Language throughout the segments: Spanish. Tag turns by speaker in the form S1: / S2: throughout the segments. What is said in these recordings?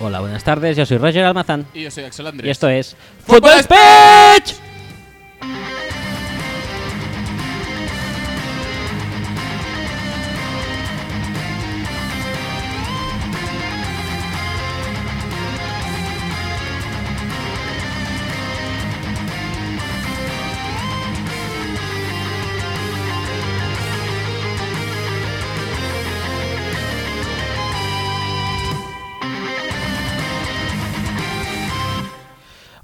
S1: Hola, buenas tardes, yo soy Roger Almazán
S2: Y yo soy Axel Andrés.
S1: y esto es
S2: ¡Fútbol
S1: Speech.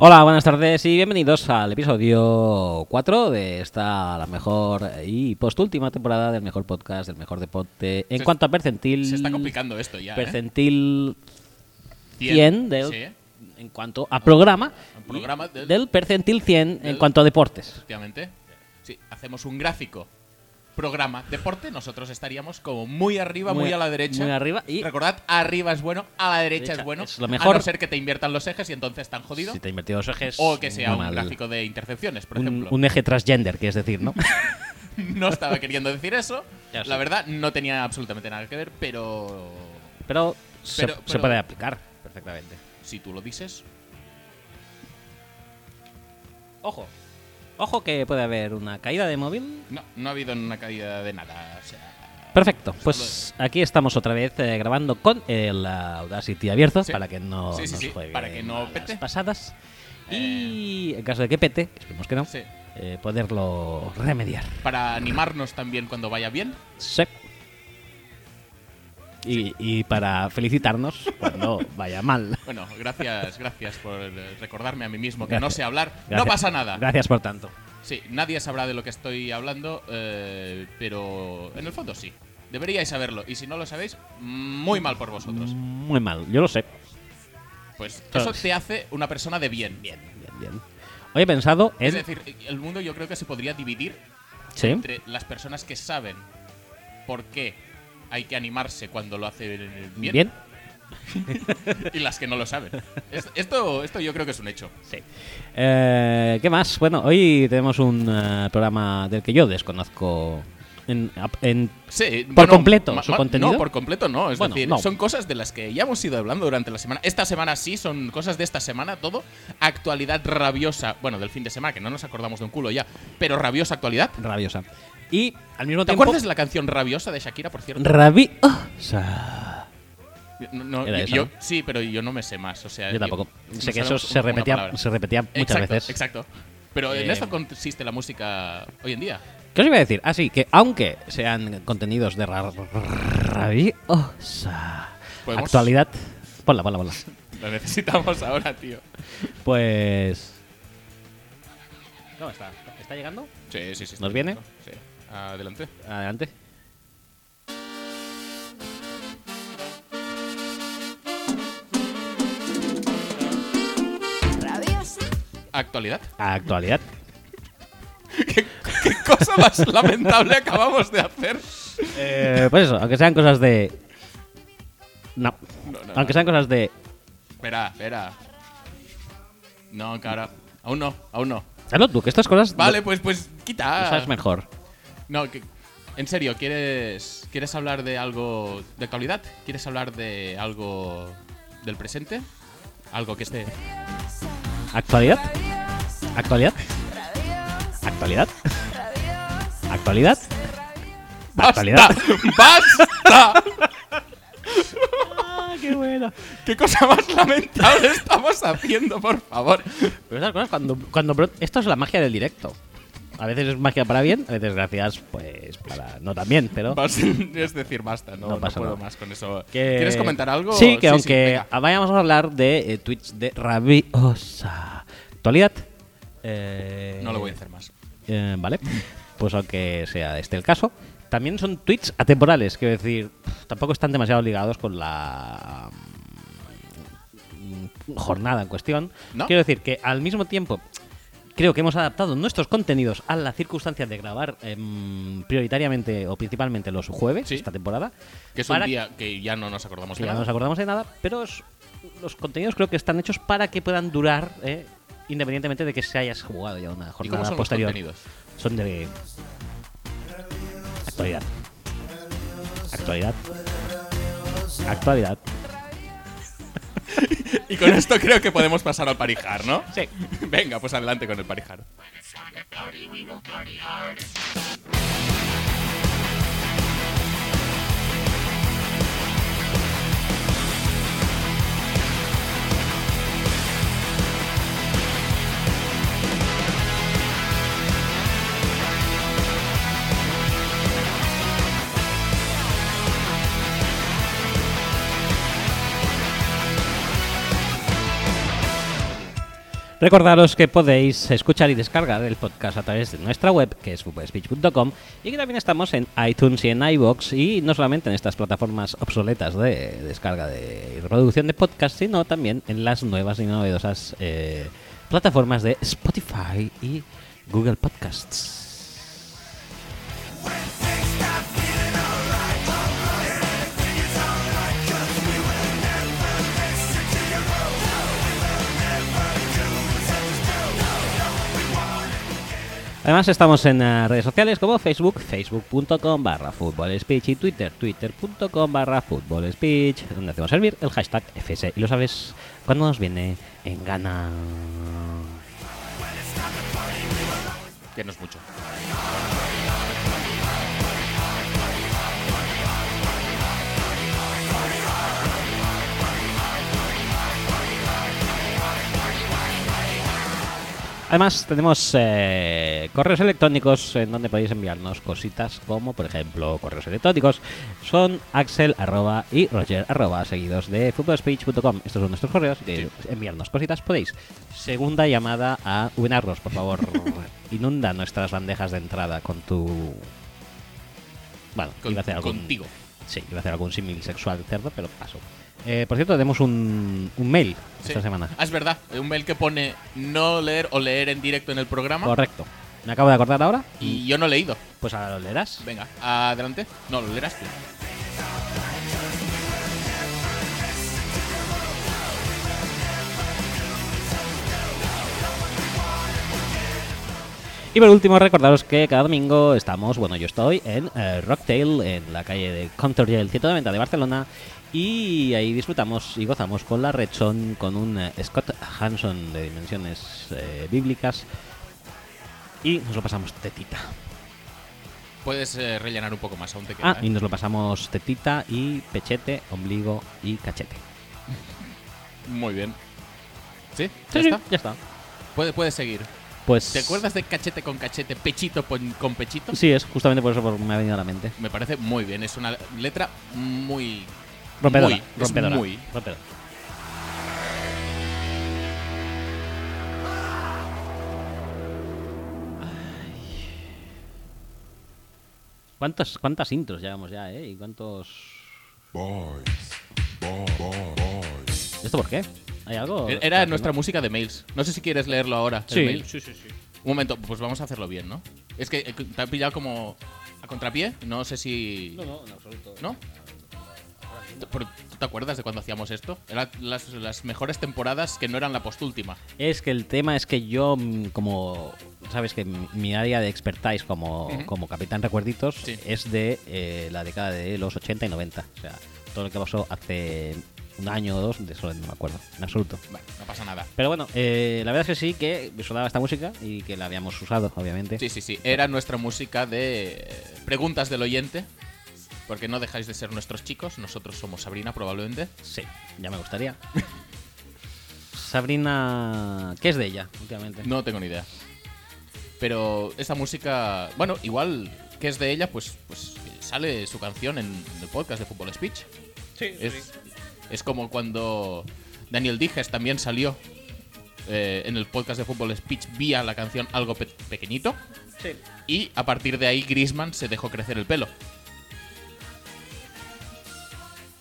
S1: Hola, buenas tardes y bienvenidos al episodio 4 de esta, la mejor y postúltima temporada del mejor podcast, del mejor deporte. En
S2: Se-
S1: cuanto a percentil.
S2: Se está complicando esto ya. ¿eh?
S1: Percentil 100, del-
S2: Sí,
S1: en cuanto a programa.
S2: Al programa
S1: y
S2: del-
S1: percentil 100 en
S2: del-
S1: cuanto a deportes.
S2: efectivamente. Sí, hacemos un gráfico. Programa deporte, nosotros estaríamos como muy arriba, muy,
S1: Muy-
S2: a la derecha.
S1: muy arriba y-
S2: Recordad, arriba es bueno, a la derecha,
S1: Derecha
S2: es bueno.
S1: es lo mejor.
S2: A no ser que te inviertan los ejes y entonces están jodido.
S1: Si te he invertido los ejes.
S2: o que sea
S1: muy
S2: un
S1: mal.
S2: gráfico de intercepciones, por
S1: Un-
S2: ejemplo.
S1: un eje transgender, quieres decir, ¿no?
S2: No estaba queriendo decir eso.
S1: Ya
S2: la
S1: sé.
S2: verdad, no tenía absolutamente nada que ver, pero
S1: Pero, se,
S2: Pero-
S1: se
S2: pero-
S1: puede aplicar perfectamente.
S2: si tú lo dices,
S1: Ojo. Ojo que puede haber una caída de móvil.
S2: no, no ha habido una caída de nada. O sea,
S1: Perfecto, pues aquí estamos otra vez eh, grabando con el Audacity abierto
S2: Sí.
S1: para que no
S2: Sí, sí,
S1: nos
S2: sí,
S1: juegue
S2: para que no
S1: malas
S2: pete. Eh.
S1: pasadas. Y en caso de que pete, que esperemos que no,
S2: sí,
S1: eh, poderlo remediar.
S2: para animarnos también cuando vaya bien.
S1: Sí. Y, y para felicitarnos cuando vaya mal.
S2: Bueno, gracias, gracias por eh, recordarme a mí mismo que no
S1: Gracias.
S2: sé hablar. No
S1: Gracias-
S2: pasa nada.
S1: Gracias por tanto.
S2: Sí, nadie sabrá de lo que estoy hablando, eh, pero en el fondo sí. Deberíais saberlo. Y si no lo sabéis, muy mal por vosotros.
S1: Muy mal, yo lo sé.
S2: Pues
S1: Claro.
S2: eso te hace una persona de bien.
S1: Bien, ¿Eh? bien, bien. Hoy he pensado en...
S2: Es decir, el mundo yo creo que se podría dividir
S1: Sí.
S2: entre las personas que saben por qué hay que animarse cuando lo hace bien,
S1: bien.
S2: y las que no lo saben. Es- esto, esto yo creo que es un hecho.
S1: Sí. Eh, ¿Qué más? Bueno, hoy tenemos un eh, programa del que yo desconozco en, ap- en-
S2: Sí,
S1: ¿Por completo
S2: ma-
S1: su
S2: ma-
S1: contenido?
S2: No, por completo no. Es
S1: Bueno,
S2: decir,
S1: no.
S2: son cosas de las que ya hemos ido hablando durante la semana. Esta semana sí, son cosas de esta semana, todo. Actualidad rabiosa, bueno, del fin de semana, que no nos acordamos de un culo ya, pero rabiosa actualidad.
S1: rabiosa. Y al mismo
S2: ¿Te
S1: tiempo...
S2: acuerdas de la Oh. canción Rabiosa de Shakira, por cierto?
S1: Rabiosa.
S2: No, no,
S1: Era
S2: yo-
S1: esa,
S2: yo-
S1: ¿no?
S2: Sí, pero yo no me sé más. O sea,
S1: Yo tampoco.
S2: me
S1: sé que
S2: sale
S1: eso
S2: un-
S1: se
S2: Eh, una
S1: repetía,
S2: palabra.
S1: se repetía muchas
S2: exacto,
S1: veces.
S2: Exacto. Pero en
S1: Eh,
S2: esto consiste la música hoy en día.
S1: ¿Qué os iba a decir? Ah, sí, que aunque sean contenidos de ra- rabiosa
S2: ¿Podemos?
S1: actualidad... Ponla, ponla, ponla.
S2: Lo necesitamos ahora, tío.
S1: Pues... ¿Cómo está? ¿Está llegando?
S2: Sí, sí, sí.
S1: ¿Nos viene?
S2: Sí. Adelante.
S1: Adelante.
S3: Rabiosa.
S2: Actualidad.
S1: Actualidad.
S2: ¿Qué cosa más lamentable acabamos de hacer?
S1: Eh, pues eso, aunque sean cosas de. No.
S2: No, no,
S1: Aunque sean cosas de.
S2: Espera, espera. No, cara. Aún no, aún no.
S1: Hazlo tú, que estas cosas.
S2: Vale,
S1: lo-
S2: pues, pues
S1: lo
S2: quita.
S1: sabes mejor.
S2: No, que- en serio, ¿quieres, ¿quieres hablar de algo de actualidad? ¿Quieres hablar de algo del presente? Algo que esté...
S1: Actualidad.
S3: Rabiosa.
S1: Actualidad.
S3: Rabiosa.
S1: Actualidad.
S3: Rabiosa.
S1: Actualidad. Actualidad.
S2: ¡Basta! ¡Basta!
S1: Ah, qué bueno.
S2: ¿Qué cosa más lamentable estamos haciendo, por favor?
S1: Pero estas cosas, cuando, cuando. bro- Esto es la magia del directo. A veces es magia para bien, a veces gracias, pues para no tan bien, pero.
S2: Bas- es decir, basta, no,
S1: No
S2: no
S1: pasa
S2: puedo
S1: nada.
S2: más con eso.
S1: que-
S2: ¿Quieres comentar algo?
S1: Sí, que aunque
S2: venga.
S1: vayamos a hablar de eh, tweets de rabiosa actualidad. eh,
S2: no lo voy a hacer más.
S1: Eh, vale. Pues aunque sea este el caso. También son tweets atemporales, quiero decir, tampoco están demasiado ligados con la mm, jornada en cuestión.
S2: ¿No?
S1: Quiero decir que al mismo tiempo creo que hemos adaptado nuestros contenidos a la circunstancia de grabar em, prioritariamente o principalmente los jueves
S2: Sí.
S1: esta temporada.
S2: Que es
S1: para
S2: un día que ya no nos acordamos
S1: que
S2: de
S1: ya no
S2: nada.
S1: nos acordamos de nada, pero es- los contenidos creo que están hechos para que puedan durar eh, independientemente de que se hayas jugado ya una
S2: ¿Y cómo
S1: jornada
S2: son los
S1: posterior
S2: contenidos?
S1: son de actualidad. Actualidad. Actualidad.
S2: Y con esto creo que podemos pasar al parijar, ¿no?
S1: Sí.
S2: Venga, pues adelante con el parijar.
S1: Recordaros que podéis escuchar y descargar el podcast a través de nuestra web, que es speech.com, y que también estamos en iTunes y en iBox, y no solamente en estas plataformas obsoletas de descarga de y reproducción de podcast, sino también en las nuevas y novedosas eh, plataformas de Spotify y Google Podcasts. Además estamos en eh, redes sociales como Facebook, facebook.com barra Fútbol speech y Twitter, twitter.com barra Fútbol speech, donde hacemos servir el hashtag FS. Y lo sabes cuando nos viene en gana.
S2: Que no es mucho.
S1: Además tenemos eh, correos electrónicos en donde podéis enviarnos cositas como por ejemplo correos electrónicos. Son axel arroba y roger arroba seguidos de footballspeech.com. Estos son nuestros correos. y que enviarnos cositas podéis. Segunda llamada a Winarros, por favor. Inunda nuestras bandejas de entrada con tu... Bueno,
S2: Con-
S1: iba a hacer algún-
S2: Contigo.
S1: Sí, iba a hacer algún símil sexual cerdo, pero paso. Eh, por cierto, tenemos un, un mail esta
S2: Sí.
S1: semana.
S2: Ah, es verdad. Un mail que pone no leer o leer en directo en el programa.
S1: Correcto. Me acabo de acordar ahora.
S2: Y yo no he leído.
S1: Pues ahora lo leerás.
S2: Venga, adelante. No, lo leerás tú.
S1: Y por último, recordaros que cada domingo estamos, bueno, yo estoy en eh, Rocktail, en la calle de Contorriel 190 de Barcelona, y ahí disfrutamos y gozamos con la Rechón, con un eh, Scott Hanson de dimensiones eh, bíblicas, y nos lo pasamos tetita.
S2: Puedes eh, rellenar un poco más, aún te queda.
S1: Ah,
S2: ¿eh?
S1: y nos lo pasamos tetita y pechete, ombligo y cachete.
S2: Muy bien. ¿Sí? ¿Ya
S1: Sí, sí,
S2: está?
S1: ya está.
S2: Puede- puedes seguir.
S1: Pues,
S2: ¿Te acuerdas de cachete con cachete, pechito pon- con pechito?
S1: Sí, es justamente por eso por- me ha venido a la mente.
S2: Me parece muy bien. Es una letra muy.
S1: Rompedora,
S2: muy- es
S1: rompedora,
S2: muy.
S1: rompedora. ¿Cuántas, cuántas intros llevamos ya, eh? ¿Y cuántos...?
S4: Boys. Boy, boy, boys.
S1: ¿Esto por qué? ¿Hay algo?
S2: Era nuestra música de mails. No sé si quieres leerlo ahora. el
S1: Sí,
S2: mail.
S1: sí, sí, sí.
S2: Un momento, pues vamos a hacerlo bien, ¿no? Es que eh, te han pillado como a contrapié. No sé si.
S1: No, no, en absoluto.
S2: ¿No? Pero, ¿Tú te acuerdas de cuando hacíamos esto? Eran las, las mejores temporadas que no eran la postúltima.
S1: Es que el tema es que yo, mm, como sabes que mi mi área de expertise como, como capitán recuerditos
S2: Sí.
S1: es de eh, la década de los 80 y 90. O sea, todo lo que pasó hace un año o dos, de eso no me acuerdo, en absoluto.
S2: Bueno, no pasa nada.
S1: Pero bueno, eh, la verdad es que sí que me sonaba esta música y que la habíamos usado, obviamente.
S2: Sí, sí, sí. Era nuestra música de eh, preguntas del oyente. Porque no dejáis de ser nuestros chicos. Nosotros somos Sabrina, probablemente.
S1: Sí, ya me gustaría. Sabrina, ¿qué es de ella últimamente?
S2: No tengo ni idea. Pero esta música, bueno, igual que es de ella, pues, pues sale su canción en el podcast de Fútbol Speech.
S1: Sí,
S2: Es, es como cuando Daniel Dijes también salió eh, en el podcast de Fútbol Speech vía la canción Algo Pe- Pequeñito. Y a partir de ahí Grisman se dejó crecer el pelo.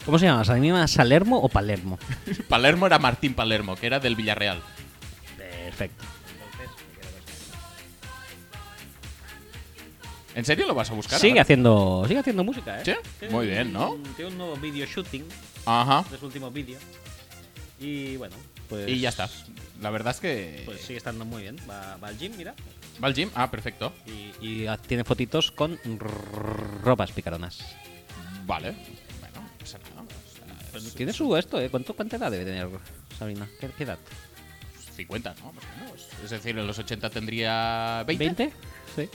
S1: ¿Cómo se llama? ¿Se anima Salermo o Palermo?
S2: Palermo era Martín Palermo, que era del Villarreal.
S1: Perfecto.
S2: ¿En serio lo vas a buscar?
S1: Sigue
S2: ahora?
S1: haciendo, sigue haciendo música, ¿eh?
S2: ¿Sí? Muy bien, ¿no?
S1: Tiene un nuevo video shooting
S2: Ajá.
S1: de su último vídeo. Y bueno, pues.
S2: Y ya está. La verdad es que...
S1: Pues sigue estando muy bien. Va, va al gym, mira.
S2: ¿Va al gym? Ah, perfecto.
S1: Y, y ha- tiene fotitos con rrr- ropas picaronas.
S2: Vale. Bueno, no pasa nada. O sea,
S1: Pues Tiene su esto, ¿eh? ¿Cuánto, ¿Cuánta edad debe tener Sabrina? ¿Qué, qué edad?
S2: 50, ¿no? Más o menos. Es decir, en los 80 tendría 20.
S1: Sí.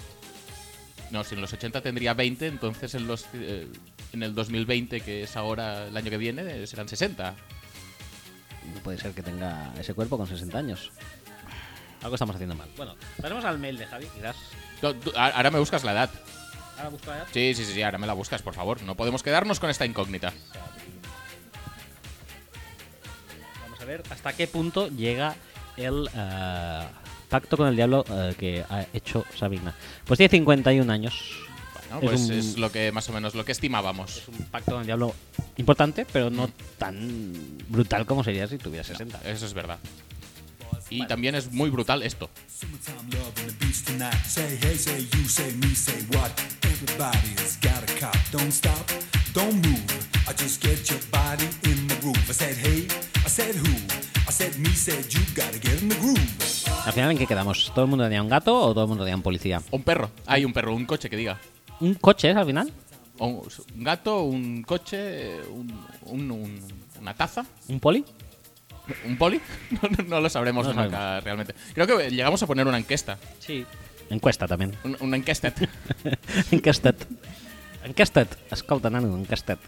S2: No, si en los 80 tendría 20, entonces en los eh, en el 2020, que es ahora el año que viene, eh, serán 60.
S1: No puede ser que tenga ese cuerpo con 60 años. Algo estamos haciendo mal. Bueno, pasemos al mail de Javi, quizás.
S2: No, tú- a- ahora me buscas la edad.
S1: Ahora busco la edad.
S2: Sí, sí, sí, sí, ahora me la buscas, por favor. No podemos quedarnos con esta incógnita.
S1: Vamos a ver hasta qué punto llega el eh, pacto con el diablo eh, que ha hecho Sabina. Pues tiene 51 años.
S2: Bueno,
S1: Es
S2: pues
S1: un-
S2: es lo que más o menos lo que estimábamos.
S1: Es un pacto con el diablo importante, pero no tan brutal como sería si tuviera 60.
S2: Eso es verdad. Y también es muy brutal esto.
S5: Summertime love on the beach tonight. Say hey, say you, say me, say what. Everybody's got a cop. Don't stop, don't move. I just get your body in the groove. I said hey, I said who, I said me, said you. Gotta get in the groove.
S1: Al final, ¿en qué quedamos? ¿Todo el mundo tenía un gato o todo el mundo tenía un policía?
S2: Un perro. Hay un perro, un coche que diga.
S1: ¿Un coche es al final?
S2: O un un gato, un coche, un- un- un- una taza,
S1: ¿Un poli?
S2: un poli. No, no- no lo sabremos
S1: No lo
S2: nunca realmente. Creo que llegamos a poner una encuesta.
S1: Sí. Encuesta también.
S2: Un- Una encuesta.
S1: Encastat. Encastat. Escolta, nano, encastat.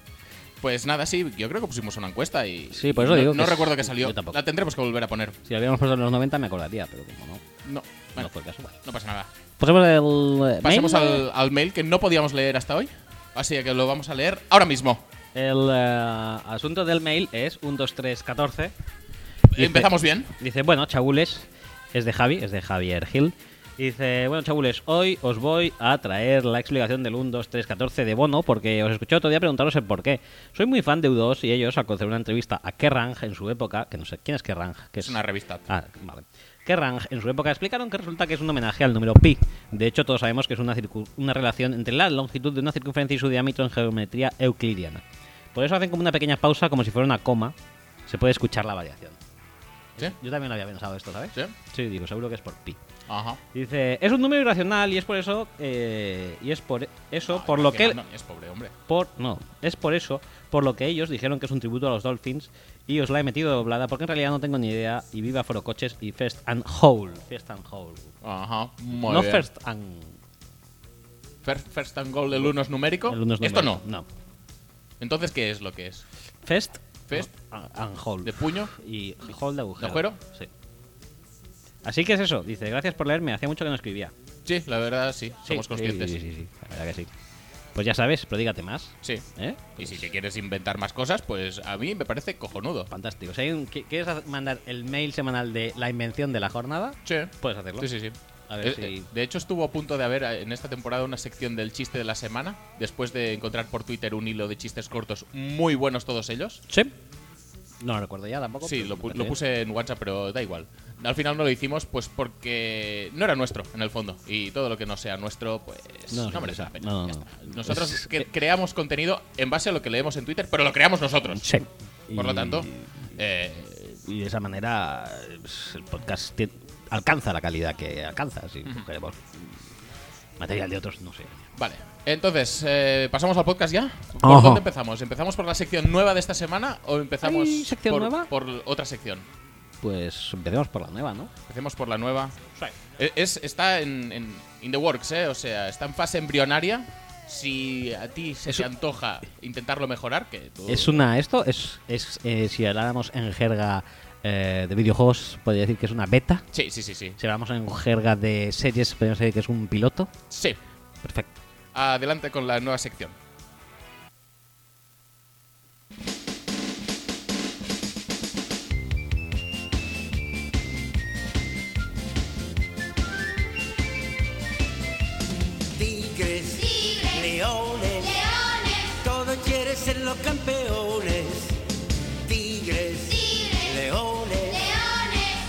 S2: Pues nada, sí, yo creo que pusimos una encuesta y.
S1: Sí, por eso
S2: no,
S1: digo
S2: No
S1: que es-
S2: recuerdo que salió.
S1: yo tampoco.
S2: La tendremos que volver a poner.
S1: Si lo habíamos puesto en los 90 me acordaría, pero como no,
S2: No,
S1: no
S2: bueno,
S1: fue el caso. Bueno.
S2: no pasa nada.
S1: Pasemos el eh,
S2: Pasemos
S1: mail,
S2: al, al mail que no podíamos leer hasta hoy. Así que lo vamos a leer ahora mismo.
S1: El eh, asunto del mail es 1, 2, 3, 14.
S2: Empezamos bien.
S1: Dice, bueno, chabules, es de Javi, es de Javier Gil. Y Dice, bueno, chabules, hoy os voy a traer la explicación del 1, 2, 3, 14 de Bono, porque os escuché otro día preguntaros el por qué. Soy muy fan de U2 y ellos al conceder una entrevista a Kerrang en su época, que no sé quién es Kerrang, que
S2: Es una revista.
S1: Ah, vale. Kerrang, en su época, explicaron que resulta que es un homenaje al número pi. De hecho, todos sabemos que es una, circu- una relación entre la longitud de una circunferencia y su diámetro en geometría euclidiana. Por eso hacen como una pequeña pausa, como si fuera una coma. Se puede escuchar la variación.
S2: ¿Sí?
S1: Yo también había pensado esto, ¿sabes?
S2: ¿Sí?
S1: Sí, digo, seguro que es por pi.
S2: Ajá.
S1: Dice, es un número irracional y es por eso, eh, y es por eso,
S2: Ah,
S1: por lo que,
S2: imagina, no, Es pobre, hombre.
S1: por, no, es por eso, por lo que ellos dijeron que es un tributo a los Dolphins y os la he metido doblada porque en realidad no tengo ni idea y viva Foro Coches y Fest and Hole. Fest and Hole.
S2: Ajá. Muy
S1: no
S2: bien.
S1: First and...
S2: First, first and goal, el uno es numérico.
S1: el uno es
S2: Esto
S1: número.
S2: no. Entonces, ¿qué es lo que es?
S1: Fest,
S2: Fest.
S1: and- and Hole.
S2: ¿De puño?
S1: y Hole de agujero.
S2: ¿De agujero?
S1: Sí. Así que es eso. Dice, gracias por leerme. Hacía mucho que no escribía.
S2: Sí, la verdad, sí.
S1: Sí,
S2: Somos
S1: sí,
S2: conscientes.
S1: Sí, sí, sí, La verdad que sí. Pues ya sabes, prodígate más.
S2: Sí.
S1: ¿Eh?
S2: Y si te quieres inventar más cosas, pues a mí me parece cojonudo.
S1: Fantástico. Si hay un- qui- quieres hacer- mandar el mail semanal de la invención de la jornada,
S2: Sí.
S1: puedes hacerlo.
S2: Sí, sí, sí.
S1: A ver
S2: Eh,
S1: si-
S2: eh, De hecho, estuvo a punto de haber eh, en esta temporada una sección del chiste de la semana, después de encontrar por Twitter un hilo de chistes cortos muy buenos todos ellos.
S1: Sí. No lo recuerdo ya tampoco.
S2: Sí,
S1: pero
S2: lo,
S1: me
S2: pu-
S1: parece
S2: lo
S1: bien.
S2: puse en WhatsApp, pero da igual. Al final no lo hicimos pues porque no era nuestro, en el fondo. Y todo lo que no sea nuestro, pues
S1: No,
S2: no,
S1: sí,
S2: merece
S1: sí.
S2: la pena.
S1: No,
S2: Ya
S1: no.
S2: está. Nosotros que creamos contenido en base a lo que leemos en Twitter, pero lo creamos nosotros.
S1: Sí.
S2: Por
S1: Y-
S2: lo tanto, eh,
S1: Y de esa manera pues, el podcast tie- alcanza la calidad que alcanza. Si cogemos material de otros, no sé.
S2: Vale. Entonces, eh, ¿pasamos al podcast ya? ¿Por
S1: Ojo.
S2: dónde empezamos? ¿Empezamos por la sección nueva de esta semana o empezamos
S1: ¿Hay sección
S2: por,
S1: nueva?
S2: por otra sección?
S1: Pues empecemos por la nueva, ¿no?
S2: Empecemos por la nueva. Eh, Es, está en, en in the works, ¿eh? O sea, está en fase embrionaria. Si a ti se
S1: Es
S2: te
S1: un-
S2: antoja intentarlo mejorar, que tú...
S1: Es una. Esto es. es eh, si habláramos en jerga eh, de videojuegos, podría decir que es una beta.
S2: Sí, sí, sí, sí.
S1: Si hablamos en jerga de series, podríamos decir que es un piloto.
S2: Sí.
S1: Perfecto.
S2: Adelante con la nueva sección.
S6: Tigres, leones, todos quieren ser los campeones. Tigres, leones,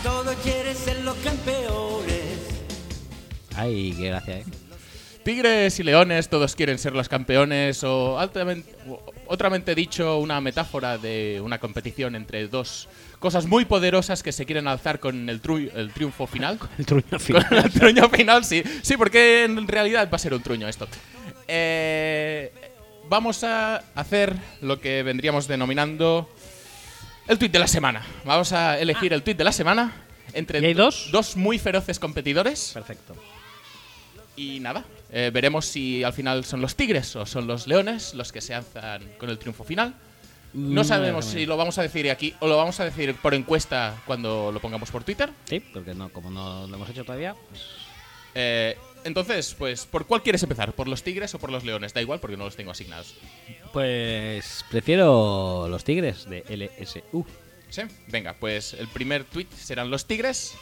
S6: todos quieren ser los campeones.
S1: Ay, qué gracia, ¿eh?
S2: Tigres y leones, todos quieren ser los campeones, o altamente, o- otramente dicho, una metáfora de una competición entre dos cosas muy poderosas que se quieren alzar con el, tru- el triunfo final.
S1: El truño
S2: con
S1: final.
S2: el truño final, sí. Sí, porque en realidad va a ser un truño esto. Eh, vamos a hacer lo que vendríamos denominando El tuit de la semana. Vamos a elegir el tuit de la semana entre
S1: ¿Y hay dos?
S2: muy feroces competidores.
S1: Perfecto.
S2: Y nada, eh, veremos si al final son los tigres o son los leones los que se alzan con el triunfo final.
S1: Mm,
S2: No sabemos si lo vamos a decir aquí o lo vamos a decir por encuesta cuando lo pongamos por Twitter.
S1: Sí, porque no, como no lo hemos hecho todavía. pues-
S2: Eh, entonces, pues, ¿por cuál quieres empezar? ¿Por los tigres o por los leones? Da igual porque no los tengo asignados.
S1: Pues prefiero los tigres de LSU.
S2: ¿Sí? Venga, pues el primer tweet serán los tigres,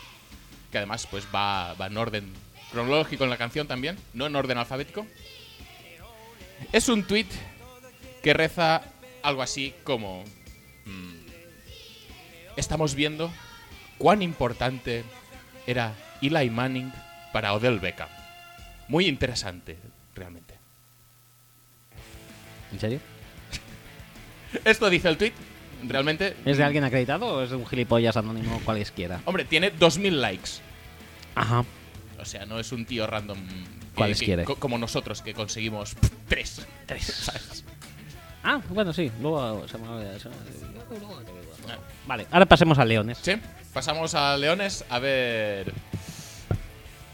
S2: que además pues va, va en orden cronológico en la canción también, no en orden alfabético. Es un tweet que reza algo así como... mm, estamos viendo cuán importante era Eli Manning para Odell Beckham. Muy interesante, realmente.
S1: ¿En serio?
S2: Esto dice el tweet, realmente...
S1: ¿Es de alguien acreditado o es de un gilipollas anónimo cualesquiera?
S2: Hombre, tiene 2.000 likes.
S1: Ajá.
S2: O sea, no es un tío random que-
S1: ¿Cuáles
S2: que-
S1: quiere?
S2: co- como nosotros que conseguimos tres. ¿Sabes?
S1: Ah, bueno, sí. Luego se me olvida, se me olvida. Vale, ahora pasemos a leones.
S2: Sí, pasamos a Leones a ver.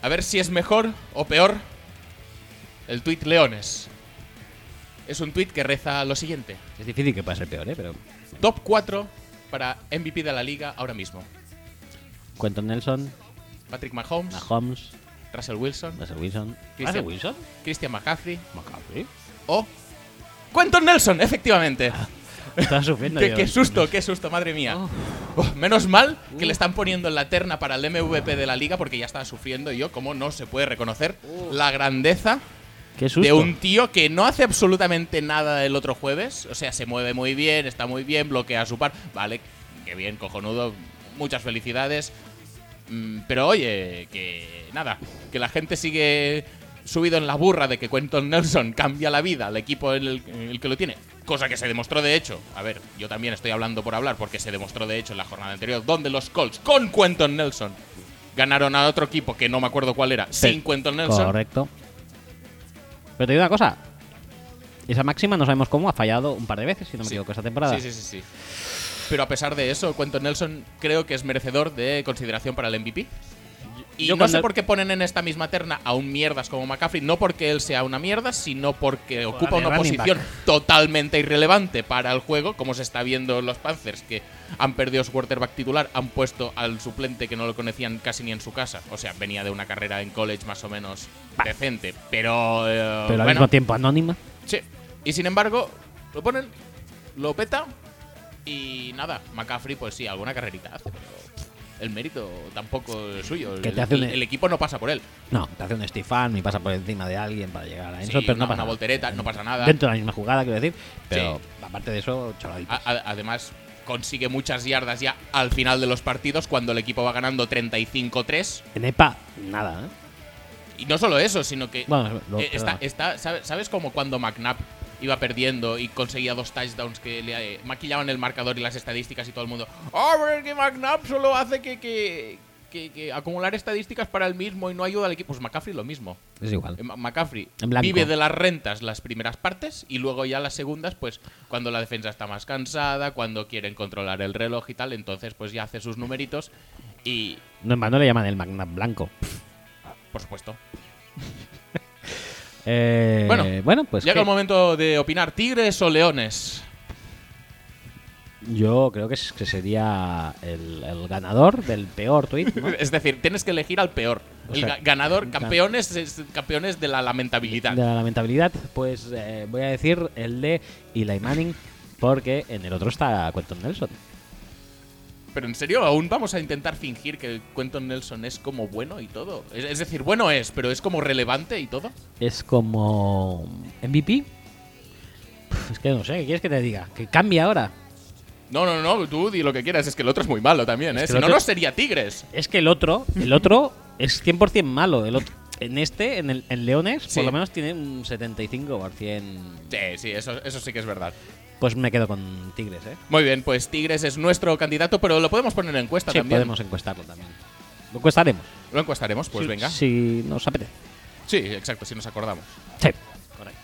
S2: A ver si es mejor o peor el tuit Leones. Es un tuit que reza lo siguiente:
S1: Es difícil que pueda ser peor, ¿eh? Pero...
S2: Top 4 para MVP de la liga ahora mismo.
S1: Quentin Nelson,
S2: Patrick Mahomes,
S1: Mahomes,
S2: Russell Wilson,
S1: Russell Wilson.
S2: Christian-
S1: Wilson?
S2: Christian McCaffrey
S1: McCaffrey.
S2: o. Quentin Nelson,
S1: Ah.
S2: efectivamente.
S1: Estaba sufriendo
S2: qué,
S1: yo.
S2: qué susto, qué susto, madre mía. Oh, menos mal que le están poniendo en la terna para el MVP de la liga porque ya estaba sufriendo y yo, como no se puede reconocer la grandeza
S1: Qué susto.
S2: de un tío que no hace absolutamente nada el otro jueves. O sea, se mueve muy bien, está muy bien, bloquea su par. Vale, qué bien, cojonudo. Muchas felicidades. Mm, Pero oye, que nada, que la gente sigue subido en la burra de que Quentin Nelson cambia la vida al equipo en el, en el que lo tiene. Cosa que se demostró de hecho. A ver, yo también estoy hablando por hablar porque se demostró de hecho en la jornada anterior donde los Colts con Quentin Nelson ganaron a otro equipo que no me acuerdo cuál era, sin Quentin Nelson.
S1: Correcto. Pero te digo una cosa. Esa máxima no sabemos cómo ha fallado un par de veces, si no me
S2: Sí.
S1: equivoco, esta temporada.
S2: Sí, sí, sí, sí. Pero a pesar de eso, Quentin Nelson creo que es merecedor de consideración para el MVP. Y
S1: yo
S2: no
S1: cuando-
S2: sé por qué ponen en esta misma terna a un mierdas como McCaffrey, no porque él sea una mierda, sino porque ocupa
S1: de
S2: una
S1: running
S2: posición totalmente irrelevante para el juego, como se está viendo en los Panthers, que han perdido su quarterback titular, han puesto al suplente que no lo conocían casi ni en su casa. O sea, venía de una carrera en college más o menos decente, pero... eh,
S1: Pero al
S2: bueno,
S1: mismo tiempo anónima.
S2: Sí. Y sin embargo, lo ponen, lo peta y nada, McCaffrey pues sí, alguna carrerita hace, pero el mérito tampoco es suyo.
S1: Que
S2: El-
S1: te hace un-
S2: el, el equipo no pasa por él.
S1: No, te hace un Stefan y pasa por encima de alguien para llegar a eso,
S2: Sí,
S1: pero no
S2: una,
S1: pasa
S2: una
S1: nada.
S2: voltereta, no pasa nada.
S1: Dentro de la misma jugada, quiero decir. Pero
S2: Sí.
S1: aparte de eso, chaladito.
S2: A- a- además, consigue muchas yardas ya al final de los partidos cuando el equipo va ganando 35-3.
S1: En EPA, nada, ¿eh?
S2: Y no solo eso, sino que
S1: Bueno, lo-
S2: eh,
S1: perdona.
S2: está, está- ¿sabe- ¿sabes cómo cuando McNabb iba perdiendo y conseguía dos touchdowns que le eh, maquillaban el marcador y las estadísticas y todo el mundo? ¡Ah, pero es que McNabb solo hace que, que- que- que acumular estadísticas para él mismo y no ayuda al equipo! Pues McCaffrey lo mismo.
S1: Es igual.
S2: Eh, Ma- McCaffrey
S1: En blanco.
S2: vive de las rentas las primeras partes y luego ya las segundas, pues cuando la defensa está más cansada, cuando quieren controlar el reloj y tal, entonces pues ya hace sus numeritos y,
S1: No, en vano le llaman el magnat blanco.
S2: por supuesto,
S1: Eh,
S2: Bueno,
S1: pues
S2: llega
S1: ¿qué?
S2: el momento de opinar, ¿tigres o leones?
S1: yo creo que, es- que sería el, el ganador del peor tweet, ¿no?
S2: Es decir, tienes que elegir al peor.
S1: O
S2: el
S1: sea,
S2: ga- ganador,
S1: gan-
S2: campeones, es- campeones de la lamentabilidad.
S1: de la lamentabilidad, pues eh, voy a decir el de Eli Manning, porque en el otro está Quentin Nelson.
S2: Pero en serio, aún vamos a intentar fingir que el Quentin Nelson es como bueno y todo. Es, es decir, bueno es, pero es como relevante y todo.
S1: Es como MVP. Pf, Es que no sé, ¿qué quieres que te diga? Que cambia ahora.
S2: No, no, no, tú di lo que quieras, es que el otro es muy malo también,
S1: Es
S2: ¿eh?
S1: que
S2: Si
S1: el
S2: no,
S1: otro-
S2: no sería Tigres.
S1: Es que el otro, el otro es 100% malo. El otro, en este, en, el, en Leones,
S2: Sí.
S1: por lo menos tiene un 75%.
S2: Sí, sí, eso, eso sí que es verdad.
S1: Pues me quedo con Tigres, ¿eh?
S2: Muy bien, pues Tigres es nuestro candidato, pero lo podemos poner en encuesta
S1: Sí,
S2: también.
S1: podemos encuestarlo también. Lo encuestaremos.
S2: Lo encuestaremos, pues venga.
S1: Si nos apetece.
S2: Sí, exacto, si nos acordamos.
S1: Sí.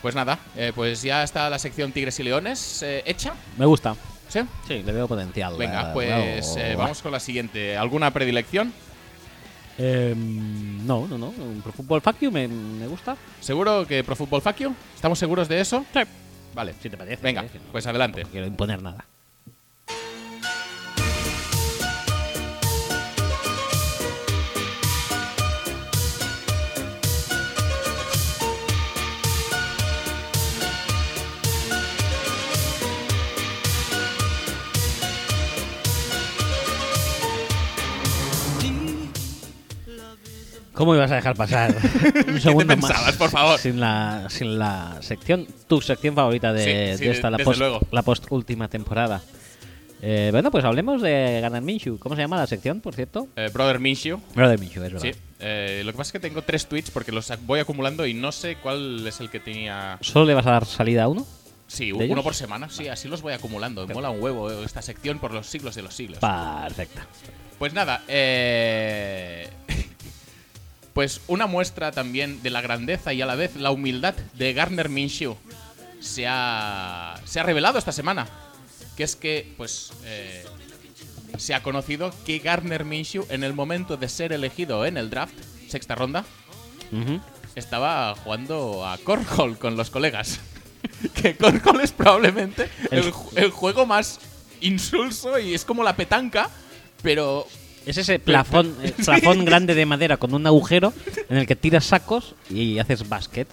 S2: Pues nada, eh, pues ya está la sección Tigres y Leones eh, hecha.
S1: Me gusta.
S2: ¿Sí?
S1: Sí, le veo potencial. eh,
S2: Venga, pues
S1: bravo.
S2: eh, vamos con la siguiente. ¿Alguna predilección?
S1: Eh, no, no, no. Un Pro Football Factory me, me gusta.
S2: ¿Seguro que Pro Football Factio? ¿Estamos seguros de eso? Sí. Vale.
S1: Si te parece.
S2: Venga,
S1: eh, que no
S2: pues adelante.
S1: quiero imponer nada. ¿Cómo ibas a dejar pasar un segundo
S2: pensabas,
S1: más?
S2: por favor?
S1: Sin la, sin la sección, tu sección favorita de,
S2: Sí, sí,
S1: de esta, la
S2: desde
S1: post,
S2: luego.
S1: la post última temporada. Eh, bueno, pues hablemos de Ganar Minshew. ¿Cómo se llama la sección, por cierto?
S2: Eh, Brother Minshew.
S1: Bueno, de Minshew, es verdad.
S2: Sí. Eh, lo que pasa es que tengo tres tweets porque los ac- voy acumulando y no sé cuál es el que tenía.
S1: ¿Solo le vas a dar salida a uno?
S2: Sí,
S1: ¿De
S2: uno
S1: ellos?
S2: por semana. Sí, así los voy acumulando. Mola un huevo eh, esta sección por los siglos de los siglos.
S1: Perfecto.
S2: Pues nada, eh, pues una muestra también de la grandeza y a la vez la humildad de Garner Minshew se ha, se ha revelado esta semana. Que es que, pues, eh, se ha conocido que Garner Minshew, en el momento de ser elegido en el draft, sexta ronda,
S1: Ujú.
S2: estaba jugando a Cornhole con los colegas. que Cornhole es probablemente el,
S1: El-
S2: ju- el juego más insulso y es como la petanca, pero
S1: Es ese plafón, eh, plafón grande de madera con un agujero en el que tiras sacos y haces basket.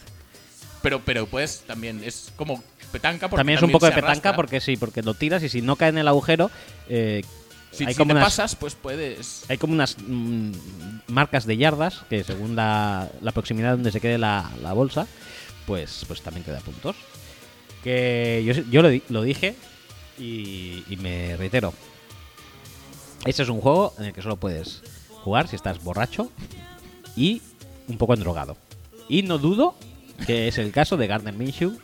S2: Pero, pero pues también es como petanca porque
S1: También es un poco de
S2: se
S1: petanca
S2: arrastra.
S1: porque sí, porque lo tiras y si no cae en el agujero, eh,
S2: si,
S1: hay
S2: si
S1: como
S2: te
S1: unas
S2: pasas pues puedes
S1: Hay como unas mm, marcas de yardas que según la, la proximidad donde se quede la, la bolsa, pues, pues también te da puntos. Que yo, sé- yo lo, di- lo dije y, y me reitero. Este es un juego en el que solo puedes jugar si estás borracho y un poco endrogado. Y no dudo que es el caso de Gardner Minshew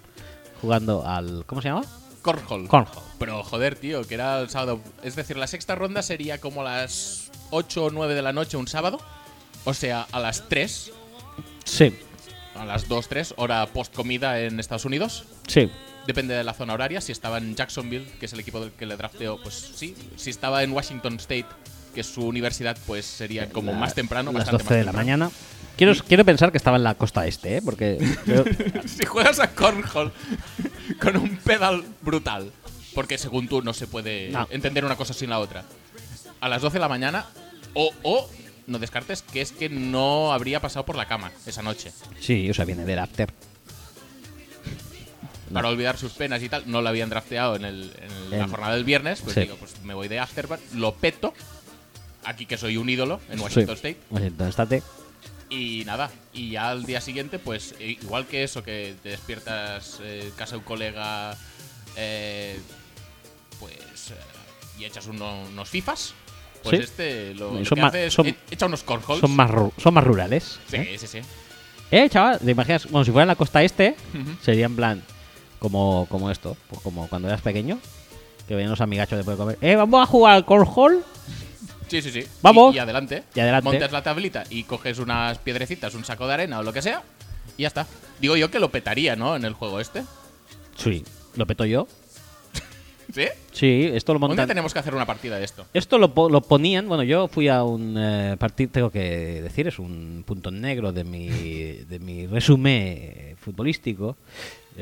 S1: jugando al... ¿Cómo se llama?
S2: cornhole.
S1: Cornhole.
S2: Pero joder, tío, que era el sábado. Es decir, la sexta ronda sería como a las 8 o 9 de la noche un sábado. O sea, a las 3,
S1: Sí,
S2: a las 2, 3, hora post comida en Estados Unidos.
S1: sí.
S2: Depende de la zona horaria. Si estaba en Jacksonville, que es el equipo del que le drafteó, pues sí. Si estaba en Washington State, que es su universidad, pues sería como
S1: La-
S2: más temprano,
S1: las
S2: bastante
S1: 12 de
S2: más
S1: la
S2: temprano.
S1: mañana. Quiero, quiero pensar que estaba en la costa este, ¿eh? porque yo-
S2: Si juegas a cornhole con un pedal brutal, porque según tú no se puede
S1: No.
S2: entender una cosa sin la otra, a las 12 de la mañana, o, o no descartes que es que no habría pasado por la cama esa noche.
S1: sí, o sea, viene del after.
S2: Para olvidar sus penas y tal, no lo habían drafteado en, el- en la
S1: En-
S2: jornada del viernes, pues
S1: Sí.
S2: digo, pues me voy de Afterburn, lo peto, aquí que soy un ídolo en Washington
S1: Sí.
S2: State,
S1: Washington State.
S2: Y nada, y ya al día siguiente, pues i- igual que eso, que te despiertas eh, en casa de un colega, eh, pues, eh, y echas uno- unos FIFAs, pues
S1: Sí.
S2: este lo,
S1: Y
S2: lo
S1: son
S2: que
S1: ma-
S2: hace es
S1: son-
S2: e- echa unos cornholes.
S1: Son más, ru- son más rurales.
S2: Sí,
S1: ¿eh?
S2: sí, sí.
S1: Eh, chaval, te imaginas, bueno, si fuera en la costa este,
S2: Ujú.
S1: sería en plan como, como esto, pues como cuando eras pequeño, que venían los amigachos después de comer. Eh, vamos a jugar al cornhole.
S2: Sí, sí, sí.
S1: Vamos.
S2: Y, y adelante.
S1: Y adelante.
S2: Montas la tablita y coges unas piedrecitas, un saco de arena o lo que sea, y ya está. Digo yo que lo petaría, ¿no? En el juego este.
S1: Sí, lo peto yo.
S2: ¿Sí?
S1: Sí, esto lo
S2: ¿Dónde
S1: montan.
S2: tenemos que hacer una partida de esto?
S1: Esto lo, po- lo ponían, bueno, yo fui a un eh, partido, tengo que decir, es un punto negro de mi, de mi resumen futbolístico.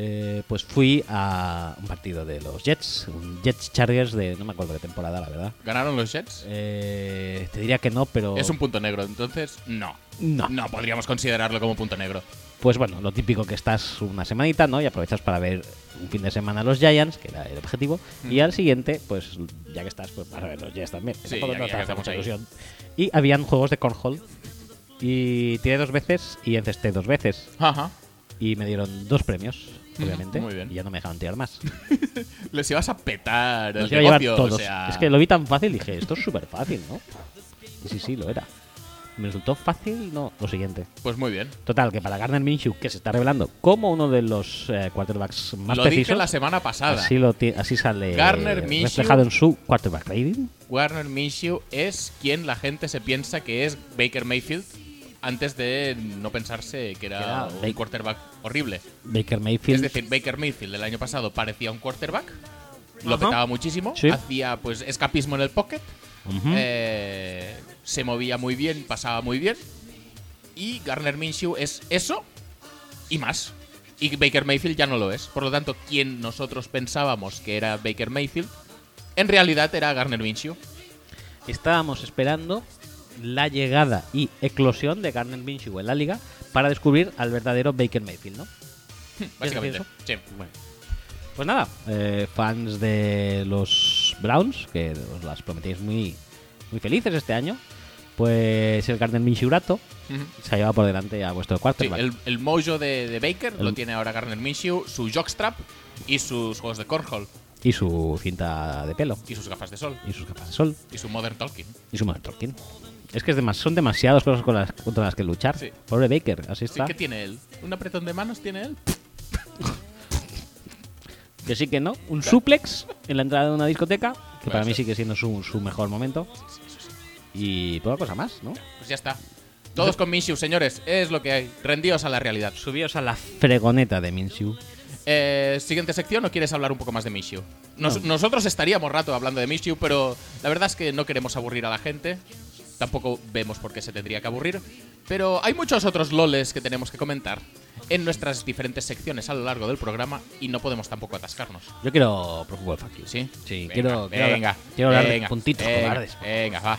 S1: Eh, pues fui a un partido de los Jets, un Jets Chargers de no me acuerdo qué temporada, la verdad.
S2: ¿Ganaron los Jets?
S1: Eh, te diría que no, pero.
S2: Es un punto negro, entonces no.
S1: No.
S2: No podríamos considerarlo como punto negro.
S1: Pues bueno, lo típico que estás una semanita, ¿no? Y aprovechas para ver un fin de semana los Giants, que era el objetivo, y al siguiente, pues ya que estás, pues vas a ver los Jets también. que
S2: Sí,
S1: tampoco
S2: ya-
S1: no
S2: ya
S1: te hace
S2: estamos
S1: mucha
S2: ahí.
S1: ilusión. Y habían juegos de cornhole. Y tiré dos veces y encesté dos veces.
S2: Ajá.
S1: Y me dieron dos premios,
S2: Ujú,
S1: obviamente.
S2: muy bien.
S1: Y ya no me dejaron tirar más.
S2: Les ibas a petar el
S1: Los iba a llevar
S2: negocio,
S1: todos.
S2: o sea...
S1: Es que lo vi tan fácil y dije, esto es súper fácil, ¿no? Y sí, sí, lo era. Me resultó fácil, no, lo siguiente.
S2: Pues muy bien.
S1: Total, que para Gardner Minshew, que se está revelando como uno de los eh, quarterbacks más
S2: lo dije
S1: precisos,
S2: la semana pasada.
S1: así, lo ti- así sale
S2: Gardner
S1: reflejado
S2: Minshew-
S1: en su quarterback rating.
S2: Warner Minshew es quien la gente se piensa que es Baker Mayfield antes de no pensarse que era,
S1: Era
S2: un
S1: Baker.
S2: quarterback horrible.
S1: Baker
S2: Es
S1: Mayfield.
S2: decir, Baker Mayfield del año pasado parecía un quarterback lo
S1: Ajá.
S2: petaba muchísimo.
S1: Sí.
S2: Hacía pues escapismo en el pocket.
S1: Ujú.
S2: Eh, se movía muy bien, pasaba muy bien. Y Garner Minshew es eso y más. Y Baker Mayfield ya no lo es. Por lo tanto, quien nosotros pensábamos que era Baker Mayfield, en realidad era Garner Minshew.
S1: Estábamos esperando la llegada y eclosión de Garner Minshew en la liga para descubrir al verdadero Baker Mayfield, ¿no?
S2: Básicamente.
S1: eso?
S2: Sí.
S1: Bueno. Pues nada, eh, fans de los Browns, que os las prometéis muy, muy felices este año, pues el Garden Minshurato
S2: Ujú.
S1: se ha llevado por delante a vuestro
S2: Sí,
S1: quarterback.
S2: el, el mojo de, de Baker lo
S1: El-
S2: tiene ahora Garner Minshew, su jockstrap y sus juegos de cornhole
S1: Y su cinta de pelo,
S2: y sus gafas de sol
S1: y sus gafas de sol,
S2: y su modern talking.
S1: y su Mother Tolkien. Es que es demas- son demasiadas cosas con las- contra las que luchar.
S2: Sí.
S1: Pobre Baker, así
S2: Sí,
S1: está.
S2: ¿Qué tiene él? ¿Un apretón de manos tiene él?
S1: que sí que no. Un suplex en la entrada de una discoteca, que
S2: Puede
S1: para mí
S2: ser.
S1: sigue siendo su, su mejor momento. Y poca cosa más, ¿no?
S2: Pues ya está. Todos con Minshew, señores. Es lo que hay. Rendíos a la realidad.
S1: Subíos a la fregoneta de Minshew.
S2: Eh, ¿Siguiente sección o quieres hablar un poco más de Minshew? Nos-
S1: No.
S2: Nosotros estaríamos rato hablando de Minshew, pero la verdad es que no queremos aburrir a la gente. Tampoco vemos por qué se tendría que aburrir. Pero hay muchos otros loles que tenemos que comentar en nuestras diferentes secciones a lo largo del programa y no podemos tampoco atascarnos.
S1: Yo quiero Pro Football Factory.
S2: ¿Sí?
S1: Sí,
S2: Venga,
S1: quiero, quiero
S2: venga,
S1: hablar, quiero hablar
S2: venga,
S1: de puntitos
S2: venga,
S1: cobardes.
S2: Venga, va.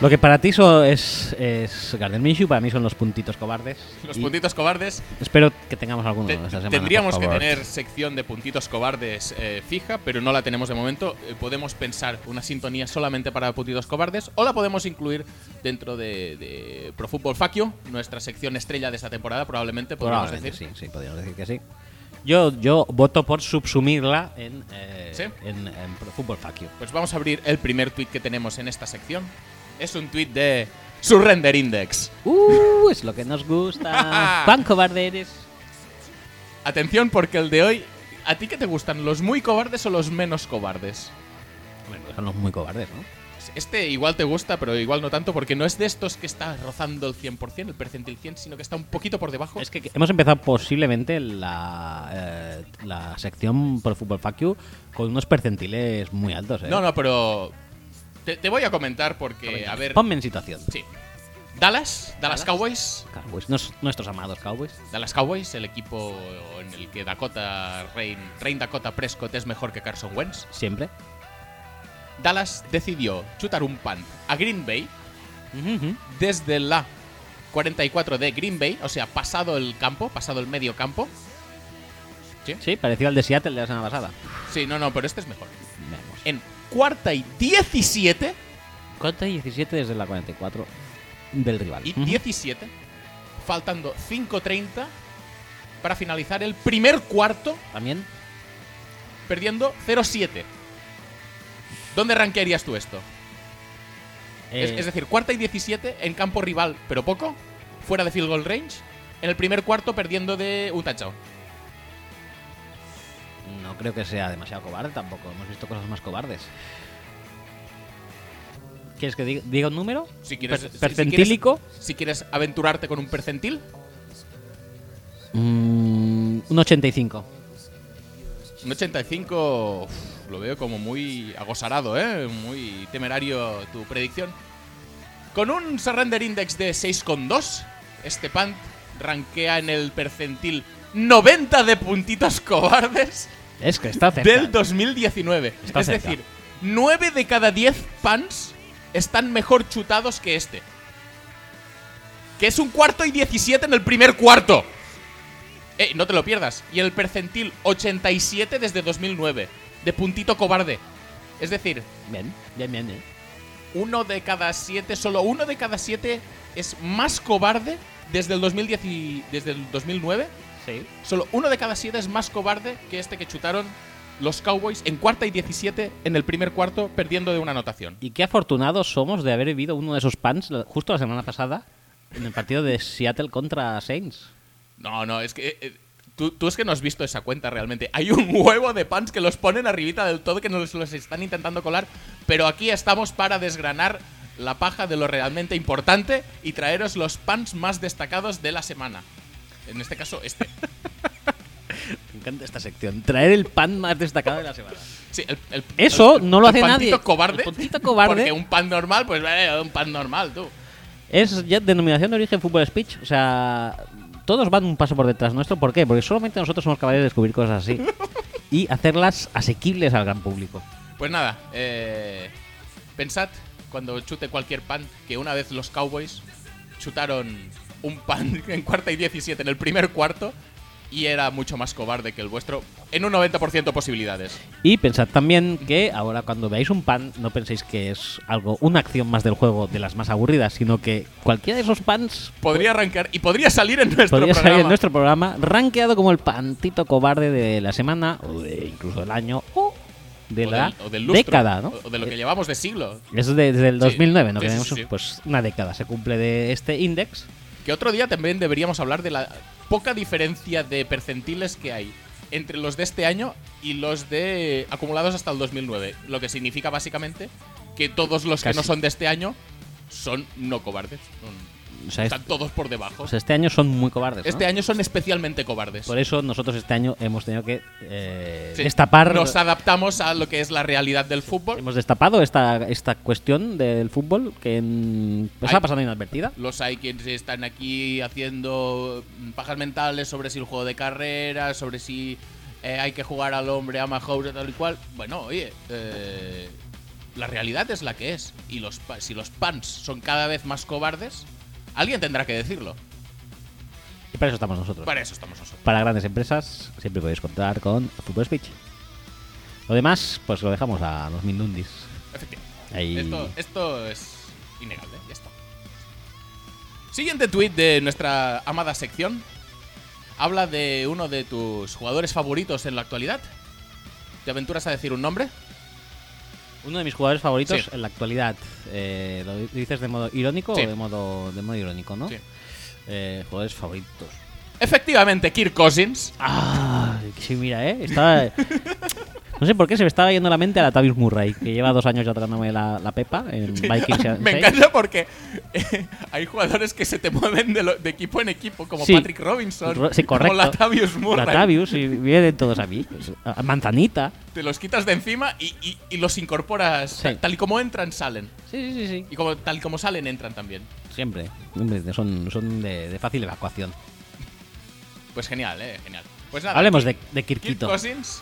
S1: Lo que para ti so- es, es Garden Minshew, para mí son los puntitos cobardes.
S2: Los
S1: Y
S2: puntitos cobardes
S1: Espero que tengamos alguno
S2: Te-
S1: esta semana. por
S2: tendríamos que
S1: favor.
S2: tener sección de puntitos cobardes eh, fija, pero no la tenemos de momento. Eh, podemos pensar una sintonía solamente para puntitos cobardes o la podemos incluir dentro de, de Pro Football Factio, nuestra sección estrella de esta temporada, probablemente podríamos
S1: Probablemente,
S2: decir.
S1: Sí, sí, podríamos decir que sí. Yo, yo voto por subsumirla en, eh,
S2: ¿Sí?
S1: en, en Pro Football Fuck You.
S2: Pues vamos a abrir el primer tweet que tenemos en esta sección. Es un tweet de Surrender Index.
S1: ¡Uh! Es lo que nos gusta. ¡Cuán cobarde eres!
S2: Atención porque el de hoy, ¿a ti qué te gustan? ¿Los muy cobardes o los menos cobardes?
S1: Bueno, son los muy cobardes, ¿no?
S2: Este igual te gusta, pero igual no tanto, porque no es de estos que está rozando el 100%, el percentil 100, sino que está un poquito por debajo.
S1: Es que que- hemos empezado posiblemente la, eh, la sección Pro Football Fuck You con unos percentiles muy altos, ¿eh?
S2: No, no, pero te, te voy a comentar porque, a ver,
S1: Ponme en situación.
S2: sí. Dallas, Dallas Cowboys,
S1: Cowboys, nos- nuestros amados Cowboys.
S2: Dallas Cowboys, el equipo en el que Dakota Rain, Rain Dakota Prescott es mejor que Carson Wentz.
S1: Siempre.
S2: Dallas decidió chutar un punt a Green Bay desde la 44 de Green Bay, o sea, pasado el campo, pasado el medio campo.
S1: Sí, parecido al de Seattle de la semana pasada.
S2: Sí, no, no, pero este es mejor.
S1: Vemos.
S2: en cuarta y 17
S1: Cuarta y 17 desde la 44 del rival.
S2: y
S1: Ujú.
S2: 17, faltando 5.30 para finalizar el primer cuarto,
S1: También.
S2: perdiendo 0.7. ¿Dónde rankearías tú esto? Es,
S1: Eh,
S2: es decir, cuarta y 17 en campo rival, pero poco, fuera de field goal range, en el primer cuarto perdiendo de un touchdown.
S1: No creo que sea demasiado cobarde tampoco. Hemos visto cosas más cobardes. ¿Quieres que diga, diga un número?
S2: Si quieres,
S1: Per-
S2: si- si quieres-
S1: ¿Percentílico?
S2: si quieres aventurarte con un percentil,
S1: Mm, un 85.
S2: Un 85 uf, lo veo como muy agosarado, ¿eh? Muy temerario tu predicción. Con un surrender index de 6,2, este punt rankea en el percentil 90 de puntitos cobardes
S1: Es que está cerca.
S2: del 2019.
S1: Está
S2: es
S1: cerca.
S2: decir, 9 de cada 10 punts están mejor chutados que este. Que es un cuarto y 17 en el primer cuarto. Eh, no te lo pierdas. Y el percentil 87 desde 2009. De puntito cobarde. Es decir,
S1: Bien, bien, bien. bien.
S2: uno de cada siete, solo uno de cada siete es más cobarde desde el, 2010 y- desde el 2009
S1: Sí.
S2: Solo uno de cada siete es más cobarde que este que chutaron los Cowboys en cuarta y 17 en el primer cuarto, perdiendo de una anotación.
S1: Y qué afortunados somos de haber vivido uno de esos pans la- justo la semana pasada en el partido de Seattle contra Saints.
S2: No, no, es que. eh, tú, tú es que no has visto esa cuenta realmente. Hay un huevo de pants que los ponen arribita del todo, que nos los están intentando colar. Pero aquí estamos para desgranar la paja de lo realmente importante y traeros los pants más destacados de la semana. En este caso, este.
S1: Me encanta esta sección. Traer el pan más destacado de la semana.
S2: Sí, el- el-
S1: Eso
S2: el-
S1: no lo hace
S2: el pantito
S1: nadie.
S2: Cobarde,
S1: El pantito cobarde.
S2: Porque un pan normal, pues vale, un pan normal, tú.
S1: Es ya denominación de origen fútbol speech. O sea, todos van un paso por detrás nuestro. ¿Por qué? Porque solamente nosotros somos capaces de descubrir cosas así y hacerlas asequibles al gran público.
S2: Pues nada, eh, pensad cuando chute cualquier pan que una vez los Cowboys chutaron un pan en cuarta y 17 en el primer cuarto y era mucho más cobarde que el vuestro en un 90% posibilidades.
S1: Y pensad también que ahora cuando veáis un pan, no penséis que es algo, una acción más del juego de las más aburridas, sino que cualquiera de esos pans
S2: Podría arrancar y podría salir en nuestro
S1: Pues podría
S2: programa.
S1: salir en nuestro programa rankeado como el pantito cobarde de la semana, o de incluso del año, o de
S2: O
S1: la
S2: del- o del lustro,
S1: década, ¿no? Eh,
S2: O de lo que llevamos de siglo.
S1: Es de- desde el
S2: Sí,
S1: 2009, ¿no?
S2: sí,
S1: que
S2: sí,
S1: tenemos
S2: sí.
S1: pues una década, se cumple de este index.
S2: Que otro día también deberíamos hablar de la poca diferencia de percentiles que hay entre los de este año y los de acumulados hasta el 2009. Lo que significa básicamente que todos los que
S1: Casi.
S2: no son de este año son no cobardes. Son-
S1: O sea, es-
S2: Están todos por debajo.
S1: o sea, este año son muy cobardes. ¿no?
S2: Este año son especialmente cobardes.
S1: Por eso nosotros este año hemos tenido que eh,
S2: Sí,
S1: destapar.
S2: Nos adaptamos a lo que es la realidad del fútbol.
S1: Hemos destapado esta, esta cuestión del fútbol que mm, pues,
S2: Ay.
S1: ha pasado inadvertida.
S2: Los hay quienes están aquí haciendo mm, pajas mentales sobre si el juego de carrera, sobre si eh, hay que jugar al hombre a Mahomes tal y cual. Bueno, oye, eh, la realidad es la que es. Y los pa- si los pants son cada vez más cobardes, alguien tendrá que decirlo.
S1: Y para eso estamos nosotros.
S2: Para eso estamos nosotros.
S1: Para grandes empresas siempre podéis contar con Fútbol Speech. Lo demás, pues lo dejamos a los Mindundis.
S2: Efectivamente.
S1: Ahí.
S2: Esto, esto es innegable, ya está. Siguiente tweet de nuestra amada sección. Habla de uno de tus jugadores favoritos en la actualidad. ¿Te aventuras a decir un nombre?
S1: Uno de mis jugadores favoritos
S2: Sí.
S1: en la actualidad. Eh, ¿Lo dices de modo irónico
S2: Sí.
S1: o de modo, de modo irónico, no?
S2: Sí.
S1: Eh, jugadores favoritos.
S2: Efectivamente, Kirk Cousins.
S1: Ah, sí, mira, ¿eh? Estaba... No sé por qué se me estaba yendo a la mente a la Tavius Murray, que lleva dos años ya tratándome la, la pepa en Vikings.
S2: Me
S1: 6.
S2: encanta porque eh, hay jugadores que se te mueven de, lo- de equipo en equipo, como
S1: Sí.
S2: Patrick Robinson,
S1: Ro- sí, correcto.
S2: como Latavius Murray.
S1: Latavius, y vienen todos a mí. A- a Manzanita.
S2: Te los quitas de encima y, y- y los incorporas.
S1: Sí.
S2: Tal- Tal y como entran, salen.
S1: Sí, sí, sí.
S2: Y como, tal y como salen, entran también.
S1: Siempre. Hombre, son son de, de fácil evacuación.
S2: Pues genial, eh, genial. Pues nada,
S1: Hablemos de, de
S2: Kirk
S1: Kirkito.
S2: Cousins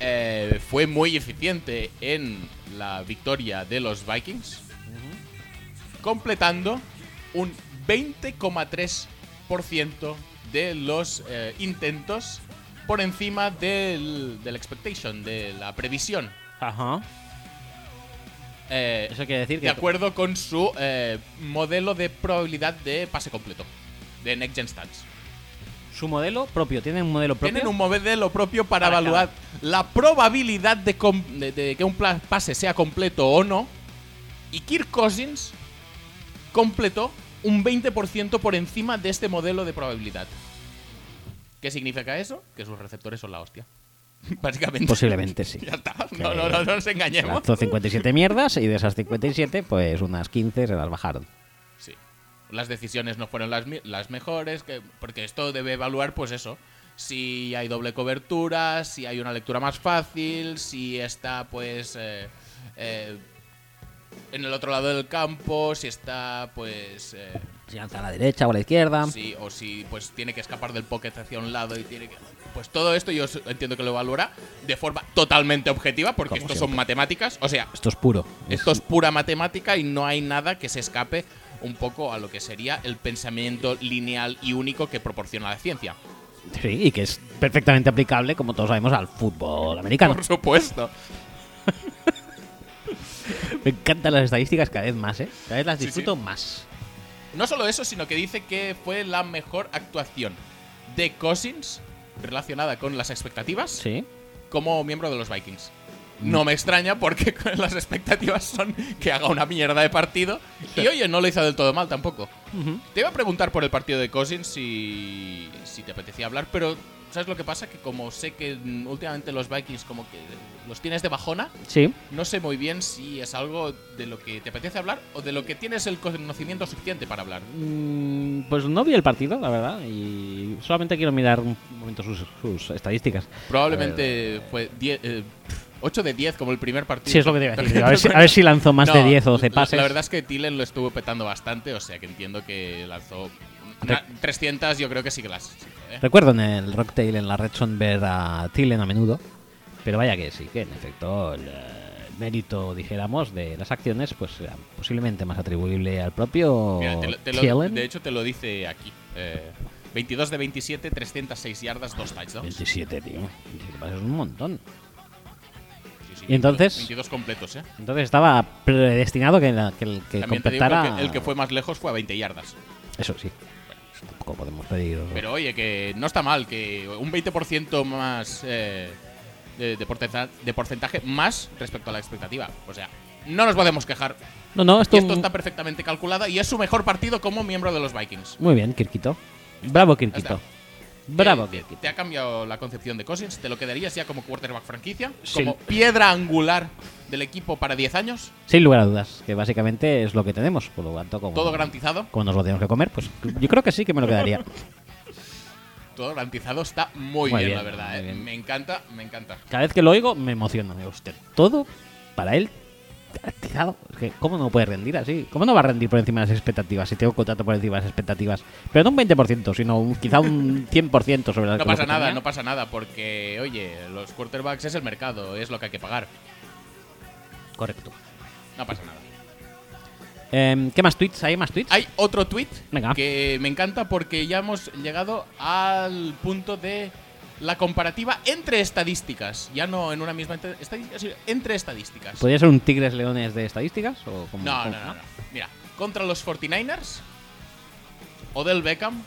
S2: eh, fue muy eficiente en la victoria de los Vikings, completando un 20,3% de los eh, intentos por encima del, del expectation, de la previsión.
S1: Ajá.
S2: Eh,
S1: Eso quiere decir que.
S2: de acuerdo con su eh, modelo de probabilidad de pase completo, de Next Gen Stats.
S1: Su modelo propio. Tienen un modelo propio. Ah,
S2: Tienen un modelo propio para,
S1: Para
S2: evaluar la probabilidad de, com- de- de que un pla- pase sea completo o no. Y Kirk Cousins completó un 20% por encima de este modelo de probabilidad. ¿Qué significa eso? Que sus receptores son la hostia. Básicamente.
S1: Posiblemente sí.
S2: Ya está. No, no, no, no nos engañemos.
S1: Lanzó 57 mierdas y de esas 57, pues unas 15 se las bajaron.
S2: Sí. Las decisiones no fueron las, mi- las mejores, que, porque esto debe evaluar, pues eso. Si hay doble cobertura, si hay una lectura más fácil, si está, pues. eh, eh, en el otro lado del campo, si está, pues. eh,
S1: Se lanza a la derecha o a la izquierda.
S2: si- o si pues tiene que escapar del pocket hacia un lado y tiene que. Pues todo esto yo s- entiendo que lo evaluará de forma totalmente objetiva, porque
S1: Como
S2: esto son
S1: siempre.
S2: matemáticas. O sea,
S1: Esto es puro.
S2: esto es pura matemática y no hay nada que se escape un poco a lo que sería el pensamiento lineal y único que proporciona la ciencia.
S1: Sí, y que es perfectamente aplicable, como todos sabemos, al fútbol americano.
S2: Por supuesto.
S1: Me encantan las estadísticas cada vez más, ¿eh? Cada vez las
S2: Sí,
S1: disfruto
S2: sí.
S1: más.
S2: No solo eso, sino que dice que fue la mejor actuación de Cousins relacionada con las expectativas
S1: Sí.
S2: como miembro de los Vikings.
S1: Mm.
S2: No me extraña porque las expectativas son que haga una mierda de partido. Y oye, no lo hizo del todo mal tampoco. Te iba a preguntar por el partido de Cousins si, si te apetecía hablar, pero ¿Sabes lo que pasa? Que como sé que mm, últimamente los Vikings como que los tienes de bajona,
S1: Sí.
S2: no sé muy bien si es algo de lo que te apetece hablar o de lo que tienes el conocimiento suficiente para hablar.
S1: Mm, Pues no vi el partido, la verdad, y solamente quiero mirar un momento sus, sus estadísticas.
S2: Probablemente fue 10, eh, 8 de 10 como el primer partido.
S1: Sí, es lo que te iba a decir. A ver si, a ver si lanzó más de
S2: No,
S1: 10 o 12
S2: la-
S1: pases.
S2: La verdad es que Tilen lo estuvo petando bastante, o sea que entiendo que lanzó na- 300, yo creo que sí que las. sí, ¿eh?
S1: Recuerdo en el Rocktail, en la Red Zone, ver a Tillen a menudo, pero vaya que sí, que en efecto el eh, mérito, dijéramos, de las acciones, pues era posiblemente más atribuible al propio
S2: Mira, te lo- te lo-
S1: Thielen.
S2: de hecho, te lo dice aquí. eh, 22 de 27, 306 yardas, 2 touchdowns.
S1: 27, tío. 27 pases es un montón.
S2: Sí, sí,
S1: ¿Y entonces?
S2: 22 completos, ¿eh?
S1: Entonces estaba predestinado que, la- que el que
S2: También te digo que
S1: completara.
S2: el que- el que fue más lejos fue a 20 yardas.
S1: Eso sí. Tampoco podemos pedir.
S2: Pero oye, que no está mal, que un 20% más eh, de, de porcenta- de porcentaje más respecto a la expectativa. O sea, no nos podemos quejar.
S1: No, no,
S2: Y
S1: esto.
S2: esto está perfectamente calculado y es su mejor partido como miembro de los Vikings.
S1: Muy bien, Kirquito. Bravo, Kirquito.
S2: Ya está.
S1: Bravo,
S2: Te,
S1: Kirquito.
S2: Eh, te ha cambiado la concepción de Cousins, te lo quedarías ya como quarterback franquicia,
S1: Sí.
S2: como piedra angular del equipo para 10 años,
S1: Sin lugar a dudas, que básicamente es lo que tenemos. Por lo tanto, como,
S2: todo garantizado.
S1: como nos lo tenemos que comer, pues yo creo que sí que me lo quedaría.
S2: Todo garantizado está muy,
S1: Muy
S2: bien,
S1: bien,
S2: la verdad.
S1: muy
S2: eh.
S1: bien.
S2: Me encanta, me encanta.
S1: Cada vez que lo oigo, me emociono. Digo, hostia, todo para él garantizado. Es que, ¿Cómo no puede rendir así? ¿Cómo no va a rendir por encima de las expectativas? Si tengo un contrato por encima de las expectativas. Pero no un 20%, sino un- quizá un 100% sobre las
S2: No pasa nada, no pasa nada, porque, oye, los quarterbacks es el mercado, es lo que hay que pagar.
S1: Correcto.
S2: No pasa nada.
S1: Em, ¿Qué más tweets? ¿Hay más tweets?
S2: Hay otro tweet
S1: Venga.
S2: que me encanta porque ya hemos llegado al punto de la comparativa entre estadísticas. Ya no en una misma ente- estadística, sino entre estadísticas.
S1: ¿Podría ser un Tigres Leones de estadísticas? O como,
S2: No, no, no, no. Mira, contra los 49ers, Odell Beckham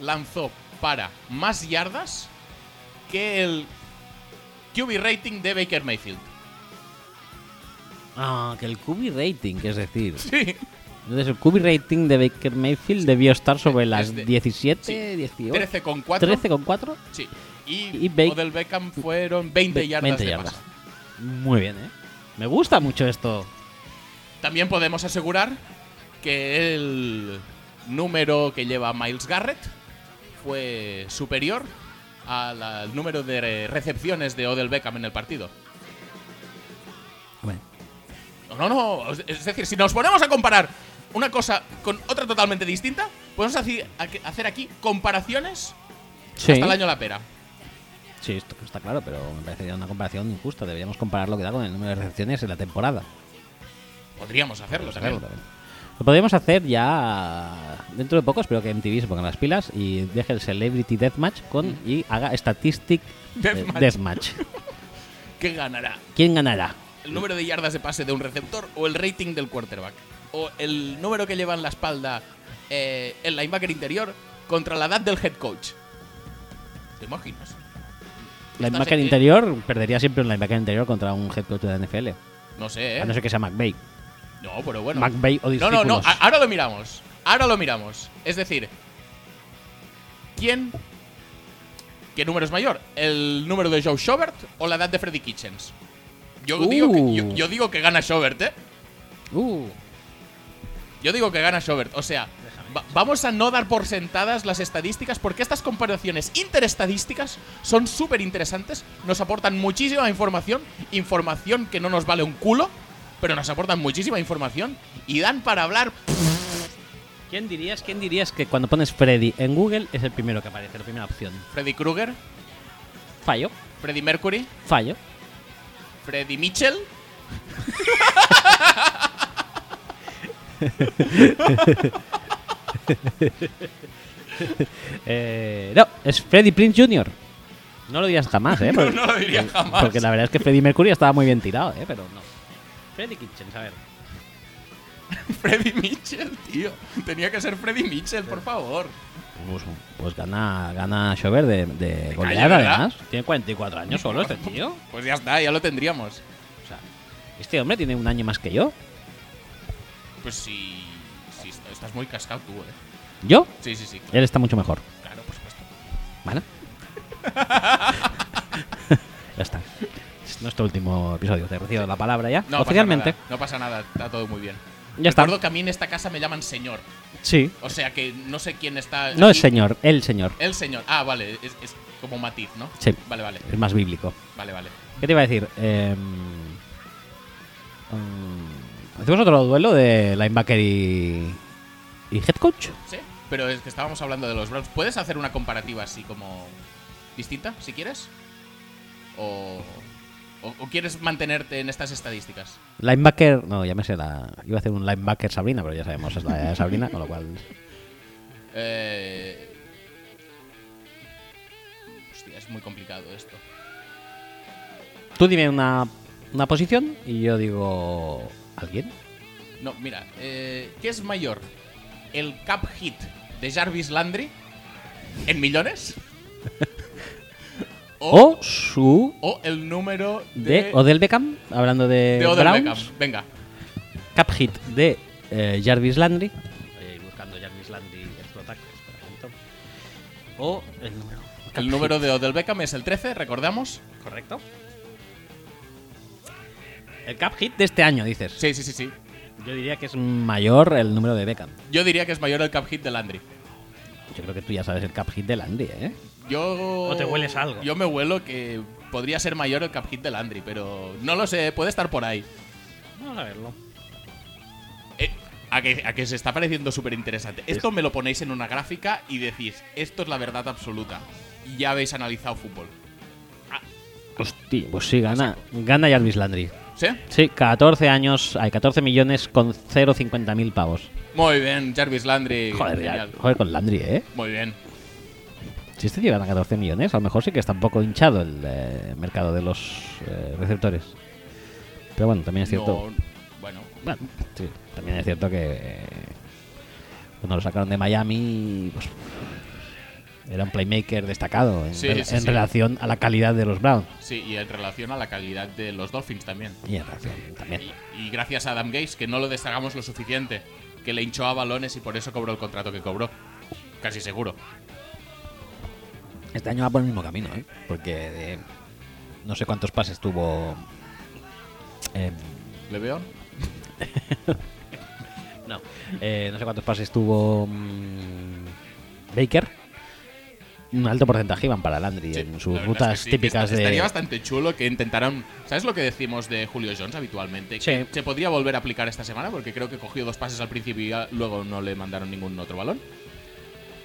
S2: lanzó para más yardas que el QB rating de Baker Mayfield.
S1: Ah, que el QB rating, es decir.
S2: Sí.
S1: Entonces el QB rating de Baker Mayfield debió estar sobre
S2: Es
S1: las
S2: de-
S1: 17,
S2: sí,
S1: 18,
S2: 13,4.
S1: 13,4
S2: Sí. Y,
S1: Y Ba-
S2: Odell Beckham fueron 20
S1: ve-
S2: yardas de pase.
S1: Muy bien, ¿eh? Me gusta mucho esto.
S2: También podemos asegurar que el número que lleva Miles Garrett fue superior al al número de re- recepciones de Odell Beckham en el partido.
S1: Bueno,
S2: No, no, no. Es- Es decir, si nos ponemos a comparar una cosa con otra totalmente distinta, podemos haci- a- hacer aquí comparaciones
S1: sí,
S2: hasta el año la pera.
S1: sí, esto está claro, pero me parecería una comparación injusta. Deberíamos comparar lo que da con el número de recepciones en la temporada.
S2: Podríamos hacerlo
S1: Podemos
S2: también.
S1: hacerlo también. Lo podríamos hacer ya dentro de poco. Espero que MTV se ponga las pilas y deje el Celebrity Deathmatch con y haga Statistic eh,
S2: Deathmatch.
S1: Mm. Deathmatch.
S2: ¿Qué ganará?
S1: ¿Quién ganará?
S2: ¿El número de yardas de pase de un receptor o el rating del quarterback? ¿O el número que lleva en la espalda eh, el linebacker interior contra la edad del head coach? ¿Te imaginas?
S1: La
S2: Estás
S1: imagen
S2: en-
S1: interior perdería siempre un linebacker interior contra un head coach de la NFL.
S2: No sé,
S1: A no
S2: ¿eh?
S1: ser que sea McVay.
S2: No, pero bueno.
S1: McVay o
S2: No, no, no.
S1: discípulos.
S2: a- Ahora lo miramos. Ahora lo miramos. Es decir, ¿quién. ¿Qué número es mayor? ¿El número de Joe Schobert o la edad de Freddy Kitchens? Yo, digo, que, yo,
S1: Uh.
S2: yo digo que gana Schobert, ¿eh?
S1: Uh,
S2: Yo digo que gana Schobert. O sea, va- vamos a no dar por sentadas las estadísticas porque estas comparaciones interestadísticas son súper interesantes, nos aportan muchísima información, información que no nos vale un culo, pero nos aportan muchísima información y dan para hablar.
S1: ¿Quién dirías, quién dirías que cuando pones Freddy en Google es el primero que aparece, la primera opción?
S2: Freddy Krueger,
S1: Fallo,
S2: Freddy Mercury,
S1: fallo.
S2: Freddy Mitchell.
S1: Eh, no, es Freddy Prince Jr. No lo dirías jamás, ¿eh?
S2: No, no lo diría
S1: porque-
S2: jamás.
S1: Porque la verdad es que Freddy Mercury estaba muy bien tirado, ¿eh? Pero no. Freddy Kitchens, a ver.
S2: Freddy Mitchell, tío. Tenía que ser Freddy Mitchell, por favor.
S1: Pues, pues gana, gana Schober de, de
S2: calle,
S1: goleada,
S2: ¿verdad?
S1: además. Tiene 44 años solo este tío.
S2: Pues ya está, ya lo tendríamos.
S1: O sea, este hombre tiene un año más que yo.
S2: Pues sí. sí, estás muy cascado tú, eh.
S1: ¿Yo?
S2: Sí, sí, sí. claro,
S1: Él está mucho mejor.
S2: claro por supuesto.
S1: ¿Vale? ya está. Es nuestro último episodio. Te recibo la palabra ya.
S2: No,
S1: Oficialmente.
S2: Pasa nada, no pasa nada, está todo muy bien.
S1: Ya está.
S2: Recuerdo que a mí en esta casa me llaman señor.
S1: Sí.
S2: O sea que no sé quién está.
S1: No
S2: aquí.
S1: el señor, el señor.
S2: El señor. Ah, vale, es, es como matiz, ¿no?
S1: Sí.
S2: Vale, vale,
S1: Es más bíblico.
S2: vale, vale.
S1: ¿Qué te iba a decir? Eh, mm, ¿Hacemos otro duelo de linebacker y, y head coach?
S2: Sí, pero es que estábamos hablando de los Browns. ¿Puedes hacer una comparativa así como distinta, si quieres? ¿O, o- o quieres mantenerte en estas estadísticas?
S1: Linebacker, no, ya me sé la. Iba a hacer un linebacker Sabrina, pero ya sabemos, es la de Sabrina, con lo cual.
S2: Eh... Hostia, es muy complicado esto.
S1: Tú dime una, una posición y yo digo. ¿Alguien?
S2: No, mira, eh, ¿qué es mayor? ¿El cap hit de Jarvis Landry en millones?
S1: O su.
S2: o el número
S1: De,
S2: de,
S1: Odell Beckham, hablando de.
S2: de Odell
S1: Browns,
S2: Beckham. Venga,
S1: Cap hit de eh, Jarvis Landry. buscando Jarvis Landry O el número.
S2: el número de Odell Beckham es el 13, recordamos.
S1: Correcto. El cap hit de este año, dices.
S2: Sí, sí, sí, sí.
S1: Yo diría que es mayor el número de Beckham.
S2: Yo diría que es mayor el cap hit de Landry.
S1: Yo creo que tú ya sabes el cap hit de Landry, ¿eh?
S2: Yo.
S1: ¿O te hueles algo?
S2: Yo me huelo que podría ser mayor el cap hit de Landry, pero no lo sé, puede estar por ahí.
S1: Vamos a verlo.
S2: Eh, a, que, a que se está pareciendo súper interesante. Esto me lo ponéis en una gráfica y decís, esto es la verdad absoluta. Y ya habéis analizado fútbol.
S1: Hostia, pues sí, gana, gana Jarvis Landry.
S2: ¿Sí?
S1: Sí, 14 años, hay 14 millones con 0,50 mil pavos.
S2: Muy bien, Jarvis Landry.
S1: Joder,
S2: genial.
S1: ya- joder, con Landry, ¿eh?
S2: Muy bien.
S1: Si este llegan a 14 millones, a lo mejor sí que está un poco hinchado el eh, mercado de los eh, receptores. Pero bueno, también es cierto.
S2: No, bueno,
S1: Bueno, sí, también es cierto que eh, cuando lo sacaron de Miami, pues, era un playmaker destacado en,
S2: Sí,
S1: rela-
S2: sí,
S1: en
S2: sí.
S1: relación a la calidad de los Browns.
S2: sí, y en relación a la calidad de los Dolphins también.
S1: Y en relación también.
S2: Y, y gracias a Adam Gates, que no lo destacamos lo suficiente, que le hinchó a balones y por eso cobró el contrato que cobró. Casi seguro.
S1: Este año va por el mismo camino, ¿eh? Porque de- no sé cuántos pases tuvo. eh,
S2: ¿Le veo?
S1: no. eh, no sé cuántos pases tuvo. mm, Baker. Un alto porcentaje iban para Landry
S2: Sí,
S1: en
S2: la
S1: sus
S2: verdad
S1: rutas
S2: es que sí, que
S1: típicas
S2: esta- Estaría
S1: de.
S2: bastante chulo que intentaran. ¿Sabes lo que decimos de Julio Jones habitualmente?
S1: Sí.
S2: Que se podría volver a aplicar esta semana porque creo que cogió dos pases al principio y ya luego no le mandaron ningún otro balón.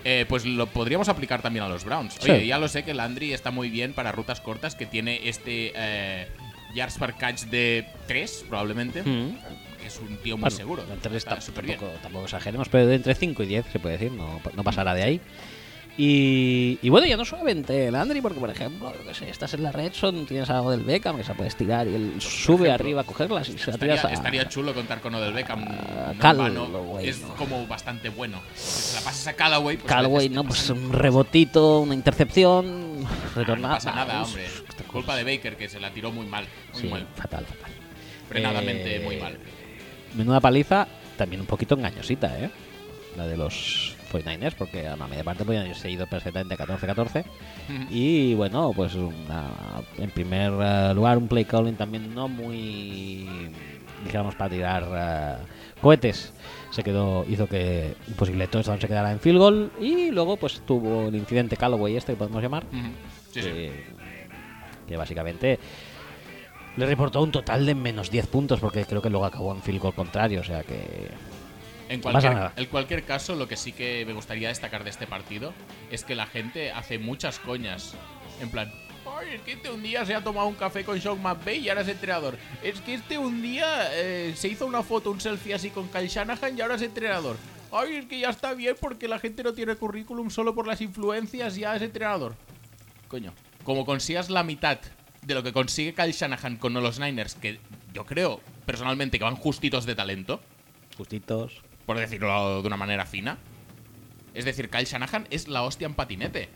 S2: Eh, pues lo podríamos aplicar también a los Browns.
S1: Sí.
S2: Oye, ya lo sé que Landry está muy bien para rutas cortas que tiene este eh, yards per catch de 3, probablemente.
S1: Mm.
S2: Es un tío muy
S1: Bueno,
S2: seguro.
S1: la tres
S2: Está
S1: tam-
S2: súper bien.
S1: tampoco, tampoco exageremos, pero de entre 5 y 10 se puede decir, no, no pasará de ahí. Y, y bueno, ya no solamente Landry, porque por ejemplo, yo qué sé, estás en la red, son, tienes algo del Beckham que se puede estirar y él sube arriba a cogerlas y se la
S2: Estaría,
S1: tiras a- Ah,
S2: estaría chulo contar con Odell Beckham. no en
S1: Callaway,
S2: vano,
S1: ¿no?
S2: Es como bastante bueno. Si se la pasas a Callaway, pues a
S1: Callaway,
S2: veces te
S1: ¿no?
S2: pasa-
S1: Pues un rebotito, una intercepción,
S2: Ah,
S1: retornada.
S2: no pasa nada,
S1: es-
S2: hombre.
S1: esta cosa-
S2: Culpa de Baker, que se la tiró muy mal. Muy
S1: Sí,
S2: mal.
S1: fatal, fatal.
S2: Frenadamente
S1: Eh,
S2: muy mal.
S1: Menuda paliza, también un poquito engañosita, ¿eh? La de los 49ers, porque a la media parte podían haberse ido perfectamente 14-14. Y bueno, pues una- en primer eh, lugar un play calling también no muy, dijéramos, para tirar eh, cohetes. Se quedó, hizo que un posible touchdown se quedara en field goal y luego pues tuvo el incidente Callaway este que podemos llamar,
S2: Ujú. Sí, sí.
S1: que, Eh, que básicamente le reportó un total de menos 10 puntos porque creo que luego acabó en field goal contrario, o sea que...
S2: En
S1: pasa
S2: cualquier,
S1: nada.
S2: en cualquier caso, lo que sí que me gustaría destacar de este partido es que la gente hace muchas coñas. En plan, "Ay, es que este un día se ha tomado un café con Sean McVay y ahora es entrenador. Es que este un día eh, se hizo una foto, un selfie así con Kyle Shanahan y ahora es entrenador. Ay, es que ya está bien porque la gente no tiene currículum solo por las influencias, ya es entrenador. Coño, como consigas la mitad de lo que consigue Kyle Shanahan con los Niners, que yo creo personalmente que van justitos de talento
S1: Justitos.
S2: por decirlo de una manera fina. Es decir, Kyle Shanahan es la hostia en patinete.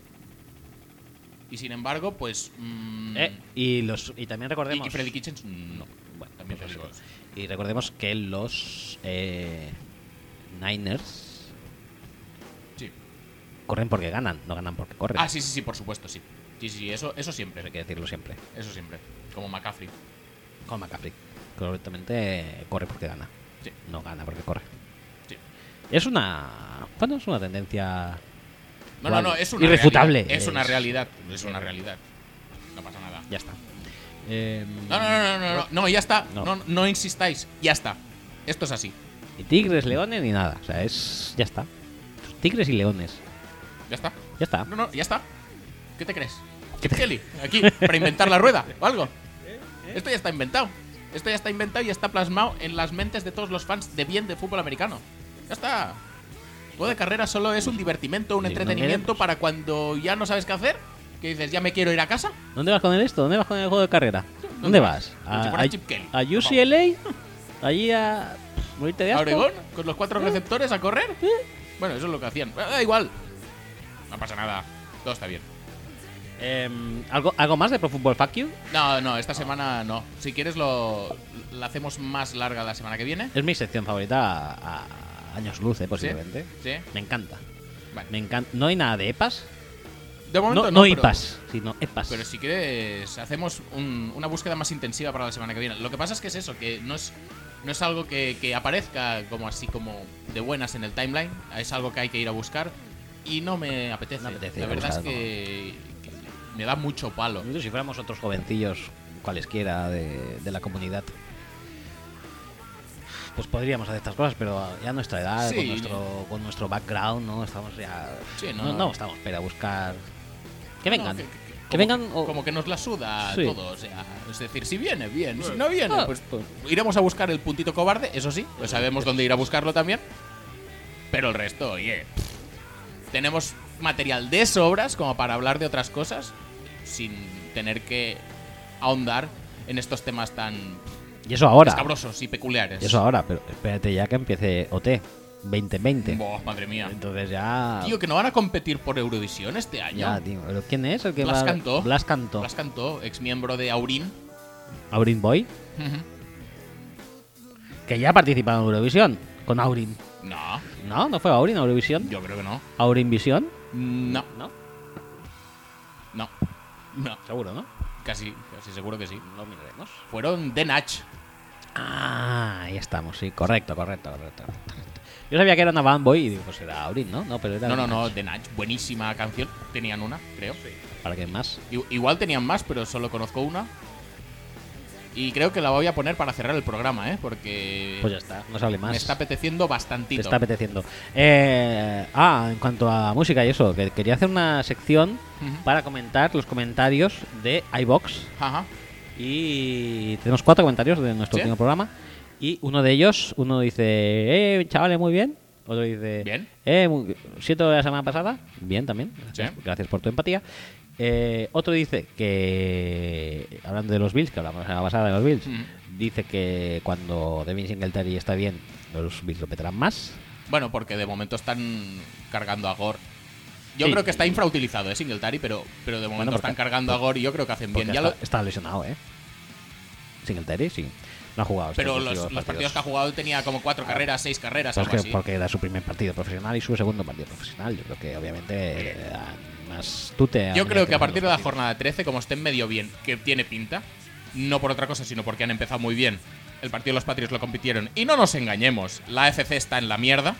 S2: Y sin embargo, pues. mm,
S1: Eh, y, los, y también
S2: y-
S1: recordemos...
S2: y, Freddy Kitchens, mm, no.
S1: Bueno,
S2: También
S1: pues
S2: te digo.
S1: Y recordemos que los eh, Niners
S2: Sí.
S1: corren porque ganan, no ganan porque corren.
S2: Ah, sí, sí, sí, por supuesto, sí. Sí, sí, eso, eso
S1: Hay
S2: siempre.
S1: que decirlo siempre.
S2: Eso siempre. Como McCaffrey.
S1: Con McCaffrey. Correctamente corre porque gana.
S2: Sí.
S1: No gana porque corre.
S2: Sí.
S1: Es una. Bueno, es una tendencia.
S2: No,
S1: Vale.
S2: no, no, es una
S1: Irrefutable.
S2: realidad. Es una
S1: Es-
S2: realidad. Es una realidad. No pasa nada.
S1: Ya está. Em,
S2: No, no, no, no, no, no, no, ya está.
S1: No.
S2: No. No, insistáis. Ya está. Esto es así.
S1: Ni tigres, leones, ni nada. O sea, es. Ya está. Tigres y leones.
S2: Ya está.
S1: Ya está.
S2: No, no, ya está. ¿Qué te crees? ¿Qué te Kelly? Aquí, para inventar la rueda o algo. Esto ya está inventado. Esto ya está inventado y está plasmado en las mentes de todos los fans de bien de fútbol americano. Ya está. Todo de carrera solo es un divertimento, un
S1: Sí, no
S2: entretenimiento
S1: queremos.
S2: para cuando ya no sabes qué hacer. Que dices, ya me quiero ir a casa.
S1: ¿Dónde vas con el esto? ¿Dónde vas con el juego de carrera? ¿Dónde vas?
S2: Como si fuera Chip Kelly.
S1: a UCLA? ¿Allí a. pff, morirte de
S2: ¿A
S1: asco?
S2: Oregón? ¿Con los cuatro receptores a correr? Bueno, eso es lo que hacían. Pero da igual. No pasa nada. Todo está bien.
S1: Em, ¿algo, ¿Algo más de Pro Football Fuck You?
S2: No, no, esta semana no. Si quieres, lo la hacemos más larga la semana que viene.
S1: Es mi sección favorita a, a años luz, eh, posiblemente.
S2: Sí.
S1: Me encanta.
S2: Vale.
S1: Me encanta. No hay nada de E EPAs.
S2: De
S1: No,
S2: momento
S1: no, E
S2: no, pero-
S1: IPAs, sino EPAs.
S2: Pero si quieres, hacemos un- una búsqueda más intensiva para la semana que viene. Lo que pasa es que es eso, que no es, no es algo que, que aparezca como así como de buenas en el timeline. Es algo que hay que ir a buscar. Y no me apetece.
S1: No apetece ir
S2: la
S1: a
S2: verdad es
S1: buscarlo.
S2: que, que me da mucho palo.
S1: Nosotros, Si fuéramos otros jovencillos, cualesquiera de, de la comunidad, pues podríamos hacer estas cosas, pero ya a nuestra edad,
S2: Sí.
S1: con, nuestro, con nuestro background, no estamos ya.
S2: Sí, no,
S1: no,
S2: no.
S1: estamos para buscar. Que
S2: No,
S1: vengan.
S2: que- que-
S1: que,
S2: como-
S1: vengan. o-
S2: Como que nos la suda
S1: Sí.
S2: todo. O sea, es decir, si viene, bien. Si no viene,
S1: Ah,
S2: pues,
S1: pues-
S2: iremos a buscar el puntito cobarde, eso sí. Pues sabemos dónde ir a buscarlo también. Pero el resto, oye. Tenemos material de sobras como para hablar de otras cosas sin tener que ahondar en estos temas tan
S1: Y eso ahora.
S2: escabrosos y peculiares.
S1: Y eso ahora, pero espérate ya que empiece OT 2020.
S2: Buah, madre mía.
S1: Entonces ya.
S2: Tío, que no van a competir por Eurovisión este año.
S1: ya, tío. ¿Pero ¿Quién es el que
S2: Blas
S1: va?
S2: Cantó.
S1: Blas Cantó.
S2: Las cantó, ex miembro de Aurín.
S1: Aurin Boy. Que ya ha participado en Eurovisión con Aurin.
S2: No,
S1: No, no fue Aurin, Eurovisión.
S2: yo creo que no.
S1: Aurin Visión.
S2: No,
S1: No,
S2: no, no.
S1: seguro, ¿no?
S2: Casi, casi seguro que sí.
S1: Lo miraremos.
S2: Fueron The Natch.
S1: Ah, ahí estamos, sí, correcto, correcto, correcto. correcto. Yo sabía que era una Boy y digo, pues era Aurin, ¿no? No, pero era.
S2: No, no,
S1: una-
S2: no, The Natch. Buenísima canción. Tenían una, creo.
S1: ¿Para qué más?
S2: I- Igual tenían más, pero solo conozco una. Y creo que la voy a poner para cerrar el programa, ¿eh? Porque
S1: Pues ya está, no se hable más.
S2: me está apeteciendo
S1: Te
S2: bastantito.
S1: está apeteciendo. Eh, ah, en cuanto a música y eso, que quería hacer una sección
S2: Ujú.
S1: para comentar los comentarios de iBox.
S2: Ajá.
S1: Y tenemos cuatro comentarios de nuestro
S2: ¿Sí?
S1: último programa. Y uno de ellos, uno dice, eh, chavales, muy bien. Otro dice,
S2: Bien.
S1: Eh, muy- siento de la semana pasada. Bien también. Gracias,
S2: Sí.
S1: gracias por tu empatía. Eh, otro dice que, hablando de los Bills, que hablamos la semana pasada de los Bills,
S2: Mm.
S1: dice que cuando Devin Singletary está bien, los Bills lo petarán más.
S2: Bueno, porque de momento están cargando a Gore. Yo
S1: Sí.
S2: creo que está infrautilizado, ¿eh? Singletary, pero, pero de momento
S1: porque-
S2: están cargando a Gore y yo creo que hacen
S1: Porque
S2: bien. Ya
S1: está,
S2: lo-
S1: está lesionado, ¿eh? Singletary, sí. No ha jugado. estos
S2: pero los,
S1: últimos
S2: los partidos que ha jugado tenía como cuatro carreras, seis carreras,
S1: Pues
S2: algo
S1: Ah. que-
S2: así.
S1: porque era su primer partido profesional y su segundo partido profesional. Yo creo que obviamente eh, más tú te
S2: Yo creo que a partir de la jornada 13, como estén medio bien, que tiene pinta, no por otra cosa, sino porque han empezado muy bien. El partido de los Patriots lo compitieron. Y no nos engañemos, la FC está en la mierda.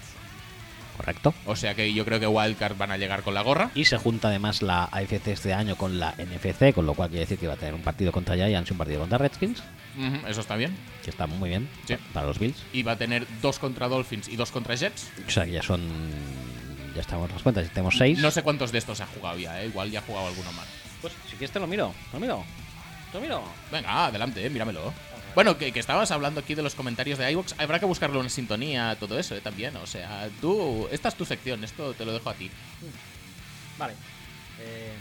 S1: Correcto.
S2: O sea que yo creo que Wildcard van a llegar con la gorra.
S1: Y se junta además la AFC este año con la NFC, con lo cual quiere decir que va a tener un partido contra Giants y un partido contra Redskins,
S2: Ujú, eso está bien.
S1: que está muy bien
S2: Sí.
S1: para los Bills.
S2: Y va a tener dos contra Dolphins y dos contra Jets.
S1: O sea que ya son. Ya estamos las cuentas, ya tenemos seis.
S2: No sé cuántos de estos ha jugado ya, ¿eh? igual ya ha jugado alguno más.
S1: Pues si quieres te lo miro, lo miro, lo miro.
S2: Venga, adelante, eh, míramelo. Bueno, que, que estabas hablando aquí de los comentarios de iVoox. Habrá que buscarle una sintonía, todo eso, eh, también. O sea, tú, esta es tu sección, esto te lo dejo a ti.
S1: Vale. Eh,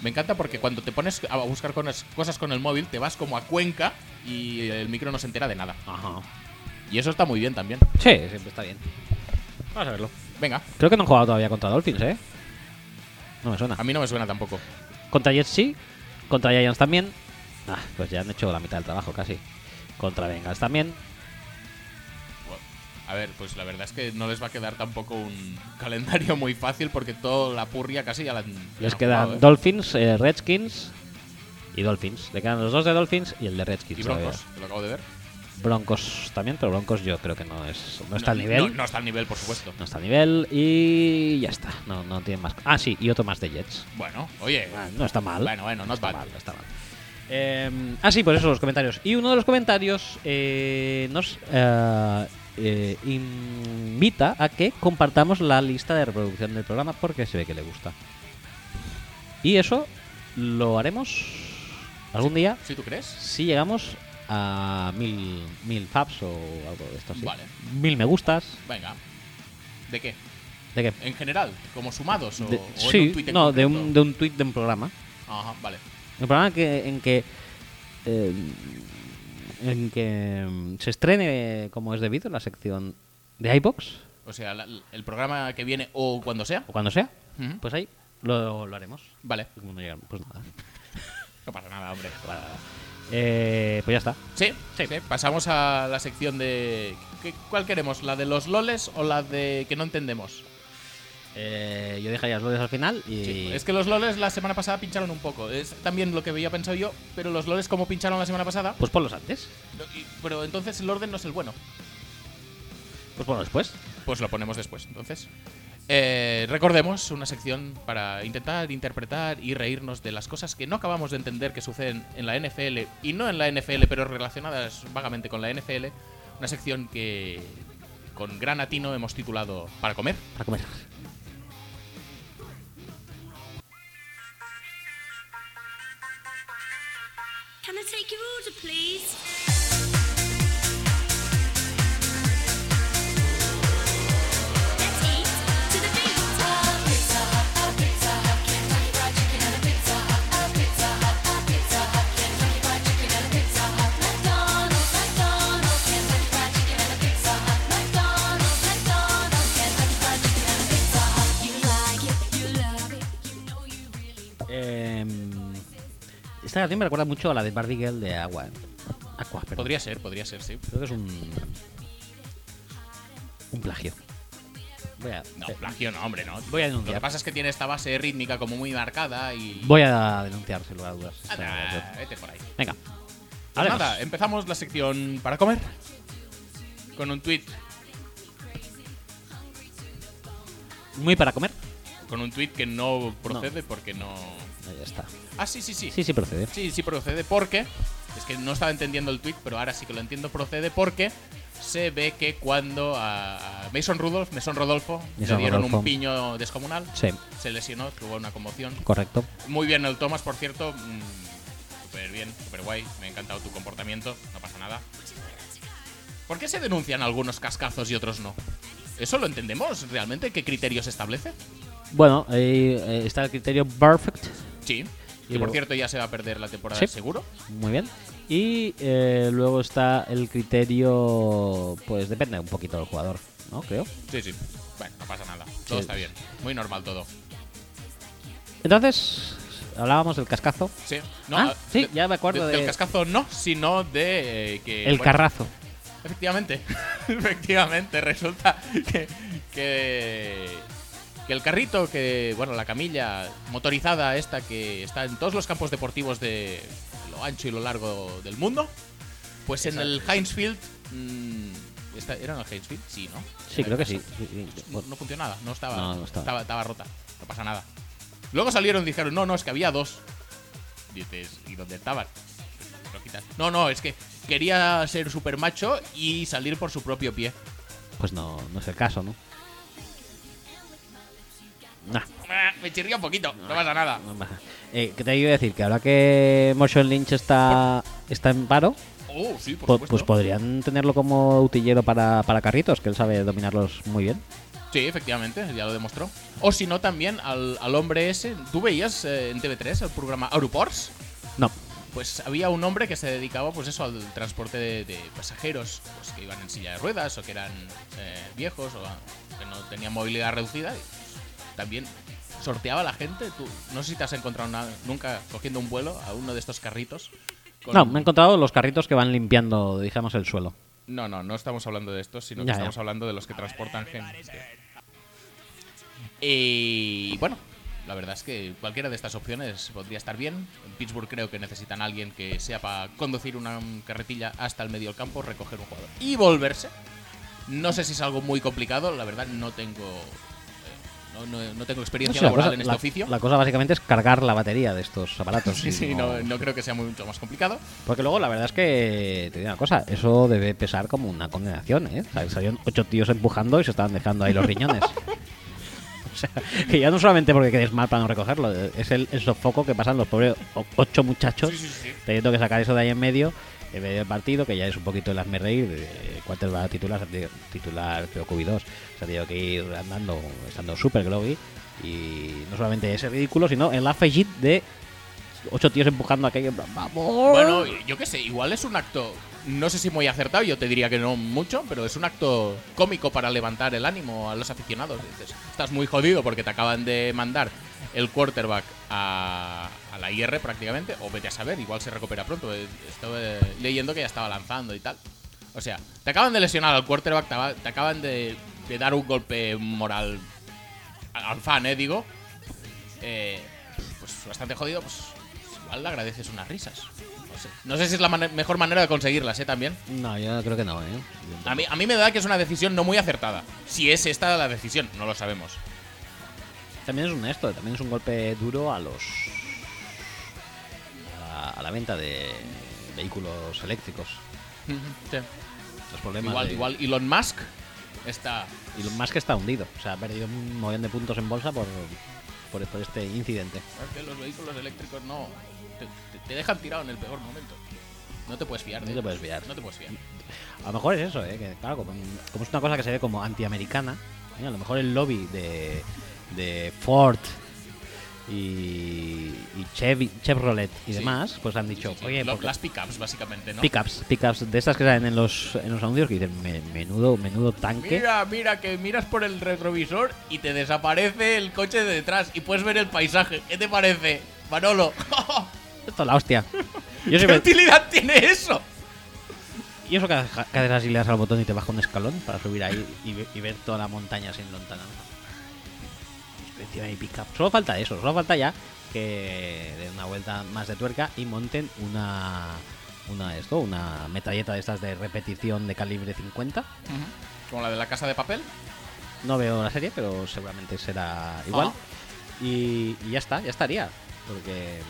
S1: mm,
S2: Me encanta porque cuando te pones a buscar conas- cosas con el móvil, te vas como a Cuenca y el micro no se entera de nada.
S1: Ajá.
S2: Y eso está muy bien también.
S1: Sí, siempre está bien. Vamos a verlo.
S2: Venga,
S1: Creo que no han jugado todavía contra Dolphins, ¿eh? No me suena.
S2: a mí no me suena tampoco.
S1: Contra Jets sí, contra Giants también. Ah, pues ya han hecho la mitad del trabajo casi. Contra Bengals también.
S2: A ver, pues la verdad es que no les va a quedar tampoco un calendario muy fácil porque toda la purria casi ya la han. ya la
S1: Les
S2: han
S1: quedan
S2: jugado, ¿eh?
S1: Dolphins, eh, Redskins y Dolphins. Le quedan los dos de Dolphins y el de Redskins.
S2: Y
S1: todavía.
S2: Broncos, que lo acabo de ver.
S1: Broncos también, pero Broncos yo creo que no es no está al nivel.
S2: No, no está al nivel, por supuesto.
S1: No está al nivel y ya está. No, no tiene más. Ah, sí, y otro más de Jets.
S2: Bueno, oye.
S1: Ah, No está mal.
S2: Bueno, bueno,
S1: no
S2: not
S1: está
S2: bad.
S1: mal, no está mal. Eh, ah, sí, por eso los comentarios. Y uno de los comentarios eh, nos eh, eh, invita a que compartamos la lista de reproducción del programa porque se ve que le gusta. Y eso lo haremos algún día
S2: ¿Sí tú crees?
S1: si llegamos a mil, mil faps o algo de esto así.
S2: Vale.
S1: Mil me gustas.
S2: Venga. ¿De qué?
S1: ¿De qué?
S2: ¿En general? ¿Como sumados? ¿O,
S1: De-
S2: o en
S1: sí,
S2: un tuit en
S1: no, de un, de
S2: concreto?
S1: un tweet de un programa.
S2: Ajá, vale.
S1: El programa que, en que. eh, en que mm, se estrene como es debido la sección de iBox
S2: O sea, la- el programa que viene o cuando sea.
S1: o cuando sea,
S2: Ujú.
S1: pues ahí lo, lo haremos.
S2: Vale.
S1: Y como no llegamos, pues nada.
S2: No pasa nada, hombre.
S1: Eh, pues ya está.
S2: Sí, sí, Pasamos a la sección de. ¿qué- ¿Cuál queremos? ¿La de los loles o la de que no entendemos?
S1: Eh, yo dejaría los lodes al final y.
S2: Sí, pues Es que los loles la semana pasada pincharon un poco. Es también lo que había pensado yo, pero los loles como pincharon la semana pasada.
S1: Pues ponlos antes.
S2: no- y- Pero entonces el orden no es el bueno.
S1: Pues ponlos después.
S2: Pues lo ponemos después, entonces. Eh, recordemos una sección para intentar interpretar y reírnos de las cosas que no acabamos de entender que suceden en la NFL y no en la NFL, pero relacionadas vagamente con la NFL. Una sección que con gran atino hemos titulado Para comer.
S1: Para comer.
S7: Can I take your order, please? Let's eat to the beat.
S1: Eh, esta canción me recuerda mucho a la de Barbie Girl de Agua. Aqua, perdón.
S2: Podría ser, podría ser, sí.
S1: Creo que es un. Un plagio. Voy a.
S2: No,
S1: eh,
S2: plagio no, hombre, no.
S1: Voy a
S2: Lo que
S1: denunciar.
S2: pasa es que tiene esta base rítmica como muy marcada y.
S1: Voy a denunciar, sin lugar a dudas.
S2: Ah,
S1: esta-
S2: nah, vete por ahí.
S1: Venga.
S2: Pues
S1: Hablemos.
S2: nada, empezamos la sección para comer con un tweet,
S1: Muy para comer.
S2: con un tweet que no procede porque no.
S1: Ahí está.
S2: Ah, sí, sí, sí.
S1: Sí, sí, procede.
S2: Sí, sí procede porque es que no estaba entendiendo el tweet, pero ahora sí que lo entiendo procede porque se ve que cuando a a Mason Rudolph, Mason Rodolfo,
S1: Mason
S2: le dieron
S1: Rodolfo.
S2: un piño descomunal,
S1: Sí,
S2: se lesionó, tuvo una conmoción.
S1: correcto.
S2: Muy bien el Thomas, por cierto. mm, Súper bien, súper guay. Me ha encantado tu comportamiento. No pasa nada. ¿Por qué se denuncian algunos cascazos y otros no? ¿Eso lo entendemos realmente? ¿Qué criterios establece?
S1: Bueno, ahí eh, está el criterio perfect.
S2: Sí.
S1: Y
S2: Que por
S1: luego-
S2: cierto ya se va a perder la temporada
S1: Sí.
S2: seguro.
S1: Muy bien. Y eh, luego está el criterio. Pues depende un poquito del jugador, ¿no? Creo.
S2: Sí, sí. Bueno, no pasa nada. Todo
S1: Sí.
S2: está bien. Muy normal todo.
S1: Entonces, hablábamos del cascazo.
S2: Sí. No,
S1: Ah,
S2: ah,
S1: sí,
S2: de-
S1: ya me acuerdo
S2: de- Del
S1: de-
S2: cascazo no, sino de eh, que...
S1: El
S2: bueno,
S1: carrazo.
S2: Efectivamente, efectivamente, resulta que, que, que el carrito, que bueno, la camilla motorizada esta que está en todos los campos deportivos de lo ancho y lo largo del mundo, pues en el Heinz Field... mm, esta- ¿Era en el Heinz Field? Sí, ¿no?
S1: Sí, creo que sí.
S2: No, no funcionaba, no estaba,
S1: No, no estaba.
S2: estaba. Estaba, rota, no pasa nada. Luego salieron y dijeron, no, no, es que había dos. Dices, ¿y dónde estaban? Lo quitas. No, no, es que quería ser super macho y salir por su propio pie.
S1: Pues no, no es el caso, ¿no? Nah.
S2: Ah, Me chirría un poquito, no pasa nada.
S1: Eh, ¿Qué te iba a decir? Que ahora que Motion Lynch está, está en paro,
S2: Oh, sí, por
S1: po-
S2: supuesto.
S1: pues podrían tenerlo como utillero para, para carritos, que él sabe dominarlos muy bien.
S2: Sí, efectivamente, ya lo demostró. O si no, también al, al hombre ese. ¿Tú veías eh, en TV3 el programa Aeroports?
S1: No,
S2: Pues había un hombre que se dedicaba, pues eso, al transporte de, de pasajeros, pues que iban en silla de ruedas o que eran eh, viejos o ah, que no tenían movilidad reducida. Y, pues, también sorteaba a la gente. Tú, no sé si te has encontrado na- nunca cogiendo un vuelo a uno de estos carritos. con-
S1: no, me he encontrado los carritos que van limpiando, digamos, el suelo.
S2: No, no, no estamos hablando de estos, sino que
S1: Ya, ya.
S2: estamos hablando de los que transportan gente. Y bueno, la verdad es que cualquiera de estas opciones podría estar bien. En Pittsburgh creo que necesitan a alguien que sea para conducir una carretilla hasta el medio del campo, recoger un jugador y volverse. No sé si es algo muy complicado, la verdad no tengo eh, no, no- no tengo
S1: No
S2: experiencia
S1: sé, la,
S2: laboral
S1: cosa,
S2: en este
S1: la-
S2: oficio.
S1: la cosa básicamente es cargar la batería de estos aparatos.
S2: sí,
S1: y
S2: sí,
S1: no-
S2: no, no creo que sea mucho más complicado.
S1: Porque luego la verdad es que te digo una cosa, eso debe pesar como una condenación, ¿eh? O sea, salieron ocho tíos empujando y se estaban dejando ahí los riñones. o sea, que ya no solamente porque quedes mal para no recogerlo, es el, el sofoco que pasan los pobres o- ocho muchachos teniendo que sacar eso de ahí en medio, en medio del partido, que ya es un poquito el hazme reír, de cuántos va a titular, se ha tenido- titular creo que hubo dos, se ha tenido que ir andando, estando súper groggy, y no solamente ese ridículo, sino el afegit de ocho tíos empujando aquello, en plan, vamos.
S2: Bueno, yo qué sé, igual es un acto, no sé si muy acertado, yo te diría que no mucho, pero es un acto cómico para levantar el ánimo a los aficionados. Dices, estás muy jodido porque te acaban de mandar el quarterback a, a la IR prácticamente, o vete a saber, igual se recupera pronto. Eh, Estaba eh, leyendo que ya estaba lanzando y tal. O sea, te acaban de lesionar al quarterback, te, aba- te acaban de, de dar un golpe moral al, al fan, eh, digo. Eh, pues bastante jodido, pues igual le agradeces unas risas. No sé, No sé si es la mane- mejor manera de conseguirlas, ¿eh? También.
S1: No, yo creo que no, ¿eh?
S2: A mí, a mí me da que es una decisión no muy acertada. Si es esta la decisión, no lo sabemos.
S1: También es un esto, también es un golpe duro a los. a, a la venta de vehículos eléctricos. Los problemas.
S2: Igual,
S1: de-
S2: igual Elon Musk está...
S1: Y lo más que está hundido. O sea, ha perdido un montón de puntos en bolsa por, por, por este incidente.
S2: Es que los vehículos eléctricos no... Te, te- te dejan tirado en el peor momento. No te puedes fiar.
S1: No
S2: de
S1: te
S2: ellos.
S1: puedes fiar.
S2: No te puedes fiar.
S1: A lo mejor es eso, ¿eh? Que, claro, como, como es una cosa que se ve como antiamericana, ¿eh? a lo mejor el lobby de, de Ford y, y Chevy- Chevrolet y
S2: Sí.
S1: demás, pues han dicho,
S2: Sí, sí,
S1: oye,
S2: lo-
S1: ¿por qué-
S2: las pickups, básicamente, ¿no?
S1: Pickups, pickups de estas que salen en los, en los anuncios que dicen "Me- menudo, menudo tanque.
S2: Mira, mira, que miras por el retrovisor y te desaparece el coche de detrás y puedes ver el paisaje. ¿Qué te parece, Manolo?
S1: Esto es la hostia. Yo
S2: ¿Qué
S1: siempre,
S2: utilidad tiene eso?
S1: y eso que, ha- que haces así, le das al botón y te baja un escalón para subir ahí y, ve- y ver toda la montaña sin lontananza. Encima hay pickup. Solo falta eso, solo falta ya que den una vuelta más de tuerca y monten una una esto, una metralleta de estas de repetición de calibre 50.
S2: Como la de la casa de papel.
S1: No veo la serie, pero seguramente será igual.
S2: Ah.
S1: Y, y ya está, ya estaría. Porque,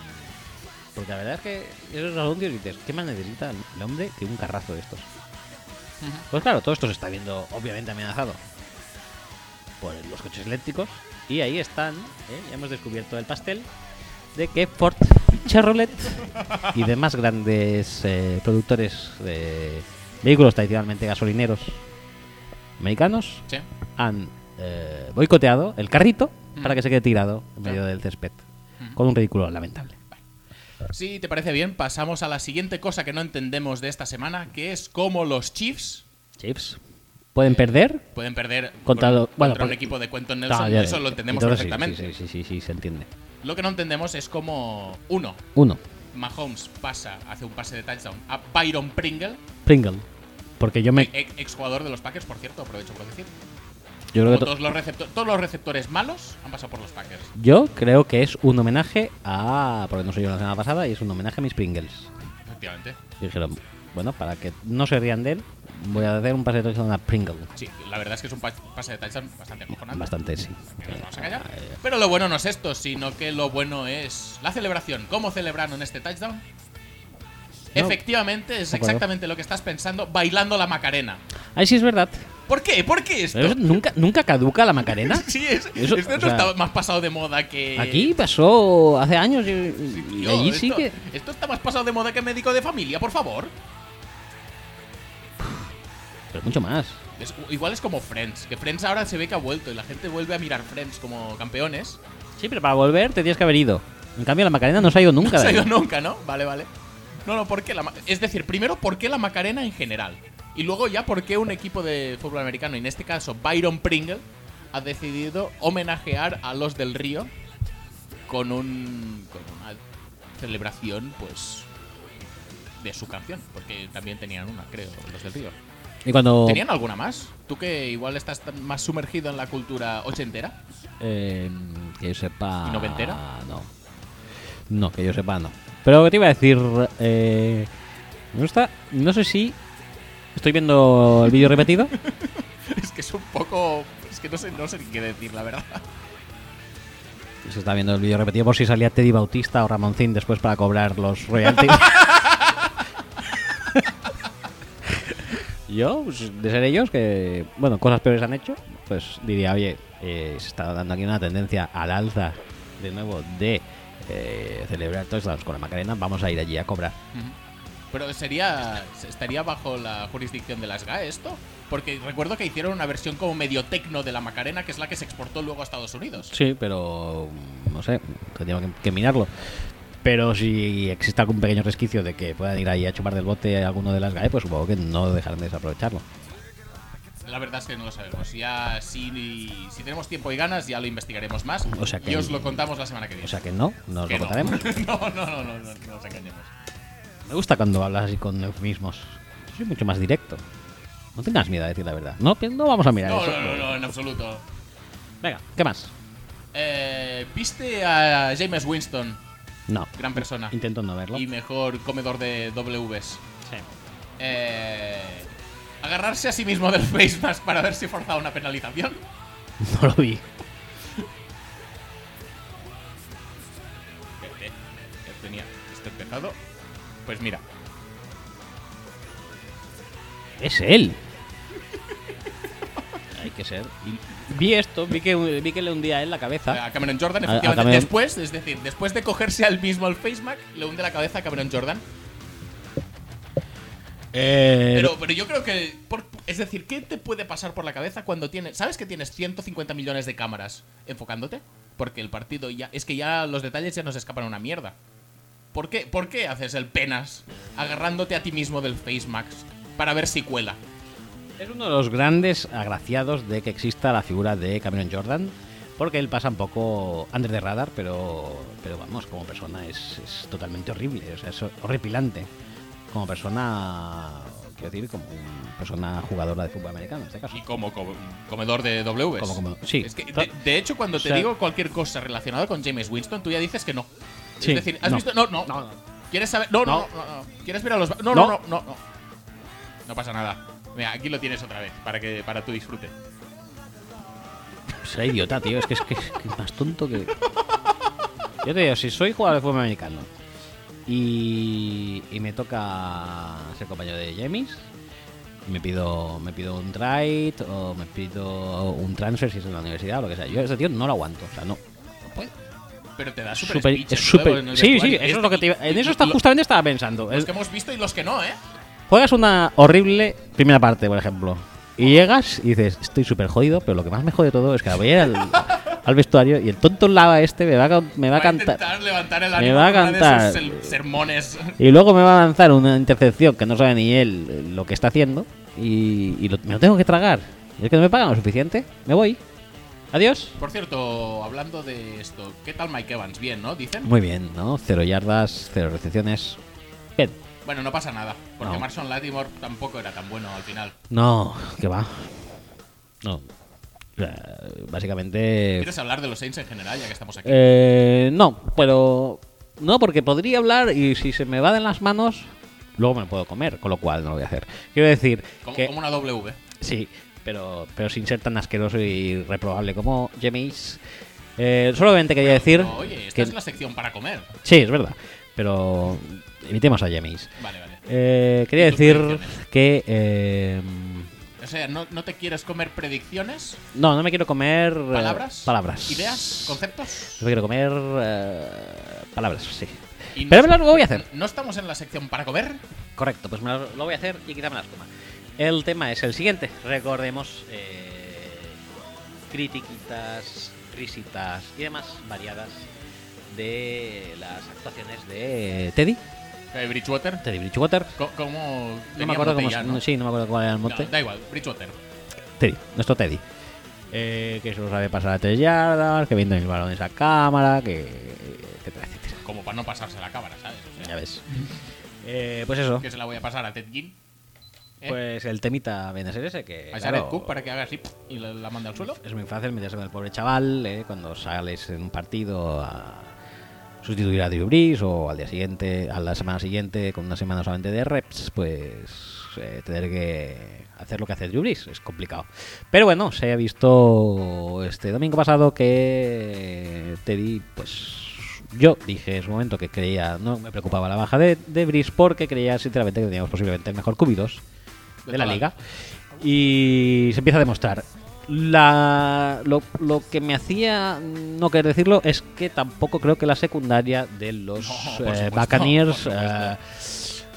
S1: porque la verdad es que esos anuncios dices, ¿qué más necesita el hombre que un carrazo de estos? Pues claro, todo esto se está viendo obviamente amenazado por los coches eléctricos. Y ahí están, ¿eh? ya hemos descubierto el pastel de que Ford, Chevrolet y demás grandes eh, productores de vehículos tradicionalmente gasolineros americanos
S2: Sí.
S1: han eh, boicoteado el carrito
S2: Mm.
S1: para que se quede tirado en medio
S2: Claro.
S1: del césped. Con un ridículo lamentable.
S2: Si te parece bien, pasamos a la siguiente cosa que no entendemos de esta semana, que es cómo los Chiefs
S1: Chips.
S2: Eh,
S1: ¿Pueden perder?
S2: pueden perder
S1: Contra, lo-
S2: con-
S1: bueno,
S2: contra un
S1: por-
S2: equipo de Quentin
S1: Ah,
S2: Nelson.
S1: ya,
S2: Eso
S1: ya.
S2: lo entendemos
S1: Entonces, sí,
S2: perfectamente.
S1: Sí, sí, sí, sí, se entiende.
S2: Lo que no entendemos es cómo, uno,
S1: Uno,
S2: Mahomes pasa, hace un pase de touchdown a Byron Pringle,
S1: Pringle. Porque yo me.
S2: ex- exjugador de los Packers, por cierto, aprovecho por decir.
S1: Yo creo
S2: Como
S1: que, to-
S2: todos, los recepto- todos los receptores malos han pasado por los Packers.
S1: yo creo que es un homenaje a. Porque no soy yo la semana pasada y es un homenaje a mis Pringles.
S2: Efectivamente.
S1: Y dijeron, bueno, para que no se rían de él, voy a hacer un pase de touchdown a Pringle.
S2: Sí, la verdad es que es un pa- pase de touchdown bastante acojonante.
S1: Bastante, sí.
S2: que nos vamos a callar. Pero lo bueno no es esto, sino que lo bueno es la celebración. ¿Cómo celebraron este touchdown?
S1: No.
S2: Efectivamente, es
S1: No puedo.
S2: exactamente lo que estás pensando, bailando la Macarena.
S1: Ahí sí es verdad.
S2: ¿Por qué? ¿Por qué esto?
S1: Pero ¿Nunca, ¿Nunca caduca la Macarena?
S2: Sí, es,
S1: Eso,
S2: esto
S1: o
S2: no
S1: sea,
S2: está más pasado de moda que.
S1: Aquí pasó hace años y, y
S2: Tío,
S1: allí
S2: esto,
S1: sí que.
S2: Esto está más pasado de moda que médico de familia, por favor.
S1: Pero mucho más.
S2: Es- igual es como Friends, que Friends ahora se ve que ha vuelto y la gente vuelve a mirar Friends como campeones.
S1: Sí, pero para volver te tienes que haber ido. En cambio, la Macarena no se ha ido nunca.
S2: No se ha
S1: de
S2: ido
S1: ahí.
S2: nunca, ¿no? Vale, vale. No, no, ¿por qué la ma- Es decir, primero, ¿por qué la Macarena en general? Y luego ya, ¿por qué un equipo de fútbol americano, y en este caso Byron Pringle, ha decidido homenajear a los del Río con, un, con una celebración, pues, de su canción? Porque también tenían una, creo, los del Río.
S1: Y cuando.
S2: ¿Tenían alguna más? Tú que igual estás tan- más sumergido en la cultura ochentera.
S1: eh, que yo sepa.
S2: ¿Y noventera?
S1: No. No, que yo sepa, no. Pero que te iba a decir. eh, me gusta. No sé si. Estoy viendo el vídeo repetido.
S2: Es que es un poco. Es que no sé, no sé ni qué decir, la verdad.
S1: Se está viendo el vídeo repetido por si salía Teddy Bautista o Ramoncín después para cobrar los royalties. Yo, pues, de ser ellos, que, bueno, cosas peores han hecho, pues diría, oye, eh, se está dando aquí una tendencia al alza, de nuevo, de eh, celebrar touchdowns con la Macarena, vamos a ir allí a cobrar.
S2: Pero sería. ¿Estaría bajo la jurisdicción de las GAE esto? Porque recuerdo que hicieron una versión como medio tecno de la Macarena, que es la que se exportó luego a Estados Unidos.
S1: Sí, pero mm, no sé, tendríamos que, que mirarlo. Pero si existe algún pequeño resquicio de que puedan ir ahí a chupar del bote a alguno de las GAE, pues supongo que no dejarán de desaprovecharlo.
S2: La verdad es que no lo sabemos. Ya, si, si tenemos tiempo y ganas, ya lo investigaremos más.
S1: O sea que-
S2: y os lo contamos la semana que viene.
S1: O sea que no, no os
S2: Que
S1: lo
S2: no.
S1: contaremos.
S2: no, no, no, no, no, no nos engañemos.
S1: Me gusta cuando hablas así con eufemismos. Yo soy mucho más directo. No tengas miedo a decir la verdad. No, pi- no vamos a mirar
S2: No,
S1: eso.
S2: no, no, no, en absoluto.
S1: Venga, ¿qué más?
S2: Eh, ¿Viste a James Winston?
S1: No.
S2: Gran persona.
S1: Intento no verlo.
S2: Y mejor comedor de Ws.
S1: Sí.
S2: Eh, agarrarse a sí mismo del face mask para ver si forzaba una penalización.
S1: No lo vi.
S2: Espérate, ya tenía esto empezado. Pues mira,
S1: Es él. Hay que ser. Y- Vi esto, vi que, vi que le hundía en la cabeza.
S2: a Cameron Jordan,
S1: A- a
S2: efectivamente,
S1: Cameron-
S2: después, es decir, después de cogerse al mismo el face mask, le hunde la cabeza a Cameron Jordan.
S1: Eh,
S2: Pero, pero yo creo que. por- es decir, ¿qué te puede pasar por la cabeza cuando tienes. ¿Sabes que tienes 150 millones de cámaras enfocándote? Porque el partido ya. Es que ya los detalles ya nos escapan una mierda. ¿Por qué, ¿Por qué haces el penas agarrándote a ti mismo del face max para ver si cuela?
S1: Es uno de los grandes agraciados de que exista la figura de Cameron Jordan, porque él pasa un poco under the radar, pero, pero vamos, como persona es, es totalmente horrible, o sea, es horripilante. Como persona, quiero decir, como una persona jugadora de fútbol americano en este caso.
S2: Y como co- comedor de W.
S1: Como comedor, sí.
S2: Es que, de, de hecho, cuando
S1: O
S2: te
S1: sea-
S2: digo cualquier cosa relacionada con James Winston, tú ya dices que no.
S1: Sí,
S2: es decir, ¿has
S1: no.
S2: visto? No, no.
S1: No, no.
S2: ¿Quieres saber? No, no,
S1: No.
S2: no, no. ¿Quieres ver a los.? ba- No,
S1: No.
S2: no, no, no, no. No pasa nada. Mira, aquí lo tienes otra vez para que para tu disfrute.
S1: Será Pues idiota, tío, es que es que, es que es más tonto que... Yo te digo, si soy jugador de fútbol americano y, y me toca ser compañero de James, me pido, me pido un trade o me pido un transfer si es en la universidad o lo que sea. Yo a ese tío no lo aguanto, o sea, no. No puedo.
S2: Pero te da súper
S1: Súper-
S2: speech,
S1: es
S2: ¿no?
S1: súper-
S2: En el
S1: sí, sí,
S2: vestuario.
S1: eso es lo que te iba- En eso está,
S2: lo-
S1: justamente estaba pensando.
S2: Los
S1: Es-
S2: que hemos visto y los que no, ¿eh?
S1: Juegas una horrible primera parte, por ejemplo. Y llegas y dices, estoy súper jodido, pero lo que más me jode todo es que voy a ir al, al vestuario y el tonto lava este me va a, ca- me va a cantar.
S2: intentar levantar el
S1: Me
S2: ánimo
S1: va a
S2: con una de
S1: cantar.
S2: sus sel- sermones.
S1: Y luego me va a lanzar una intercepción que no sabe ni él eh, lo que está haciendo y, y lo- me lo tengo que tragar. Y es que no me pagan lo suficiente, me voy. Adiós.
S2: Por cierto, hablando de esto, ¿qué tal Mike Evans? Bien, ¿no? Dicen.
S1: Muy bien, ¿no? Cero yardas, cero recepciones. Bien.
S2: Bueno, no pasa nada, porque
S1: No. Eh.
S2: Marson Latimore tampoco era tan bueno al final.
S1: No, que va. No. O sea, Básicamente
S2: ¿Quieres hablar de los Saints en general, ya que estamos aquí?
S1: Eh, no, pero. No, porque podría hablar y si se me va de las manos, luego me lo puedo comer, con lo cual no lo voy a hacer. Quiero decir
S2: como,
S1: que.
S2: como una W.
S1: Sí, pero, pero sin ser tan asqueroso y reprobable como James. Eh, solamente quería decir.
S2: No, oye, esta
S1: que-
S2: es la sección para comer.
S1: Sí, es verdad. Pero. Evitemos a James.
S2: Vale, vale.
S1: Eh, quería
S2: ¿Y tus
S1: decir
S2: predicciones?
S1: que. eh,
S2: O sea, ¿no, no te quieres comer predicciones?
S1: no, no me quiero comer. eh,
S2: ¿Palabras?
S1: Palabras.
S2: ¿Ideas? ¿Conceptos?
S1: No me quiero comer. eh, palabras, sí.
S2: Y no-
S1: Pero me lo voy a hacer.
S2: ¿No estamos en la sección para comer?
S1: Correcto, pues me lo, lo voy a hacer y quítame las comas. El tema es el siguiente. Recordemos eh, critiquitas, risitas y demás variadas de las actuaciones de Teddy,
S2: Eh, Bridgewater.
S1: Teddy Bridgewater.
S2: Co- ¿Cómo
S1: No
S2: tenía
S1: me acuerdo cómo
S2: botella,
S1: se-
S2: ¿no?
S1: no- sí, no me acuerdo cuál era el
S2: No,
S1: monte.
S2: da igual, Bridgewater.
S1: Teddy, nuestro Teddy. Eh, que se lo sabe pasar a tres yardas, que viendo el balón esa cámara, que etcétera, etcétera.
S2: Como para no pasarse la cámara, ¿sabes? O sea,
S1: Ya ves. Eh, pues eso.
S2: que se la voy a pasar a Ted Ginn. ¿Eh?
S1: Pues el temita viene a ser ese que.
S2: A Jared
S1: Eh, claro,
S2: Cook para que haga así y la, la manda al suelo.
S1: Es muy fácil meterse con el pobre chaval eh, cuando sales en un partido a sustituir a Drew Brees o al día siguiente, a la semana siguiente, con una semana solamente de reps, pues eh, tener que hacer lo que hace Drew Brees es complicado. Pero bueno, se ha visto este domingo pasado que Teddy, pues yo dije en su momento que creía, no me preocupaba la baja de, de Brees porque creía sinceramente que teníamos posiblemente el mejor QB2 de,
S2: De
S1: la
S2: toda la-
S1: liga. Y se empieza a demostrar. La, lo, lo que me hacía no querer decirlo es que tampoco creo que la secundaria de los
S2: No, por
S1: eh,
S2: supuesto,
S1: Buccaneers
S2: por supuesto.
S1: eh,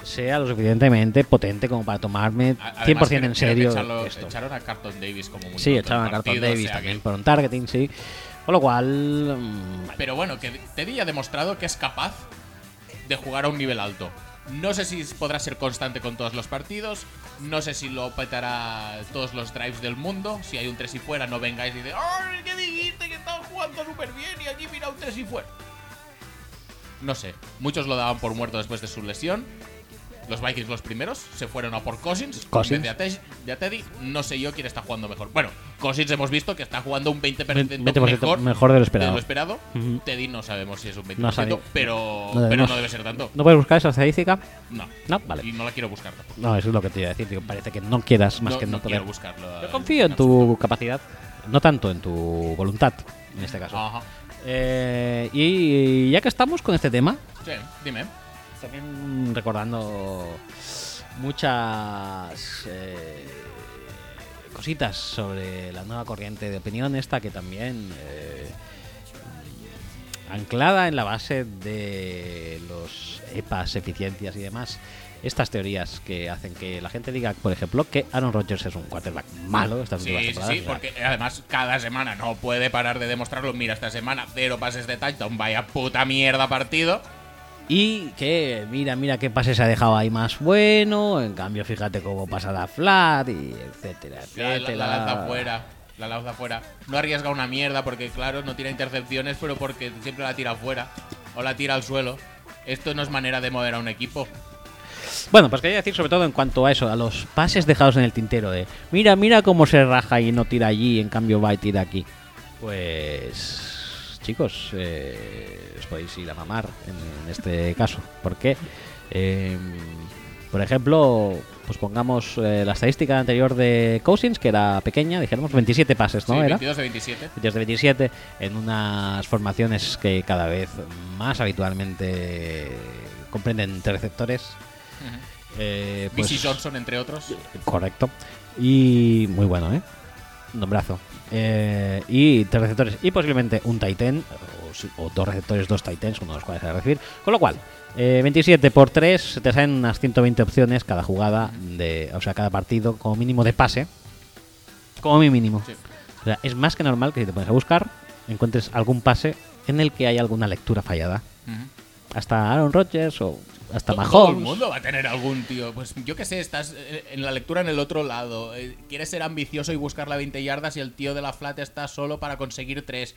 S1: sea lo suficientemente potente como para tomarme 100%
S2: A- además, creo-
S1: en
S2: creo que
S1: serio.
S2: echarlo-
S1: esto.
S2: Echaron a Carton Davis como muy
S1: sí,
S2: pronto
S1: echaban a
S2: del
S1: Carton
S2: partido, o
S1: Davis
S2: sea
S1: también
S2: que-
S1: por un targeting, sí. Con lo cual, mm,
S2: Pero bueno, que Teddy ha demostrado que es capaz de jugar a un nivel alto. No sé si podrá ser constante con todos los partidos. No sé si lo petará todos los drives del mundo. Si hay un 3 y fuera, no vengáis y de ¡Ay, qué dijiste que estaba jugando súper bien! Y aquí mira un 3 y fuera. No sé. Muchos lo daban por muerto después de su lesión. Los Vikings los primeros se fueron a por Cousins.
S1: Cousins.
S2: en vez De, a Te- de a Teddy. No sé yo quién está jugando mejor. Bueno, Cousins hemos visto que está jugando un 20%,
S1: 20%
S2: mejor,
S1: mejor de lo esperado.
S2: esperado.
S1: Ujú.
S2: Teddy no sabemos si es un 20%,
S1: No sabe-
S2: pero,
S1: no
S2: pero
S1: debemos-
S2: no debe ser tanto.
S1: ¿no puedes buscar esa estadística?
S2: No.
S1: No, vale.
S2: Y no la quiero buscar tampoco.
S1: No, eso es lo que te iba a decir. Digo, parece que no quieras más
S2: no,
S1: que no,
S2: no
S1: poder.
S2: quiero buscarlo.
S1: Yo confío en tu capacidad, no tanto en tu voluntad, en este caso.
S2: Ajá.
S1: Eh, y ya que estamos con este tema,
S2: Sí, dime.
S1: también recordando muchas eh, cositas sobre la nueva corriente de opinión, esta que también eh, anclada en la base de los EPAs, eficiencias y demás. Estas teorías que hacen que la gente diga, por ejemplo, que Aaron Rodgers es un quarterback malo estas
S2: Sí,
S1: últimas
S2: sí,
S1: temporadas.
S2: sí,
S1: o sea,
S2: porque eh, además cada semana no puede parar de demostrarlo. Mira, esta semana cero pases de touchdown. Vaya puta mierda partido.
S1: Y que mira, mira qué pase se ha dejado ahí más bueno. En cambio, fíjate cómo pasa la flat y etcétera,
S2: La, la-
S1: etcétera.
S2: la lanza fuera. La lanza fuera. No arriesga una mierda porque, claro, no tira intercepciones, pero porque siempre la tira fuera. O la tira al suelo. Esto no es manera de mover a un equipo.
S1: Bueno, pues quería decir sobre todo en cuanto a eso, a los pases dejados en el tintero de mira, mira cómo se raja y no tira allí, en cambio va y tira aquí. Pues chicos, eh, os podéis ir a mamar en, en este caso. Porque, eh, por ejemplo, pues pongamos eh, la estadística anterior de Cousins, que era pequeña, dijéramos 27 pases, ¿no?
S2: Sí,
S1: era
S2: 22 de 27.
S1: desde 27 en unas formaciones que cada vez más habitualmente comprenden receptores. Eh, pues,
S2: BC Johnson, entre otros.
S1: Correcto. Y muy bueno, ¿eh? Nombrazo. Eh, y tres receptores. Y posiblemente un Titan. O, si- o dos receptores, dos Titans, uno de los cuales se va a recibir. Con lo cual, eh, 27 por 3, te salen unas 120 opciones cada jugada, de, o sea, cada partido, como mínimo de pase. Como mi mínimo.
S2: Sí.
S1: O sea, es más que normal que si te pones a buscar, encuentres algún pase en el que hay alguna lectura fallada.
S2: Ujú.
S1: Hasta Aaron Rodgers o hasta
S2: To-
S1: Mahomes.
S2: Todo el mundo va a tener algún tío. Pues yo qué sé, estás eh, en la lectura en el otro lado. eh, Quieres ser ambicioso y buscar la 20 yardas y el tío de la flat está solo para conseguir tres.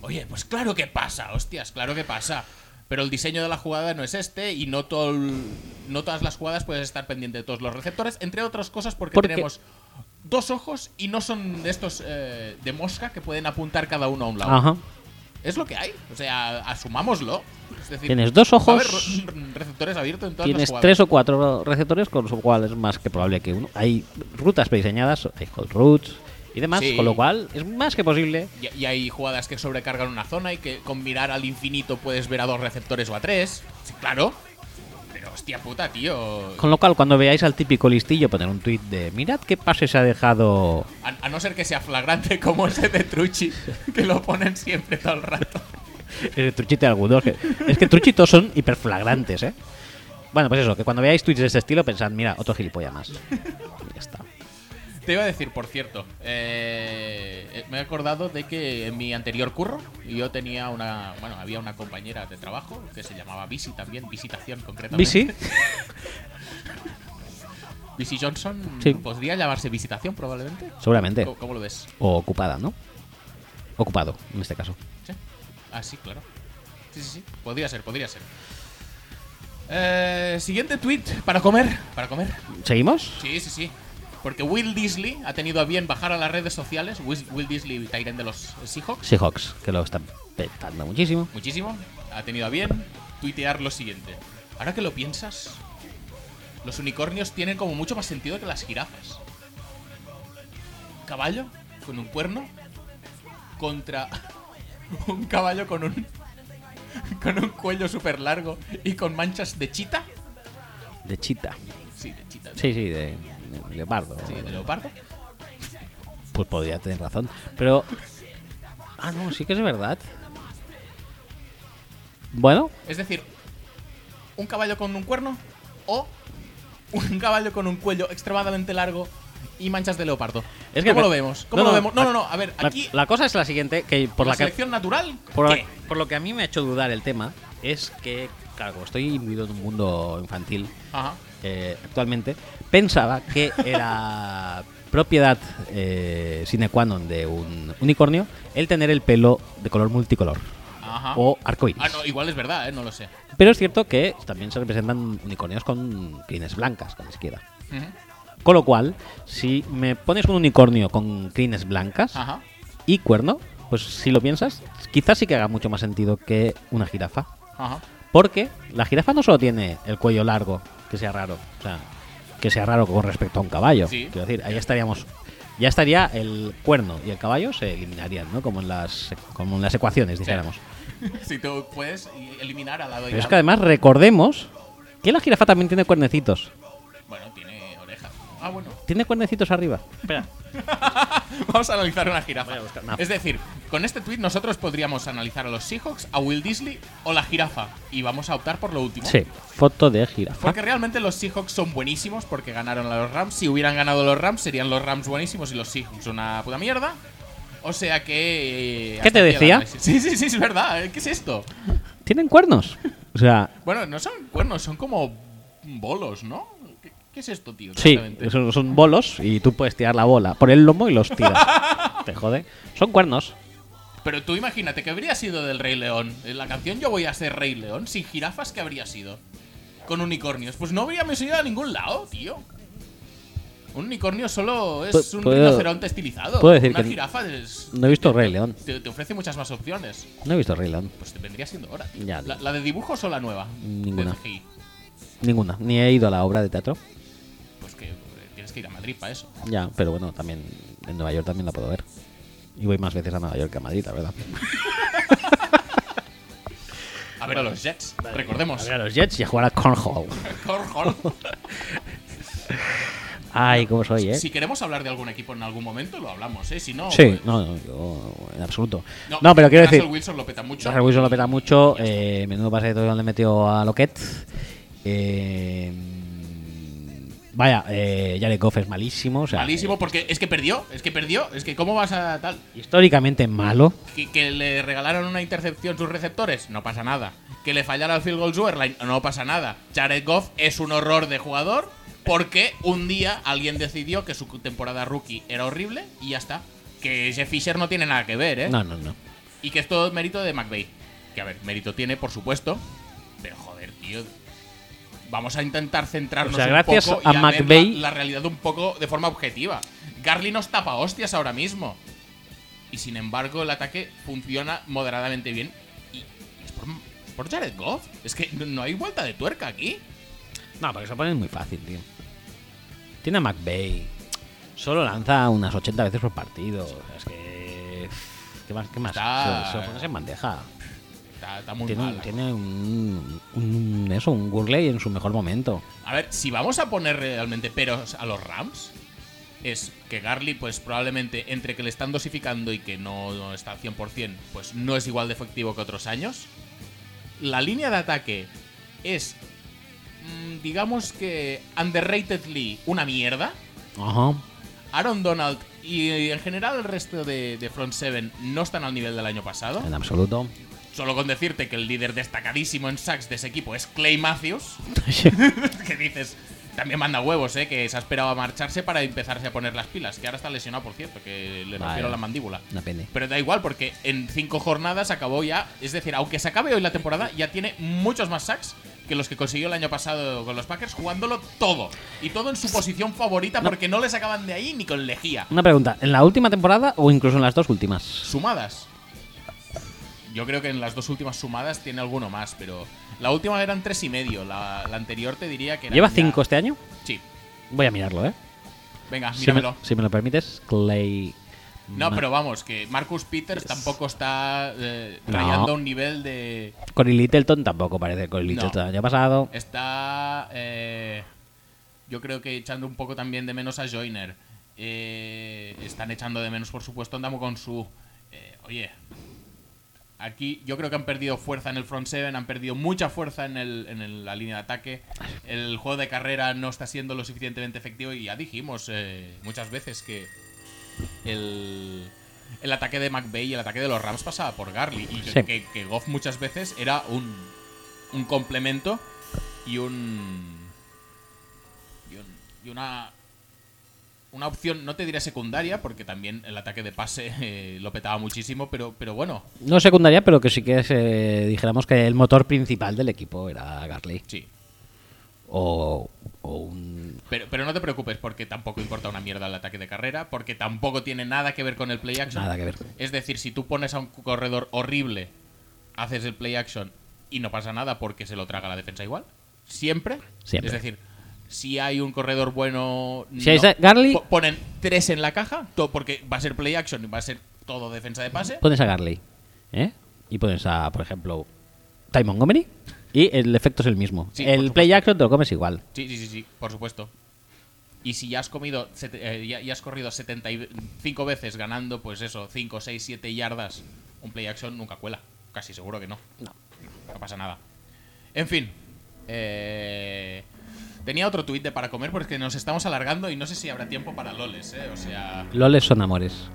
S2: Oye, pues claro que pasa, hostias, claro que pasa. Pero el diseño de la jugada no es este y no, todo el- no todas las jugadas puedes estar pendiente de todos los receptores, entre otras cosas porque,
S1: Porque-
S2: tenemos dos ojos y no son de estos eh, de mosca que pueden apuntar cada uno a un lado.
S1: Ajá.
S2: Es lo que hay. O sea, asumámoslo. Es decir,
S1: Tienes dos
S2: va a haber
S1: ojos.
S2: re- receptores abiertos en todas las
S1: Tienes
S2: jugadas.
S1: tres o cuatro receptores, con lo cual es más que probable que uno. Hay rutas prediseñadas, hay hold routes y demás,
S2: Sí.
S1: con lo cual es más que posible.
S2: Y, y hay jugadas que sobrecargan una zona y que con mirar al infinito puedes ver a dos receptores o a tres. Sí, claro. Pero hostia puta, tío.
S1: Con lo cual, cuando veáis al típico listillo poner un tweet de mirad qué pase se ha dejado.
S2: A, a no ser que sea flagrante como ese de Truchi, que lo ponen siempre todo el rato.
S1: El truchito de algunos. que- Es que truchitos son hiperflagrantes, ¿eh? Bueno, pues eso, que cuando veáis tweets de este estilo pensad, mira, otro gilipollas más. Y ya está.
S2: Te iba a decir, por cierto, eh, eh, me he acordado de que en mi anterior curro yo tenía una, bueno, había una compañera de trabajo que se llamaba Visi también, visitación concretamente.
S1: ¿Bici?
S2: Visi Johnson
S1: Sí.
S2: podría llamarse visitación probablemente.
S1: Seguramente.
S2: ¿Cómo, cómo lo ves?
S1: O ocupada, ¿no? Ocupado, en este caso.
S2: Sí. Ah, sí, claro. Sí, sí, sí. Podría ser, podría ser. Eh, siguiente tweet para comer. Para comer.
S1: ¿Seguimos?
S2: Sí, sí, sí. Porque Will Disley ha tenido a bien bajar a las redes sociales. Will, Will Disley, Tyrant de los Seahawks,
S1: Seahawks, que lo están petando muchísimo.
S2: muchísimo. Ha tenido a bien tuitear lo siguiente. Ahora que lo piensas, los unicornios tienen como mucho más sentido que las jirafas. Caballo con un cuerno contra un caballo con un con un cuello súper largo y con manchas de chita.
S1: De chita.
S2: Sí, de chita.
S1: Sí, sí, de, de leopardo.
S2: Sí, de leopardo.
S1: Pues podría tener razón. Pero. Ah, no, sí que es verdad. Bueno,
S2: Es decir, un caballo con un cuerno o un caballo con un cuello extremadamente largo y manchas de leopardo.
S1: Es que-
S2: ¿Cómo lo vemos? ¿Cómo
S1: No,
S2: lo
S1: no,
S2: vemos? No,
S1: la-
S2: no, no. A ver,
S1: la-
S2: aquí
S1: la, cosa es la siguiente: que por
S2: la,
S1: la, que,
S2: selección natural.
S1: por, la-
S2: ¿qué?
S1: por lo que a mí me ha hecho dudar el tema, es que, claro, como estoy viviendo en un mundo infantil
S2: Ajá.
S1: eh, actualmente, pensaba que era propiedad eh, sine qua non de un unicornio el tener el pelo de color multicolor
S2: Ajá.
S1: o arcoíris.
S2: Ah, no, igual es verdad, eh, no lo sé.
S1: Pero es cierto que también se representan unicornios con crines blancas, con la izquierda.
S2: Ujú.
S1: Con lo cual, si me pones un unicornio con crines blancas
S2: Ajá.
S1: y cuerno, pues si lo piensas, quizás sí que haga mucho más sentido que una jirafa.
S2: Ajá.
S1: Porque la jirafa no solo tiene el cuello largo, que sea raro, o sea, que sea raro con respecto a un caballo.
S2: Sí.
S1: Quiero decir, ahí estaríamos. Ya estaría el cuerno y el caballo se eliminarían, ¿no? Como en las, como en las ecuaciones, dijéramos.
S2: Si tú puedes eliminar a la
S1: Pero es que además recordemos que la jirafa también tiene cuernecitos.
S2: Bueno, tiene orejas. Ah, bueno.
S1: Tiene cuernecitos arriba.
S2: Vamos a analizar una jirafa.
S1: Voy a buscar una-
S2: Es decir, con este tweet nosotros podríamos analizar a los Seahawks, a Will Disley o la jirafa. Y vamos a optar por lo último.
S1: Sí, foto de Ah, jirafa.
S2: Porque realmente los Seahawks son buenísimos porque ganaron a los Rams. Si hubieran ganado los Rams, serían los Rams buenísimos y los Seahawks una puta mierda. O sea que. eh,
S1: ¿Qué
S2: hasta
S1: te
S2: aquí el
S1: decía?
S2: análisis. Sí, sí, sí, es verdad. eh, ¿Qué es esto?
S1: Tienen cuernos. O sea,
S2: Bueno, no son cuernos, son como bolos, ¿no? ¿Qué, qué es esto, tío?
S1: sí,
S2: exactamente?
S1: son, son bolos y tú puedes tirar la bola por el lomo y los tiras. Te jode. Son cuernos.
S2: Pero tú imagínate que habría sido del Rey León. En la canción Yo voy a ser Rey León, sin jirafas, ¿qué habría sido? Con unicornios. Pues no habríamos ido a ningún lado, tío. Un unicornio solo es
S1: Pu-
S2: un
S1: puedo-
S2: rinoceronte estilizado.
S1: puedo decir
S2: Una
S1: que
S2: jirafa es.
S1: No he visto Rey León.
S2: Te, te ofrece muchas más opciones.
S1: No he visto Rey León.
S2: Pues te vendría siendo ahora.
S1: Ya.
S2: La, la de dibujos o la nueva?
S1: Ninguna.
S2: De CGI.
S1: Ninguna. Ni he ido a la obra de teatro.
S2: Pues que eh, tienes que ir a Madrid para eso.
S1: Ya, pero bueno, también en Nueva York también la puedo ver. Y voy más veces a Nueva York que a Madrid, la verdad.
S2: A ver a los Jets. Recordemos.
S1: A los Jets y a jugar a Cornhole.
S2: Cornhole.
S1: Ay, cómo soy, ¿eh?
S2: Si queremos hablar de algún equipo en algún momento, lo hablamos, ¿eh? Si no.
S1: Sí,
S2: pues-
S1: no, no, yo en absoluto. No, pero quiero
S2: Russell
S1: decir,
S2: Wilson lo peta mucho.
S1: Russell Wilson lo peta mucho, eh, menudo pase de todo le metió a Loquet. Eh, vaya, eh, Jared Goff es malísimo, o sea,
S2: Malísimo, porque es que perdió, es que perdió, es que cómo vas a tal.
S1: eh, históricamente malo.
S2: Que, que le regalaron una intercepción sus receptores, no pasa nada. Que le fallara el field goal su airline, no pasa nada. Jared Goff es un horror de jugador porque un día alguien decidió que su temporada rookie era horrible y ya está. Que ese Fisher no tiene nada que ver, ¿eh?
S1: No, no, no.
S2: Y que es todo mérito de McVeigh. Que a ver, mérito tiene, por supuesto. Pero joder, tío. Vamos a intentar centrarnos
S1: O sea,
S2: un
S1: gracias
S2: poco
S1: a
S2: y a ver
S1: McVeigh-
S2: la, la realidad un poco de forma objetiva. Garly nos tapa hostias ahora mismo. Y sin embargo, el ataque funciona moderadamente bien. Y es por, es por Jared Goff. Es que no- no hay vuelta de tuerca aquí.
S1: No, porque se lo ponen muy fácil, tío. Tiene a McVay. Solo lanza unas 80 veces por partido. O sea, es que. ¿Qué más? ¿Qué más?
S2: Está-
S1: Se, se lo pones en bandeja.
S2: Está, está muy
S1: Tiene,
S2: mal.
S1: un- tiene un, un- Eso, un Gurley en su mejor momento.
S2: A ver, si vamos a poner realmente peros a los Rams, es que Garly, pues probablemente entre que le están dosificando y que no, no está al 100%, pues no es igual de efectivo que otros años. La línea de ataque es, mm, digamos que, underratedly una mierda.
S1: Ajá.
S2: Aaron Donald y en general el resto de, de Front Seven no están al nivel del año pasado.
S1: En absoluto.
S2: Solo con decirte que el líder destacadísimo en sacks de ese equipo es Clay Matthews que dices, también manda huevos, ¿eh? Que se ha esperado a marcharse para empezarse a poner las pilas. Que ahora está lesionado, por cierto, que le
S1: Vaya.
S2: rompieron la mandíbula.
S1: Una pene.
S2: Pero da igual, porque en cinco jornadas acabó ya. Es decir, aunque se acabe hoy la temporada, ya tiene muchos más sacks que que los que consiguió el año pasado con los Packers, jugándolo todo. Y todo en su posición favorita, porque no le sacaban de ahí ni con lejía.
S1: Una pregunta, ¿en la última temporada o incluso en las dos últimas?
S2: Sumadas. Yo creo que en las dos últimas sumadas tiene alguno más, pero la última eran tres y medio. La, la anterior te diría que era.
S1: ¿Lleva
S2: ya-
S1: cinco este año?
S2: Sí.
S1: Voy a mirarlo, ¿eh?
S2: Venga,
S1: Si me,
S2: Ah, míramelo.
S1: si me lo permites, Clay.
S2: No,
S1: Ma-
S2: pero vamos, que Marcus Peters tampoco está eh,
S1: No.
S2: rayando a un nivel de.
S1: Corey Littleton tampoco parece Corey
S2: No.
S1: Littleton el año pasado.
S2: Está. eh, yo creo que echando un poco también de menos a Joyner. Eh, están echando de menos, por supuesto, Andamo con su. eh, oye. Aquí yo creo que han perdido fuerza en el front seven, han perdido mucha fuerza en, el- en el- la línea de ataque. El juego de carrera no está siendo lo suficientemente efectivo y ya dijimos eh, muchas veces que el, el ataque de McVeigh y el ataque de los Rams pasaba por Garly. Y
S1: Sí.
S2: que, que Goff muchas veces era un, un complemento y un, y un- y una. Una opción, no te diré secundaria, porque también el ataque de pase eh, lo petaba muchísimo, pero, pero bueno,
S1: No secundaria, pero que sí que se- dijéramos que el motor principal del equipo era Garley.
S2: sí.
S1: O, o un.
S2: Pero, pero no te preocupes, porque tampoco importa una mierda el ataque de carrera, porque tampoco tiene nada que ver con el play action.
S1: Nada que ver.
S2: Es decir, si tú pones a un corredor horrible, haces el play action y no pasa nada porque se lo traga la defensa igual. Siempre.
S1: Siempre.
S2: Es decir, si hay un corredor bueno.
S1: Si hay esa- Garly-
S2: po- Ponen tres en la caja, to- porque va a ser play action y va a ser todo defensa de pase.
S1: Pones a Garley, ¿eh? Y pones a, por ejemplo, Ty Montgomery. Y el efecto es el mismo.
S2: Sí, por
S1: el
S2: supuesto.
S1: play action te lo comes igual.
S2: Sí, sí, sí, sí, por supuesto. Y si ya has comido sete- eh, ya, ya has corrido 75 veces ganando, pues eso, 5, 6, 7 yardas, un play action nunca cuela. Casi seguro que no. No. No pasa nada. En fin. eh, tenía otro tuit de para comer porque nos estamos alargando y no sé si habrá tiempo para loles, ¿eh? O sea...
S1: Loles son amores.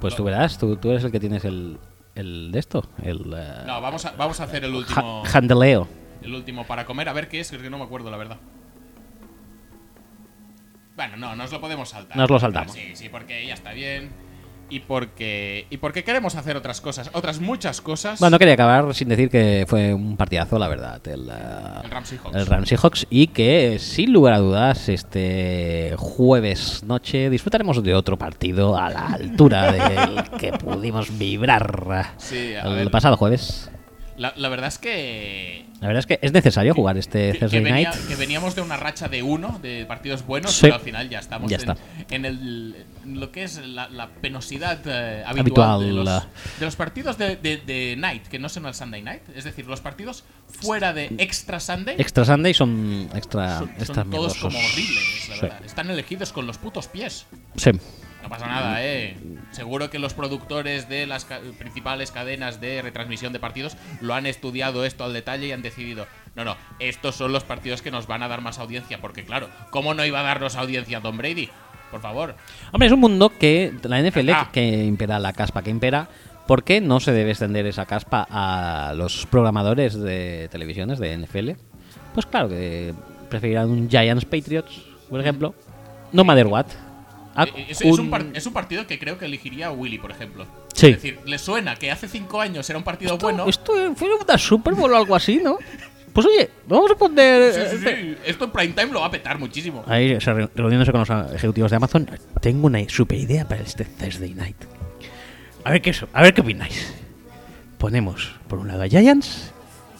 S1: Pues tú verás, tú, tú eres el que tienes el, el de esto. El. eh,
S2: No, vamos a, vamos a hacer el último,
S1: ja- jandeleo.
S2: el último para comer. A ver qué es, que es que no me acuerdo, la verdad. Bueno, no, nos lo podemos saltar.
S1: Nos lo saltamos.
S2: Sí, sí, porque ya está bien. Y porque, y porque queremos hacer otras cosas, otras muchas cosas.
S1: Bueno, no quería acabar sin decir que fue un partidazo, la verdad, el, eh,
S2: El Rams Seahawks.
S1: el Rams Seahawks, y que, sin lugar a dudas, este jueves noche disfrutaremos de otro partido a la altura del que pudimos vibrar
S2: Sí, a
S1: el
S2: ver.
S1: pasado jueves.
S2: la, la verdad es que.
S1: La verdad es que es necesario jugar este
S2: Que, que
S1: Thursday
S2: venía-
S1: Night.
S2: que veníamos de una racha de uno, de partidos buenos,
S1: Sí.
S2: pero al final ya estamos
S1: Ya
S2: en,
S1: está.
S2: en el, en lo que es la, la penosidad eh,
S1: Habitual,
S2: habitual, de, los,
S1: la-
S2: de los partidos de, de- de Night, que no son el Sunday Night. Es decir, los partidos fuera de Extra Sunday
S1: Extra Sunday son extra,
S2: son, son
S1: extra
S2: todos como
S1: miedosos.
S2: horribles, la
S1: Sí.
S2: verdad. Están elegidos con los putos pies.
S1: Sí.
S2: No pasa
S1: Mm.
S2: nada, eh. Seguro que los productores de las ca- principales cadenas de retransmisión de partidos lo han estudiado esto al detalle y han decidido, no, no, estos son los partidos que nos van a dar más audiencia, porque claro, ¿cómo no iba a darnos audiencia Tom Brady? Por favor.
S1: Hombre, es un mundo que la NFL,
S2: Ah.
S1: que impera la caspa que impera, ¿por qué no se debe extender esa caspa a los programadores de televisiones de NFL? Pues claro que preferirán un Giants Patriots, por ejemplo, no matter what. a
S2: Eh, Es, es un par- es un partido que creo que elegiría Willy, por ejemplo.
S1: Sí.
S2: Es decir, le suena que hace cinco años era un partido
S1: esto,
S2: bueno.
S1: esto fue una Super Bowl o algo así, ¿no? Pues oye, vamos a poner...
S2: Sí, sí,
S1: eh,
S2: sí, Esto en prime time lo va a petar muchísimo.
S1: Ahí, o sea, re- reuniéndose con los ah, ejecutivos de Amazon, tengo una super idea para este Thursday Night. A ver qué, so- a ver qué opináis. Ponemos por un lado a Giants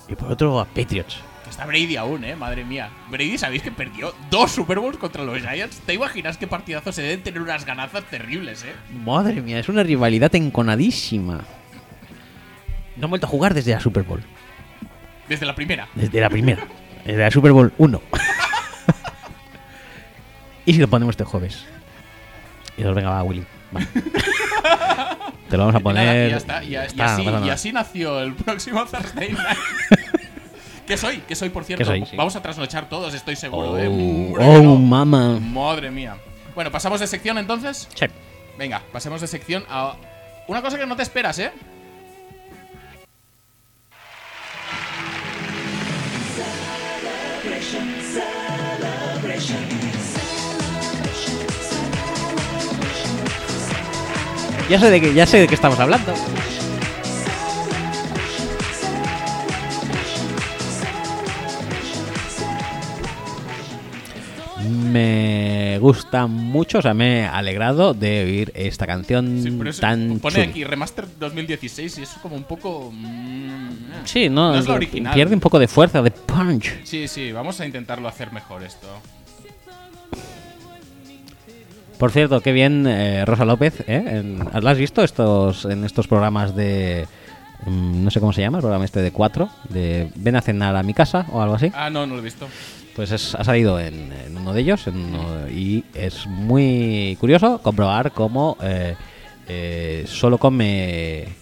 S1: y por otro a Patriots.
S2: Que Está Brady aún, eh, madre mía. Brady, ¿sabéis que perdió dos Super Bowls contra los Giants? ¿Te imaginas qué partidazo se deben tener unas ganazas terribles, eh?
S1: Madre mía, es una rivalidad enconadísima. No han vuelto a jugar desde la Super Bowl.
S2: Desde la primera.
S1: Desde la primera. Desde la Super Bowl 1. ¿Y si lo ponemos este jueves? Y nos venga, va, Willy. va. Te lo vamos a
S2: Y nada,
S1: poner.
S2: y ya está, y, ya- y
S1: está, no
S2: así,
S1: pasa
S2: y
S1: nada.
S2: así nació el próximo Thursday Night. ¿Qué soy? ¿Qué soy, por
S1: ¿Qué
S2: cierto?
S1: soy? Sí.
S2: Vamos a trasnochar todos, estoy seguro,
S1: Oh,
S2: eh. Hombre,
S1: oh,
S2: no.
S1: mamá.
S2: Madre mía. Bueno, ¿pasamos de sección entonces?
S1: Sí.
S2: Venga, pasemos de sección a una cosa que no te esperas, ¿eh?
S1: Ya sé de qué, ya sé de qué estamos hablando. Me gusta mucho, o sea, me he alegrado de oír esta canción
S2: Sí, pero eso
S1: tan
S2: pone
S1: chuli.
S2: aquí Remaster 2016 y es como un poco... mm,
S1: Sí, no,
S2: No es la
S1: eh,
S2: original.
S1: pierde un poco de fuerza, de punch.
S2: Sí, sí, vamos a intentarlo hacer mejor esto.
S1: Por cierto, qué bien eh, Rosa López, ¿eh? En- ¿la has visto estos en estos programas de mm, no sé cómo se llama, el programa este de cuatro, de ven a cenar a mi casa o algo así?
S2: Ah, no, no lo he visto.
S1: Pues es- ha salido en, en uno de ellos en uno- y es muy curioso comprobar cómo eh, eh, solo come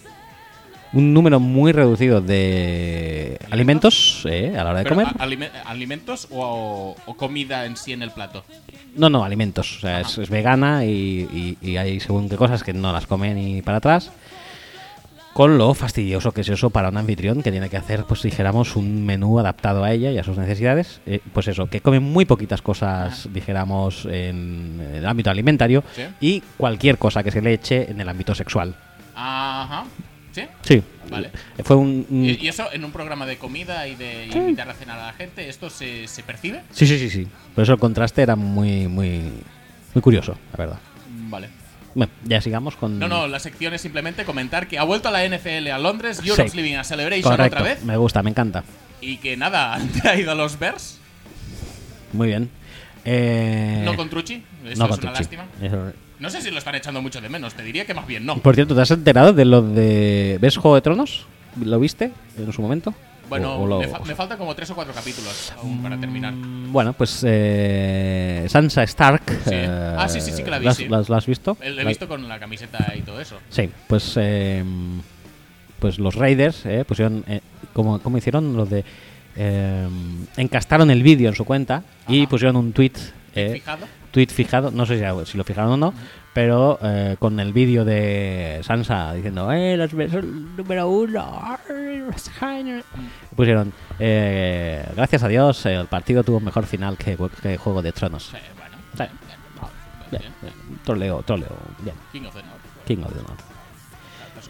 S1: un número muy reducido de alimentos eh, a la hora de
S2: Pero,
S1: comer.
S2: ¿a- alime- ¿Alimentos o, o comida en sí en el plato?
S1: No, no, alimentos. O sea, es, es vegana y, y- y hay según qué cosas que no las come ni para atrás. Con lo fastidioso que es eso para un anfitrión que tiene que hacer, pues dijéramos, un menú adaptado a ella y a sus necesidades. Eh, pues eso, que come muy poquitas cosas, dijéramos, en el ámbito alimentario
S2: Sí.
S1: y cualquier cosa que se le eche en el ámbito sexual.
S2: Ajá. ¿Sí?
S1: Sí.
S2: Vale.
S1: Fue un. un-
S2: Y y eso en un programa de comida y de invitar a cenar a la gente, ¿esto se, se percibe?
S1: Sí, sí, sí, sí. Por eso el contraste era muy, muy, muy curioso, la verdad.
S2: Mm, Vale.
S1: Bueno, ya sigamos con.
S2: No, no, la sección es simplemente comentar que ha vuelto la NFL a Londres, Europe's
S1: Sí.
S2: Living a Celebration
S1: Correcto.
S2: otra vez,
S1: Me gusta, me encanta.
S2: y que nada, han traído a los Bears,
S1: Muy bien. Eh,
S2: no con Trucci, eso
S1: no
S2: es
S1: con
S2: una
S1: Tucci.
S2: lástima.
S1: Eso-
S2: No sé si lo están echando mucho de menos, te diría que más bien no.
S1: Por cierto, ¿te has enterado de lo de. ¿Ves Juego de Tronos? ¿Lo viste en su momento?
S2: Bueno,
S1: O- o lo-
S2: me, fa- me faltan como tres o cuatro capítulos aún para terminar.
S1: Mm, Bueno, pues eh, Sansa Stark. eh,
S2: Ah, sí, sí, sí que la vi,
S1: ¿lo has-
S2: sí.
S1: lo has- lo has visto?
S2: Eh, Lo he
S1: La-
S2: visto con la camiseta y todo eso.
S1: Sí, pues, eh, pues los Raiders eh, pusieron, eh, como, como hicieron los de... eh, encastaron el vídeo en su cuenta y
S2: Ajá.
S1: pusieron un tweet. eh,
S2: ¿Fijado?
S1: tweet fijado, no sé si, si lo fijaron o no, pero eh, con el vídeo de Sansa diciendo, ¡eh, los besos número uno! Pusieron, eh, gracias a Dios, el partido tuvo mejor final que, que Juego de Tronos.
S2: Eh, bueno,
S1: Sí.
S2: bien, bien,
S1: Bien,
S2: bien, bien.
S1: bien. Troleo, troleo, bien.
S2: King of the North.
S1: King of the North.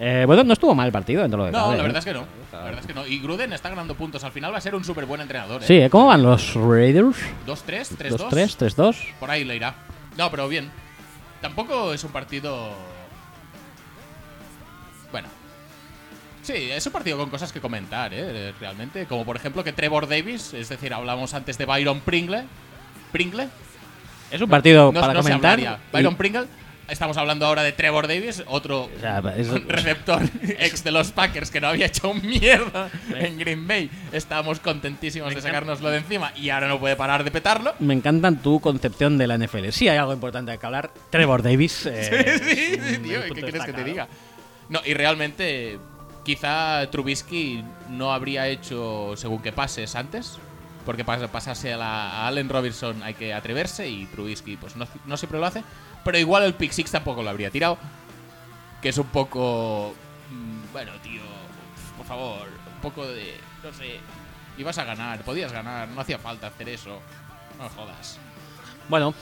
S1: Eh, bueno, no estuvo mal el partido dentro de lo que
S2: No,
S1: cabe,
S2: la
S1: ¿eh?
S2: verdad es que no. La verdad es que no. Y Gruden está ganando puntos. Al final va a ser un súper buen entrenador. ¿eh?
S1: Sí, ¿eh? ¿cómo van los Raiders?
S2: 2-3, 3-2.
S1: 2-3, 3-2.
S2: Por ahí le irá. No, pero bien. Tampoco es un partido. Bueno. Sí, es un partido con cosas que comentar, ¿eh? Realmente. Como por ejemplo que Trevor Davis, es decir, hablamos antes de Byron Pringle. ¿Pringle?
S1: Es un partido
S2: No,
S1: Oh, para
S2: no se
S1: comentar.
S2: hablaría.
S1: y-
S2: Byron Pringle. Estamos hablando ahora de Trevor Davis, otro
S1: O sea, es-
S2: receptor ex de los Packers que no había hecho mierda en Green Bay. Estábamos contentísimos de sacárnoslo de encima y ahora no puede parar de petarlo.
S1: me encantan tu concepción de la NFL. Sí, hay algo importante que hablar. Trevor Davis. eh,
S2: sí,
S1: es
S2: sí,
S1: un
S2: tío, ¿qué
S1: punto
S2: quieres que te
S1: destacado.
S2: diga? No, y realmente quizá Trubisky no habría hecho según que pases antes, porque para pasarse a, la- a Allen Robinson hay que atreverse y Trubisky pues no, no siempre lo hace, pero igual el pick six tampoco lo habría tirado, que es un poco... mm, Bueno, tío, por favor, un poco de... no sé, ibas a ganar, podías ganar, no hacía falta hacer eso, no jodas.
S1: Bueno,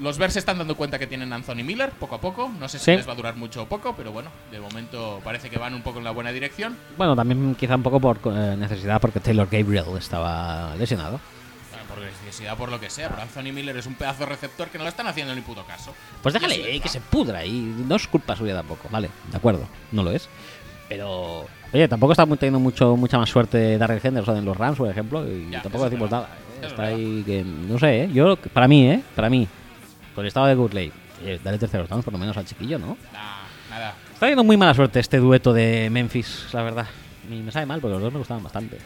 S2: Los Bears se están dando cuenta que tienen a Anthony Miller poco a poco. No sé si
S1: Sí.
S2: les va a durar mucho o poco, pero bueno, de momento parece que van un poco en la buena dirección.
S1: bueno, también quizá un poco por eh, necesidad porque Taylor Gabriel estaba lesionado.
S2: Bueno, Por necesidad, por lo que sea, pero Anthony Miller es un pedazo de receptor que no le están haciendo ni puto caso.
S1: Pues déjale
S2: Y eso-
S1: eh, que se pudra y no es culpa suya tampoco. Vale, de acuerdo, no lo es. Pero, oye, tampoco está muy- teniendo mucho, mucha más suerte Darrell Henderson en los Rams, por ejemplo, y
S2: Ya,
S1: tampoco
S2: eso es
S1: decimos
S2: verdad.
S1: nada. eh.
S2: Eso es
S1: Está
S2: verdad.
S1: ahí que, no sé, eh, yo, para mí, eh, para mí, con el estado de Goodley, eh, dale terceros downs por lo menos al chiquillo, ¿no?
S2: Nah, nada.
S1: Está teniendo muy mala suerte este dueto de Memphis, la verdad. Y me sabe mal porque los dos me gustaban bastante.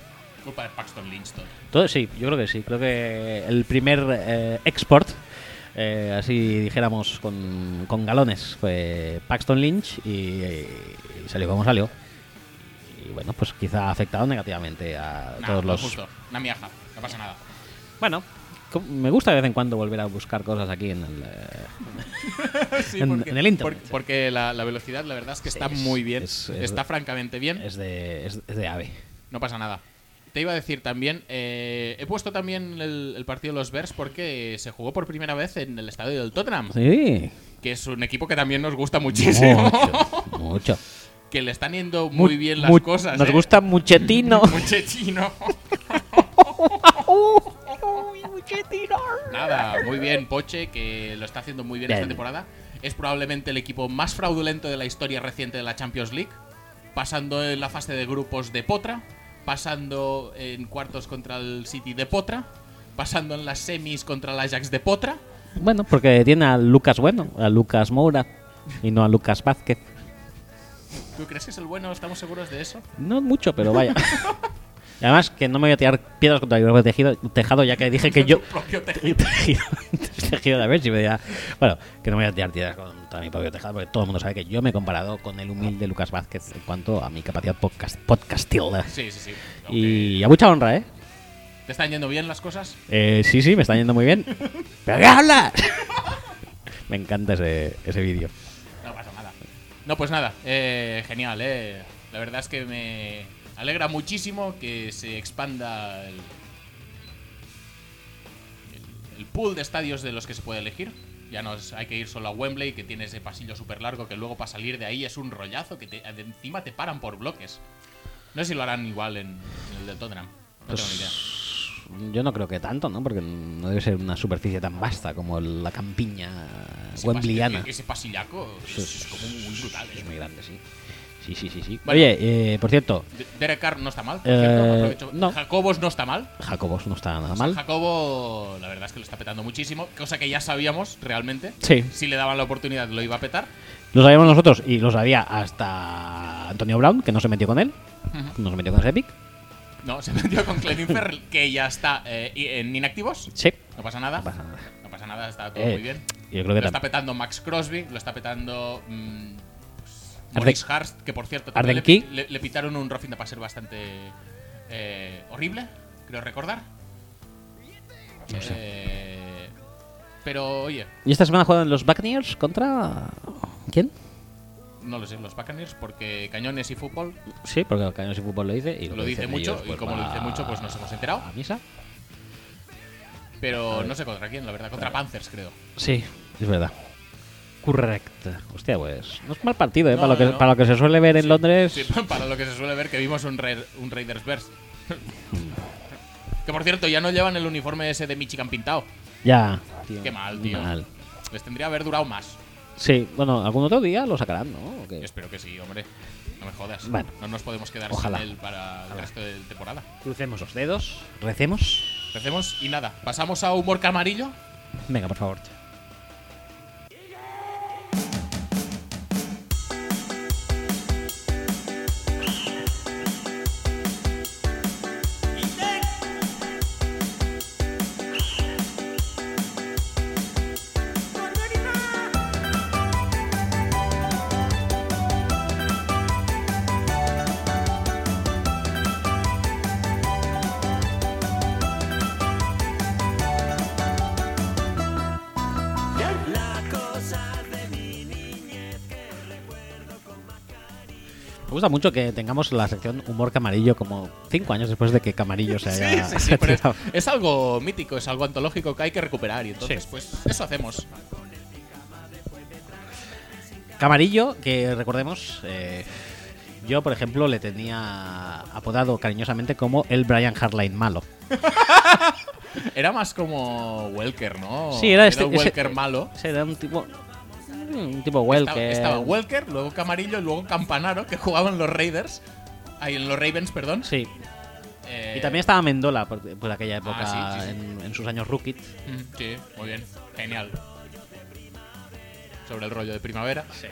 S2: Culpa de Paxton Lynch todo.
S1: Todo, sí, yo creo que sí. Creo que el primer eh, export, eh, así dijéramos con, con galones, fue Paxton Lynch y, y salió como salió. Y bueno, pues quizá ha afectado negativamente a
S2: Nah,
S1: todos
S2: no
S1: los...
S2: justo. Una miaja, no pasa nada.
S1: Bueno, co- me gusta de vez en cuando volver a buscar cosas aquí en el... eh,
S2: Sí,
S1: En- en el internet.
S2: por- porque la, la velocidad, la verdad es que está
S1: es-
S2: muy bien.
S1: es- es-
S2: está francamente bien.
S1: es, de, es, es de AVE.
S2: No pasa nada. Te iba a decir también, eh, he puesto también el, el partido de los Bears porque se jugó por primera vez en el estadio del Tottenham,
S1: Sí.
S2: que es un equipo que también nos gusta muchísimo.
S1: Mucho. mucho.
S2: que le están yendo muy
S1: Mu-
S2: bien las
S1: mu-
S2: cosas.
S1: Nos
S2: ¿eh?
S1: gusta muchetino.
S2: Muchechino. nada, muy bien Poche, que lo está haciendo muy bien,
S1: Bien.
S2: esta temporada. Es probablemente el equipo más fraudulento de la historia reciente de la Champions League, pasando en la fase de grupos de Potra, pasando en cuartos contra el City de Potra, pasando en las semis contra el Ajax de Potra.
S1: Bueno, porque tiene a Lucas Bueno, a Lucas Moura y no a Lucas Vázquez.
S2: ¿Tú crees que es el bueno? ¿Estamos seguros de eso?
S1: No mucho, pero vaya. Y además que no me voy a tirar piedras contra mi propio tejido, tejado, ya que dije que yo...
S2: Tu propio tejido.
S1: tejido, tejido de a ver si me dirá- Bueno, que no me voy a tirar tiras contra mi propio tejado, porque todo el mundo sabe que yo me he comparado con el humilde Lucas Vázquez en cuanto a mi capacidad podcast, podcastil.
S2: Sí, sí, sí.
S1: Y a mucha honra, ¿eh?
S2: ¿Te están yendo bien las cosas?
S1: Eh, sí, sí, me está yendo muy bien. ¿Pero qué hablas? me encanta ese, ese vídeo.
S2: No pasa nada. No, pues nada, eh, genial, eh. La verdad es que me alegra muchísimo que se expanda el, el- el pool de estadios de los que se puede elegir. Ya no es- hay que ir solo a Wembley, que tiene ese pasillo súper largo que luego para salir de ahí es un rollazo que te- de encima te paran por bloques. No sé si lo harán igual en, en el del Tottenham. No tengo ni idea.
S1: Yo no creo que tanto, ¿no? Porque no debe ser una superficie tan vasta como la campiña
S2: Ese
S1: wembleyana.
S2: pasi- Ese pasillaco es, es como muy brutal, eh.
S1: Es muy grande, sí. Sí, sí, sí, sí.
S2: Bueno.
S1: Oye, eh, por cierto,
S2: De- Derek Carr no está mal, por
S1: Eh,
S2: cierto, aprovecho.
S1: no.
S2: Jacobos no está mal.
S1: Jacobos no está nada
S2: O sea,
S1: mal.
S2: Jacobo, la verdad es que lo está petando muchísimo, cosa que ya sabíamos realmente.
S1: Sí.
S2: Si le daban la oportunidad, lo iba a petar.
S1: Lo sabíamos nosotros y lo sabía hasta Antonio Brown, que no se metió con él. No se metió con ese pick.
S2: No, se metió con Clelin Ferrell, que ya está eh, i- en inactivos.
S1: Sí.
S2: No pasa nada.
S1: No pasa nada.
S2: No pasa nada, está todo
S1: Eh,
S2: muy bien.
S1: yo creo que
S2: Lo
S1: tam-
S2: está petando Max Crosby, lo está petando. mm, pues,
S1: Arden-
S2: Maurice Hurst, que por cierto
S1: Arden
S2: también le,
S1: Key.
S2: le- le pitaron un roughing de passer bastante eh, horrible, creo recordar. Eh, pero oye,
S1: Y esta semana juegan los Buccaneers contra. ¿Quién?
S2: no lo sé, los Buccaneers, porque cañones y fútbol
S1: Sí, porque el Cañones y Fútbol lo dice. Y
S2: Lo dice
S1: dicen
S2: mucho,
S1: ellos,
S2: y
S1: pues,
S2: como lo
S1: va
S2: dice mucho, pues nos hemos enterado.
S1: ¿A misa?
S2: Pero no sé contra quién, la verdad, contra Panthers, creo.
S1: Sí, es verdad. Correcto. Hostia, pues. No es mal partido, ¿eh?
S2: No,
S1: para, lo
S2: no,
S1: que,
S2: no.
S1: para lo que se suele ver en Londres.
S2: Sí, para lo que se suele ver que vimos un, Ra- un Raiders Verse. que por cierto, ya no llevan el uniforme ese de Michigan pintado.
S1: Ya. Tío,
S2: Qué mal,
S1: muy
S2: tío.
S1: mal.
S2: Les tendría que haber durado más.
S1: Sí, bueno, algún otro día lo sacarán, ¿no? ¿O qué?
S2: Yo espero que sí, hombre. No me jodas.
S1: Bueno.
S2: No nos podemos quedar
S1: Ojalá.
S2: sin él para el resto de temporada.
S1: Crucemos los dedos, recemos.
S2: Empecemos y nada. Pasamos a humor camarillo.
S1: Venga, por favor. Me gusta mucho que tengamos la sección humor camarillo como cinco años después de que Camarillo se haya
S2: sí, sí, pero es,
S1: retirado.
S2: es algo mítico, es algo antológico que hay que recuperar. Y entonces,
S1: Sí.
S2: pues, eso hacemos.
S1: Camarillo, que recordemos, eh, yo por ejemplo le tenía apodado cariñosamente como el Brian Harline malo.
S2: Era más como Welker, ¿no?
S1: Sí, era este-
S2: un
S1: ese-
S2: Welker Oh, malo.
S1: Ese era un tipo. mm, Un tipo
S2: Estaba-
S1: Welker.
S2: Estaba Welker, luego Camarillo, luego Campanaro, que jugaban los Raiders. Ahí en los Ravens, perdón.
S1: Sí.
S2: Eh,
S1: Y también estaba Mendola por, por aquella época,
S2: Ah, sí, sí, sí.
S1: En, en sus años rookie.
S2: mm, Sí, muy bien. Genial. Sobre el rollo de primavera. Sí.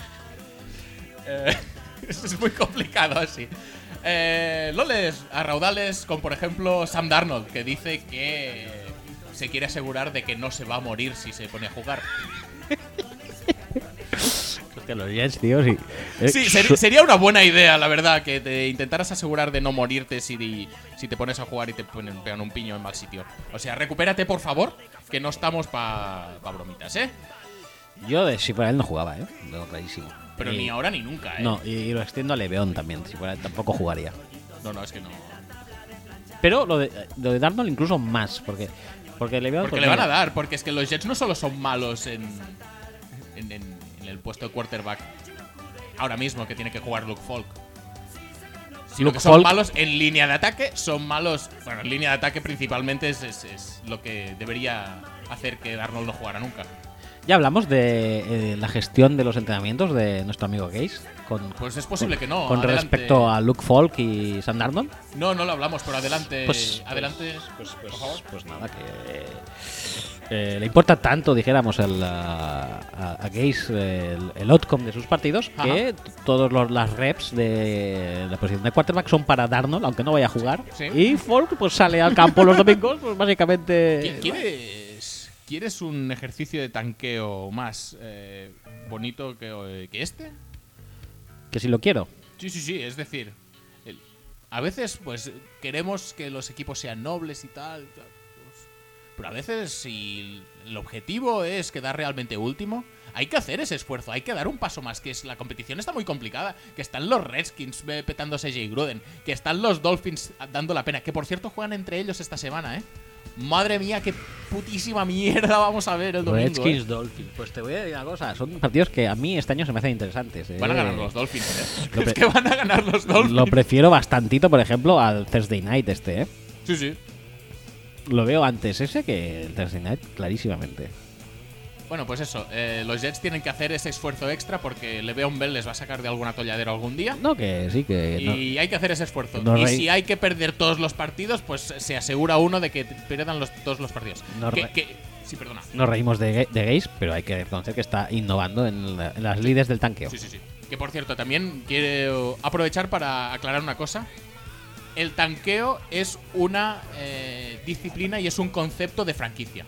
S2: es muy complicado así. Eh, Loles a raudales con, por ejemplo, Sam Darnold, que dice que se quiere asegurar de que no se va a morir si se pone a jugar.
S1: Hostia, los Jets, tío, sí. Eh,
S2: Sí, ser-
S1: su-
S2: sería una buena idea, la verdad, que te intentaras asegurar de no morirte si, di- si te pones a jugar y te ponen, pegan un piño en mal sitio. O sea, recupérate, por favor, que no estamos para bromitas, ¿eh?
S1: Yo de si fuera él no jugaba, ¿eh? Lo tengo clarísimo.
S2: Pero
S1: Y-
S2: ni ahora ni nunca, ¿eh?
S1: No, y, y lo extiendo a Leveón también, si fuera él tampoco jugaría.
S2: no, no, es que no.
S1: pues Pero lo de, eh, lo de Darnold incluso más, porque, porque Leveón...
S2: Porque le van a dar, porque es que los Jets no solo son malos en, en, en- en el puesto de quarterback ahora mismo que tiene que jugar Luke Falk. Sino
S1: Luke
S2: que son
S1: Hulk.
S2: malos en línea de ataque, son malos. Bueno, en línea de ataque principalmente es, es- es lo que debería hacer que Darnold no jugara nunca.
S1: Ya hablamos de eh, la gestión de los entrenamientos de nuestro amigo Gaze. Con,
S2: Pues es posible
S1: con-
S2: que no,
S1: Con
S2: adelante.
S1: respecto a Luke Falk y Sam Darnold.
S2: No, no lo hablamos, pero adelante.
S1: Pues-
S2: adelante.
S1: Pues,
S2: por favor.
S1: pues nada, que. eh, le importa tanto, dijéramos, el, a, a- a Gaze eh, el, el outcome de sus partidos
S2: Ajá.
S1: que todas las reps de la posición de quarterback son para Darnold, aunque no vaya a jugar.
S2: Sí.
S1: Y Falk pues sale al campo los domingos, pues
S2: ¿Qui-
S1: básicamente.
S2: ¿Quieres, ¿Quieres un ejercicio de tanqueo más eh, bonito que, eh, que este?
S1: Que si lo quiero.
S2: Sí, sí, sí, es decir, el- a veces pues queremos que los equipos sean nobles y tal, tal, pues, pero a veces si el objetivo es quedar realmente último, hay que hacer ese esfuerzo, hay que dar un paso más, que es la competición está muy complicada, que están los Redskins eh, petándose Jay Gruden, que están los Dolphins ah, dando la pena, que por cierto juegan entre ellos esta semana, ¿eh? Madre mía, qué putísima mierda vamos a ver el domingo. ¿eh?
S1: Redskins Dolphins. Pues te voy a decir una cosa, son partidos que a mí este año se me hacen interesantes. eh.
S2: Van a ganar los Dolphins,
S1: Lo pre-
S2: ¿eh? Es que van a ganar los Dolphins.
S1: Lo prefiero bastantito, por ejemplo, al Thursday Night este, ¿eh?
S2: sí, sí.
S1: Lo veo antes ese que el Thursday Night, clarísimamente.
S2: Bueno, pues eso, eh, los Jets tienen que hacer ese esfuerzo extra porque Le'Veon Bell les va a sacar de algún atolladero algún día.
S1: No, que sí, que no.
S2: Y hay que hacer ese esfuerzo.
S1: No
S2: y
S1: rey-
S2: si hay que perder todos los partidos, pues se asegura uno de que pierdan los, todos los partidos.
S1: No
S2: que,
S1: rey-
S2: que- sí, perdona.
S1: Nos reímos de, Ga- de Gaze, pero hay que reconocer que está innovando en, la- en las líderes del tanqueo.
S2: Sí, sí, sí. Que por cierto, también quiero aprovechar para aclarar una cosa. El tanqueo es una eh, disciplina y es un concepto de franquicia.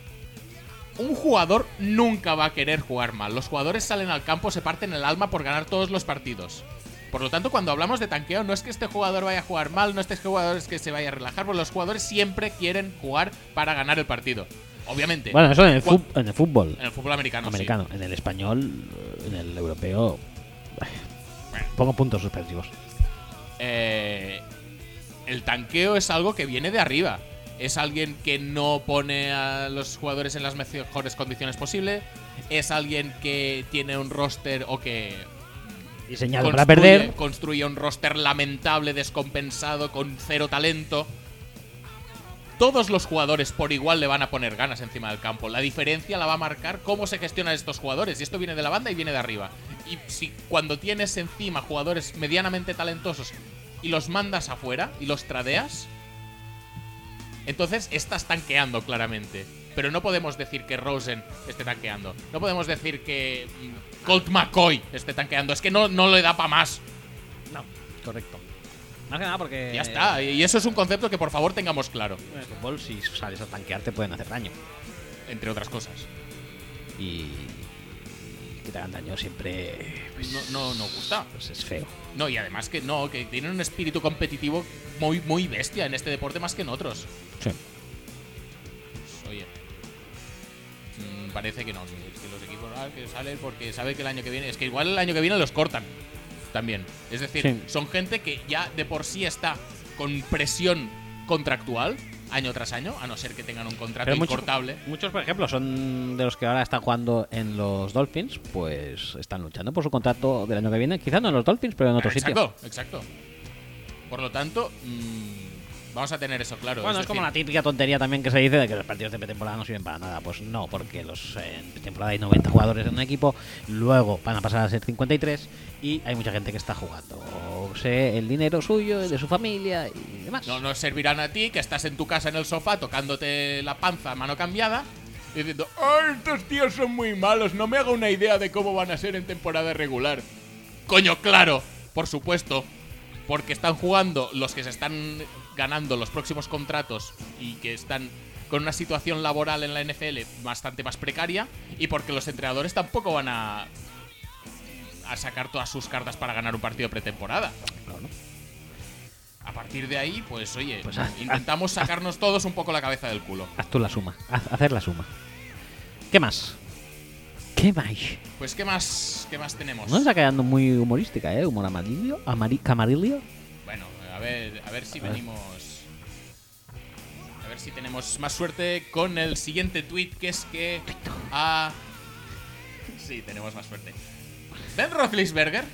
S2: Un jugador nunca va a querer jugar mal. Los jugadores salen al campo, se parten el alma por ganar todos los partidos. Por lo tanto, cuando hablamos de tanqueo, no es que este jugador vaya a jugar mal, no es que este jugador es que se vaya a relajar, porque los jugadores siempre quieren jugar para ganar el partido. Obviamente.
S1: Bueno, eso en el,
S2: Cu-
S1: fu- en el fútbol
S2: en el fútbol americano. sí.
S1: americano. En el español, eh, en el europeo. Pongo puntos suspensivos.
S2: eh, el tanqueo es algo que viene de arriba. Es alguien que no pone a los jugadores en las mejores condiciones posible. Es alguien que tiene un roster o que
S1: Diseñado para perder.
S2: construye un roster lamentable, descompensado, con cero talento. Todos los jugadores por igual le van a poner ganas encima del campo. La diferencia la va a marcar cómo se gestionan estos jugadores. Y esto viene de la banda y viene de arriba. Y si cuando tienes encima jugadores medianamente talentosos y los mandas afuera y los tradeas, entonces estás tanqueando claramente. Pero no podemos decir que Rosen esté tanqueando. No podemos decir que mm, Colt McCoy esté tanqueando. Es que no, no le da para más.
S1: No, correcto. Más que nada porque.
S2: Eh, Ya está. Y eso es un concepto que por favor tengamos claro.
S1: En el fútbol, si sales a tanquear, te pueden hacer daño.
S2: Entre otras cosas.
S1: Y. y que te hagan daño siempre. pues,
S2: No, no, no gusta.
S1: pues es feo.
S2: No, y además que no, que tienen un espíritu competitivo muy, muy bestia en este deporte más que en otros.
S1: Sí.
S2: Pues, oye. mm, Parece que no, que- que los equipos ah, que salen porque saben que el año que viene. Es que igual el año que viene los cortan también. Es decir,
S1: Sí.
S2: son gente que ya de por sí está con presión contractual año tras año, a no ser que tengan un contrato
S1: Pero muchos-
S2: incortable.
S1: Muchos, por ejemplo, son de los que ahora están jugando en los Dolphins, pues están luchando por su contrato del año que viene. Quizá no en los Dolphins, pero en otro sitio.
S2: exacto, exacto. Por lo tanto, mm, vamos a tener eso claro.
S1: Bueno, es
S2: decir,
S1: como la típica tontería también que se dice de que los partidos de pretemporada no sirven para nada. Pues no, porque los eh, en pretemporada hay 90 jugadores en un equipo, luego van a pasar a ser 53 y hay mucha gente que está jugando. O sea, el dinero suyo, el de su familia y demás.
S2: No nos servirán a ti que estás en tu casa en el sofá tocándote la panza a mano cambiada y diciendo, "Ah, estos tíos son muy malos, no me hago una idea de cómo van a ser en temporada regular. Coño, claro, por supuesto, porque están jugando los que se están ganando los próximos contratos y que están con una situación laboral en la NFL bastante más precaria y porque los entrenadores tampoco van a a sacar todas sus cartas para ganar un partido pretemporada. A partir de ahí, pues oye,
S1: Pues haz-
S2: intentamos sacarnos todos un poco la cabeza del culo.
S1: Haz tú la suma, haz, hacer la suma. ¿Qué más? ¿Qué más?
S2: Pues qué más, qué más tenemos.
S1: No está quedando muy humorística, ¿eh? Humor amarillo, amari- camarillo.
S2: Bueno, a ver, a ver si
S1: ver.
S2: venimos. A ver si tenemos más suerte con el siguiente tweet que es que a sí tenemos más suerte. Ben Roethlisberger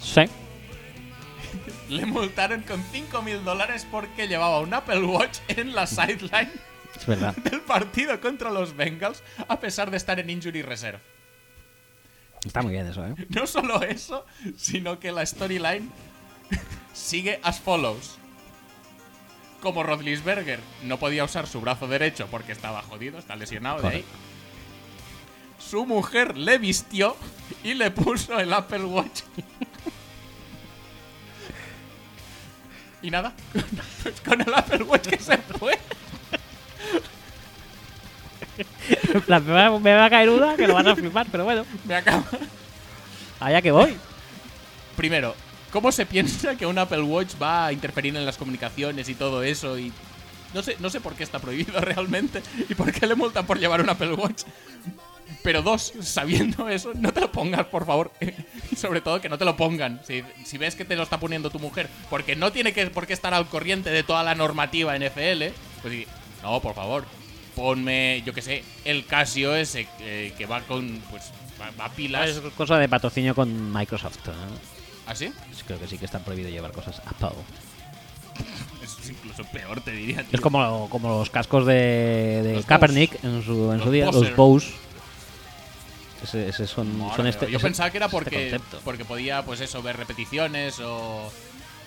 S1: Sí.
S2: le multaron con 5.000 dólares porque llevaba un Apple Watch en la sideline
S1: Es verdad.
S2: del partido contra los Bengals a pesar de estar en injury reserve.
S1: Está muy bien eso, ¿eh?
S2: No solo eso, sino que la storyline sigue as follows. Como Rodlisberger no podía usar su brazo derecho porque estaba jodido, está lesionado de ahí. Su mujer le vistió y le puso el Apple Watch. Y nada, con el Apple Watch que se fue.
S1: En plan, me, va, me va a caer una que lo vas a flipar, pero bueno,
S2: Me acaba.
S1: allá que voy.
S2: Primero, ¿cómo se piensa que un Apple Watch va a interferir en las comunicaciones y todo eso? Y no sé, no sé por qué está prohibido realmente y por qué le multan por llevar un Apple Watch. Pero dos, sabiendo eso, no te lo pongas, por favor. Y Sobre todo que no te lo pongan. Si, si ves que te lo está poniendo tu mujer, porque no tiene que, por qué estar al corriente de toda la normativa NFL, pues di, no, por favor, ponme, yo qué sé, el Casio ese eh, que va con, pues, va, va a
S1: Ah, Es
S2: pilas. ¿Ah,
S1: cosa de patrocinio con Microsoft. ¿no?
S2: ¿Así?
S1: Creo que sí que está prohibido llevar cosas Apple.
S2: es incluso peor, te diría. tío.
S1: Es como, como los cascos de, de
S2: Los
S1: Kaepernick en su, en
S2: Los
S1: su día,
S2: Bowser.
S1: los Bows. Ese, ese son,
S2: Madre
S1: son
S2: mía,
S1: este,
S2: yo
S1: ese-
S2: pensaba que era
S1: este
S2: porque,
S1: concepto.
S2: porque podía, pues eso, ver repeticiones o,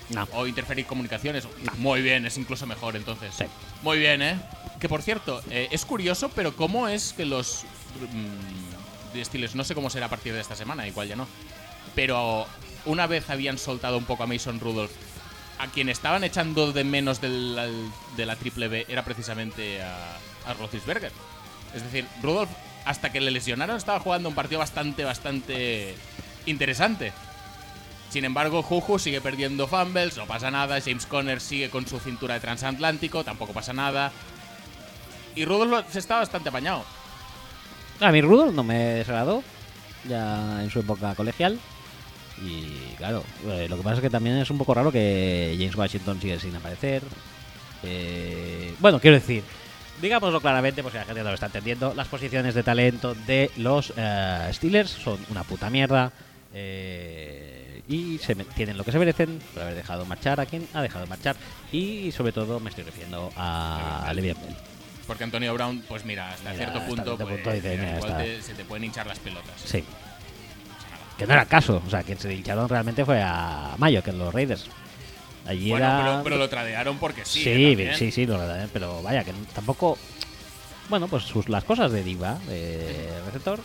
S1: No.
S2: o interferir comunicaciones. Muy bien, es incluso mejor entonces.
S1: Sí.
S2: Muy bien, ¿eh? Que por cierto, eh, es curioso, pero ¿cómo es que los mm, Steelers, no sé cómo será a partir de esta semana, igual ya no, pero una vez habían soltado un poco a Mason Rudolph, a quien estaban echando de menos del- al- de la, triple B era precisamente a, a Roethlisberger. Es decir, Rudolph, hasta que le lesionaron, estaba jugando un partido bastante, bastante interesante. Sin embargo, Juju sigue perdiendo fumbles, no pasa nada. James Conner sigue con su cintura de transatlántico, tampoco pasa nada. Y Rudolph se está bastante apañado.
S1: A mí Rudolf no me desagradó ya en su época colegial. Y claro, eh, lo que pasa es que también es un poco raro que James Washington sigue sin aparecer. Eh, bueno, quiero decir, digámoslo claramente, porque la gente no lo está entendiendo, las posiciones de talento de los eh, Steelers son una puta mierda. eh, y se me- tienen lo que se merecen por haber dejado marchar a quien ha dejado marchar. Y sobre todo me estoy refiriendo a Le'Veon Bell.
S2: Porque Antonio Brown, pues mira, hasta
S1: Mira,
S2: cierto
S1: hasta
S2: punto,
S1: cierto
S2: pues,
S1: punto dice,
S2: mira,
S1: mira,
S2: igual
S1: está.
S2: te- se te pueden hinchar las pelotas.
S1: Sí. Que no era el caso. O sea, quien se hincharon realmente fue a Mayo, que en los Raiders. Allí
S2: Bueno,
S1: era.
S2: pero, pero lo tradearon porque sí.
S1: sí,
S2: ¿eh?
S1: bien,
S2: También.
S1: sí, sí, lo verdad, ¿eh? pero vaya, que tampoco. Bueno, pues sus, las cosas de Diva, de receptor,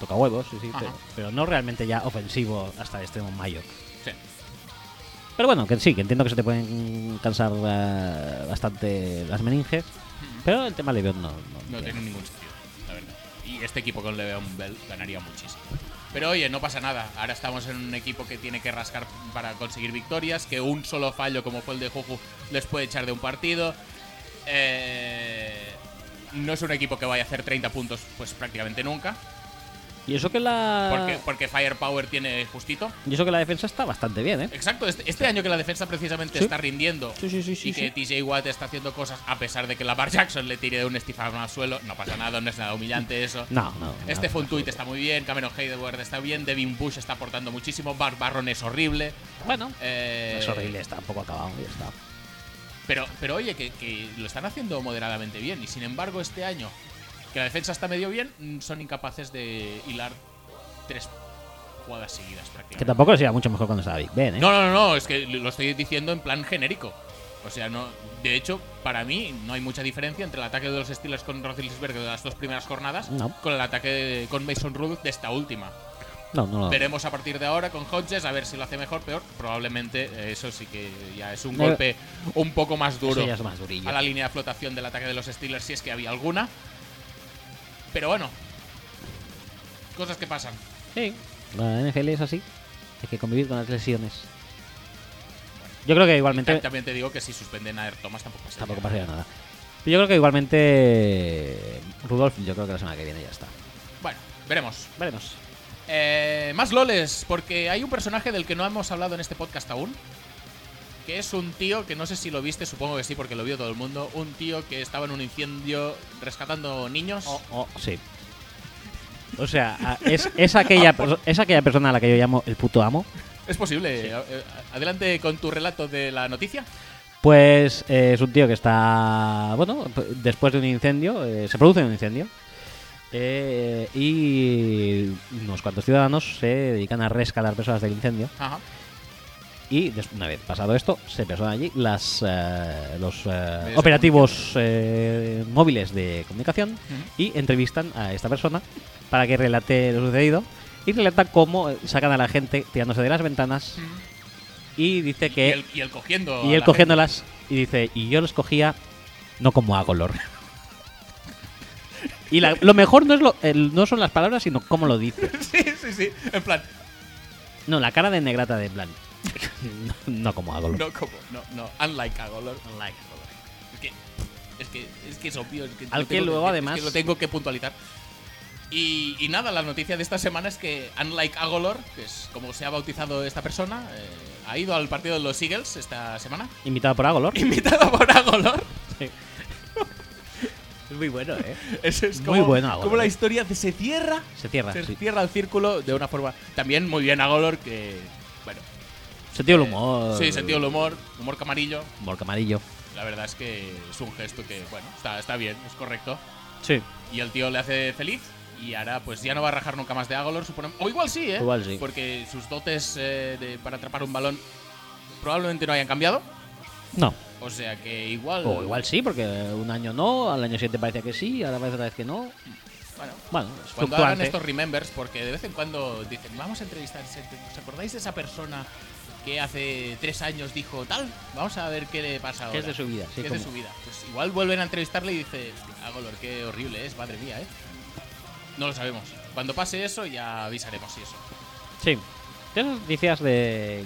S1: toca huevos, sí, sí,
S2: Ajá.
S1: pero, pero no realmente ya ofensivo hasta el extremo Mayo.
S2: Sí.
S1: Pero bueno, que sí, que entiendo que se te pueden cansar eh, bastante las meninges, pero el tema de Le'Veon no.
S2: No tiene ningún sentido, la verdad. Y este equipo con Le'Veon Bell ganaría muchísimo. Pero oye, no pasa nada. Ahora estamos en un equipo que tiene que rascar para conseguir victorias, que un solo fallo como fue el de Juju les puede echar de un partido. Eh, no es un equipo que vaya a hacer 30 puntos pues prácticamente nunca,
S1: Y eso que la.
S2: porque, porque Firepower tiene justito.
S1: Y eso que la defensa está bastante bien, ¿eh?
S2: Exacto, este, este año que la defensa precisamente
S1: Sí.
S2: está rindiendo
S1: Sí, sí, sí, sí,
S2: y que TJ Watt está haciendo cosas a pesar de que Lamar Jackson le tire de un estifado al suelo, no pasa nada, no es nada humillante eso.
S1: No, no.
S2: Este
S1: no,
S2: fue un
S1: no,
S2: tuit,
S1: no.
S2: está muy bien. Cameron Hayward está bien. Devin Bush está aportando muchísimo. Bar Barron es horrible.
S1: Bueno,
S2: eh,
S1: es horrible, está un poco acabado y ya está.
S2: Pero, pero oye, que, que lo están haciendo moderadamente bien. Y sin embargo, este año, que la defensa está medio bien, mm, son incapaces de hilar tres jugadas seguidas
S1: Que
S2: prácticamente.
S1: tampoco les iba mucho mejor cuando estaba Big Ben, ¿eh?
S2: No, no, no, no, es que lo estoy diciendo en plan genérico. O sea, no, de hecho, para mí no hay mucha diferencia entre el ataque de los Steelers con Roethlisberger de las dos primeras jornadas
S1: No.
S2: con el ataque de- con Mason Rudolph de esta última.
S1: no, no. no.
S2: Veremos a partir de ahora con Hodges a ver si lo hace mejor, peor. Probablemente eh, eso sí que ya es un
S1: No.
S2: golpe un poco más duro
S1: Eh. Eso ya es más durillo.
S2: a la línea de flotación del ataque de los Steelers, si es que había alguna. Pero bueno, cosas que pasan.
S1: Sí. La NFL es así. Hay que convivir con las lesiones. Yo creo que igualmente.
S2: También te digo que si suspenden a Air Thomas tampoco pasa
S1: Tampoco
S2: nada.
S1: pasaría nada. Yo creo que igualmente. Rudolf, yo creo que la semana que viene ya está.
S2: Bueno, veremos.
S1: Veremos.
S2: Eh, más loles, porque hay un personaje del que no hemos hablado en este podcast aún. Que es un tío que no sé si lo viste, supongo que sí, porque lo vio todo el mundo. Un tío que estaba en un incendio rescatando niños.
S1: Oh, Sí. O sea, a- es, es, aquella, perso- es aquella persona a la que yo llamo el puto amo.
S2: Es posible. A- eh, Adelante con tu relato de la noticia.
S1: Pues eh, es un tío que está, bueno, p- después de un incendio, eh, se produce un incendio. eh, y unos cuantos ciudadanos se dedican a rescatar personas del incendio.
S2: Ajá.
S1: Y des- una vez pasado esto, se personan allí las, eh, los eh,
S2: de
S1: operativos eh, móviles de comunicación y entrevistan a esta persona para que relate lo sucedido. Y relata cómo eh, sacan a la gente tirándose de las ventanas y dice
S2: Y
S1: que...
S2: él, y él cogiendo.
S1: Y
S2: a
S1: él
S2: la
S1: cogiéndolas y dice, y yo los cogía no como a color. Y la- lo mejor no, es lo, el- no son las palabras, sino cómo lo dice.
S2: gente. Sí, sí, sí. En plan,
S1: No, la cara de negrata de en plan. No, no como a color.
S2: no, como, no, no. Unlike a color. Unlike a color. Es que es, que, es, que es obvio. Es que
S1: Al
S2: lo
S1: que
S2: tengo
S1: luego,
S2: es
S1: además-
S2: que lo tengo que puntualizar. Y, y nada, la noticia de esta semana es que Unlike Agolor, que es como se ha bautizado esta persona, eh, ha ido al partido de los Eagles esta semana,
S1: Invitado por Agolor.
S2: invitado por Agolor.
S1: Es muy bueno, ¿eh?
S2: Eso es
S1: Muy
S2: como,
S1: bueno, Agolor.
S2: como la historia se cierra
S1: Se cierra,
S2: Se
S1: Ah, sí.
S2: cierra el círculo de una forma. También muy bien a Golor, que. Bueno.
S1: Sentido del
S2: eh,
S1: humor.
S2: Sí, sentido del humor, humor camarillo.
S1: Humor camarillo.
S2: La verdad es que es un gesto que, bueno, está, está bien, es correcto.
S1: Sí.
S2: Y el tío le hace feliz. Y ahora, pues ya no va a rajar nunca más de Agolor, suponemos. O igual sí, ¿eh?
S1: Igual sí.
S2: Porque sus dotes eh, de- para atrapar un balón probablemente no hayan cambiado.
S1: No.
S2: O sea que igual.
S1: O Oh, igual sí, porque un año no, al año siguiente parece que sí, ahora parece otra vez que no.
S2: Bueno,
S1: Bueno, es
S2: Cuando hagan
S1: fluctuante.
S2: estos remembers, porque de vez en cuando dicen, vamos a entrevistar, ¿se- ¿os acordáis de esa persona que hace tres años dijo tal? Vamos a ver qué le pasa ahora.
S1: ¿Qué es de su vida? Sí,
S2: ¿Qué es de
S1: como-
S2: su vida? Pues igual vuelven a entrevistarle y dice, ah, Golor, qué horrible es, madre mía, ¿eh? No lo sabemos. Cuando pase eso ya avisaremos y eso.
S1: Sí. Esas noticias de.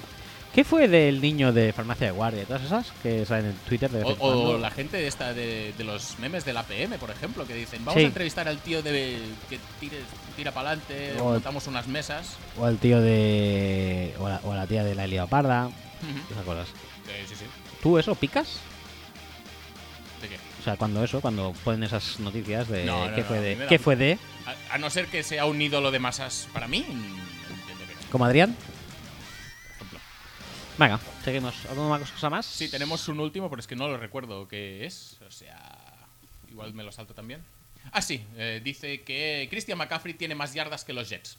S1: ¿Qué fue del niño de farmacia de guardia? Todas esas que salen en Twitter de vez
S2: O,
S1: en cuando?
S2: o la gente esta de, de los memes del APM, por ejemplo, que dicen, vamos
S1: Sí.
S2: a entrevistar al tío de que tire, tira para adelante,
S1: O-
S2: montamos unas mesas.
S1: O el tío de. O la, o la tía de la leoparda. Esas cosas.
S2: Eh, sí, sí.
S1: ¿Tú eso picas?
S2: ¿De qué?
S1: O sea, cuando eso, cuando ponen esas noticias de.
S2: No, no,
S1: ¿Qué
S2: no,
S1: fue
S2: a mí
S1: de?
S2: me da-
S1: ¿Qué fue de?
S2: A, a no ser que sea un ídolo de masas para mí. mm, entiendo que no.
S1: ¿Como Adrián?
S2: ejemplo.
S1: Venga, seguimos. ¿Alguna cosa más?
S2: Sí, tenemos un último, pero es que no lo recuerdo qué es. O sea, igual me lo salto también. Ah, sí, eh, dice que Christian McCaffrey tiene más yardas que los Jets.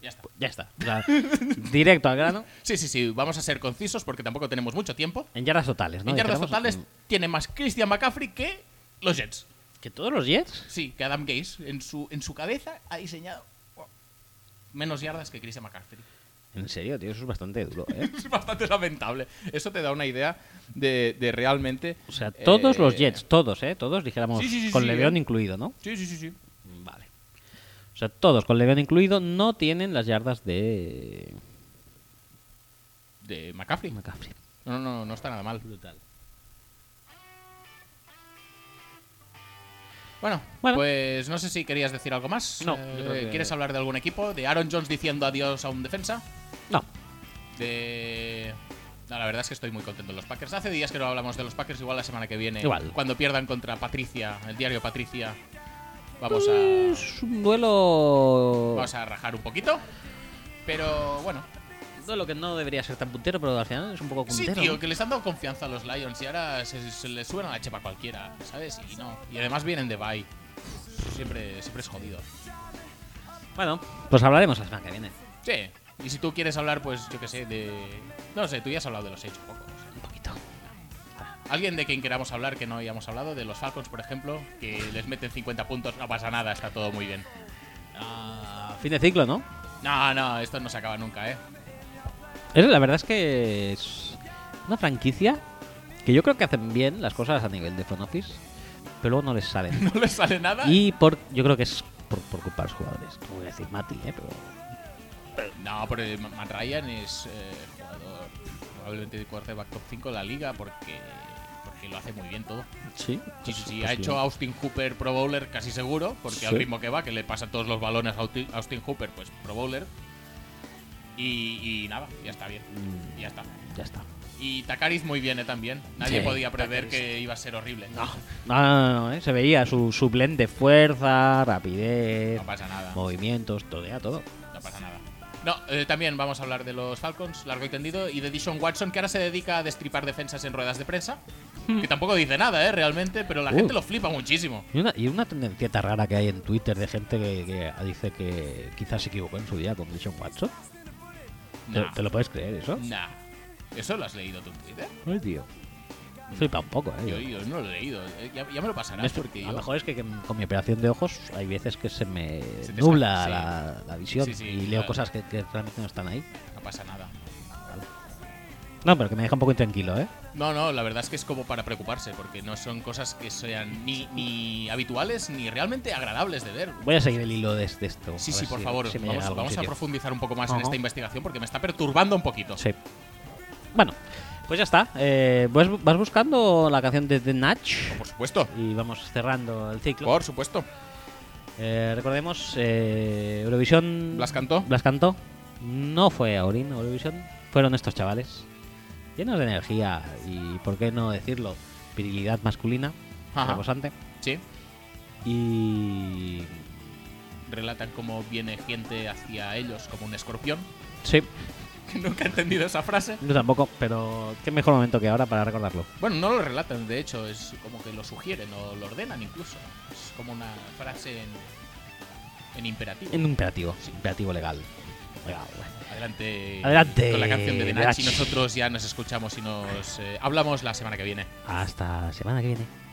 S2: Ya está.
S1: Ya está. O sea, directo al grano.
S2: Sí, sí, sí, vamos a ser concisos porque tampoco tenemos mucho tiempo.
S1: En yardas totales, Pues ¿no?
S2: en yardas
S1: Dijéramos,
S2: totales tiene más Christian McCaffrey que los Jets.
S1: ¿Que todos los Jets?
S2: Sí, que Adam Gase en su, en su cabeza ha diseñado wow, menos yardas que Christian McCaffrey.
S1: En serio, tío, eso es bastante duro, ¿eh?
S2: Es bastante lamentable. Eso te da una idea de, de realmente.
S1: O sea, todos
S2: eh,
S1: los Jets, todos, ¿eh? Todos, dijéramos,
S2: Sí, sí, sí,
S1: con
S2: sí,
S1: Leveón
S2: eh.
S1: incluido, ¿no?
S2: Sí, sí, sí, sí.
S1: Vale. O sea, todos, con Leveón incluido, no tienen las yardas de
S2: De McCaffrey. No,
S1: McCaffrey.
S2: no, no, no está nada mal. Brutal. Bueno,
S1: Bueno.
S2: pues no sé si querías decir algo más.
S1: No,
S2: Eh,
S1: yo creo que-
S2: ¿Quieres hablar de algún equipo? De Aaron Jones diciendo adiós a un defensa.
S1: No.
S2: De. No, la verdad es que estoy muy contento de los Packers. Hace días que no hablamos de los Packers, igual la semana que viene.
S1: Igual.
S2: Cuando pierdan contra Patricia, el diario Patricia. Vamos a.
S1: Es un duelo...
S2: Vamos a rajar un poquito. Pero bueno.
S1: Un duelo que no debería ser tan puntero, pero al final es un poco
S2: Sí,
S1: puntero.
S2: tío,
S1: ¿no?
S2: que les han dado confianza a los Lions y ahora se, se les suben a la chepa a cualquiera, ¿sabes? Y no. Y además vienen de bye. Siempre, siempre es jodido.
S1: Bueno, pues hablaremos la semana que viene.
S2: Sí. Y si tú quieres hablar, pues yo qué sé, de. No sé, tú ya has hablado de los hechos un poco. o sea.
S1: Un poquito.
S2: Alguien de quien queramos hablar que no hayamos hablado, de los Falcons, por ejemplo, que les meten 50 puntos, no pasa nada, está todo muy bien.
S1: Fin de ciclo, ¿no?
S2: No, no, esto no se acaba nunca, ¿eh?
S1: Es- la verdad es que es una franquicia que yo creo que hacen bien las cosas a nivel de front office, pero luego no les salen.
S2: No les sale nada.
S1: Y por, yo creo que es por, por culpa de los jugadores. No voy a decir Mati, ¿eh? pero
S2: No, pero eh, Ma- Matt Ryan es eh, jugador probablemente de quarterback top 5 de la liga porque, porque lo hace muy bien todo.
S1: sí.
S2: Sí,
S1: pues-
S2: sí, sí,
S1: pues
S2: ha
S1: sí.
S2: hecho Austin Hooper Pro Bowler casi seguro, porque al
S1: Sí.
S2: ritmo que va, que le pasa todos los balones a Auti- Austin Hooper, pues Pro Bowler. Y, y nada, ya está bien.
S1: Mm.
S2: Ya está.
S1: Ya está.
S2: Y Takaris muy bien eh, también. Nadie
S1: Sí,
S2: podía prever que iba a ser horrible. No,
S1: No, no, no, no, ¿eh? se veía su, su blend de fuerza, rapidez,
S2: pasa nada.
S1: movimientos, todo, ya todo.
S2: No pasa nada. No, eh, también vamos a hablar de los Falcons, largo y tendido, y de Dishon Watson, que ahora se dedica a destripar defensas en ruedas de prensa. Que tampoco dice nada, ¿eh? Realmente, pero la
S1: Uh.
S2: gente lo flipa muchísimo.
S1: Y una, y una tendencieta rara que hay en Twitter de gente que, que dice que quizás se equivocó en su día con Dishon Watson. ¿Te,
S2: Nah,
S1: te lo puedes creer eso?
S2: nah. ¿Eso lo has leído tú en Twitter?
S1: Ay, tío. Flipa un poco,
S2: Yo,
S1: eh.
S2: yo no lo he leído. eh, Ya, ya me lo
S1: No
S2: pasarás
S1: es-
S2: porque
S1: a
S2: yo...
S1: lo mejor es que, que con mi operación de ojos hay veces que se me
S2: Se te
S1: nubla
S2: escapa,
S1: la, la visión
S2: Sí, sí,
S1: y leo
S2: claro.
S1: cosas que, que realmente no están ahí.
S2: No pasa nada.
S1: No, pero que me deja un poco intranquilo, ¿eh?
S2: No, no, la verdad es que es como para preocuparse, porque no son cosas que sean ni, ni habituales ni realmente agradables de ver.
S1: Voy a seguir el hilo de, de esto.
S2: Sí,
S1: a ver
S2: sí, por
S1: si-
S2: favor,
S1: si me llega
S2: vamos,
S1: a algún
S2: vamos a
S1: sitio.
S2: profundizar un poco más en
S1: Ajá.
S2: esta investigación porque me está perturbando un poquito.
S1: Sí. Bueno, pues ya está. Eh, vas, vas buscando la canción de The Natch
S2: Por supuesto,
S1: y vamos cerrando el ciclo.
S2: por supuesto.
S1: Eh, recordemos, eh, Eurovisión.
S2: ¿Las cantó?
S1: Blas cantó. No fue Aurín Eurovisión, fueron estos chavales. Llenos de energía y, por qué no decirlo, virilidad masculina,
S2: Ajá.
S1: rebosante.
S2: Sí,
S1: Y.
S2: relatan cómo viene gente hacia ellos como un escorpión.
S1: Sí,
S2: Que nunca he entendido esa frase.
S1: yo tampoco, pero qué mejor momento que ahora para recordarlo.
S2: Bueno, no lo relatan, de hecho, es como que lo sugieren o lo ordenan incluso. Es como una frase en, en imperativo.
S1: En un imperativo,
S2: Sí.
S1: imperativo legal. Legal.
S2: Adelante,
S1: Adelante,
S2: con la canción de The Natch y
S1: Natch.
S2: nosotros ya nos escuchamos y nos eh, hablamos la semana que viene.
S1: Hasta semana que viene.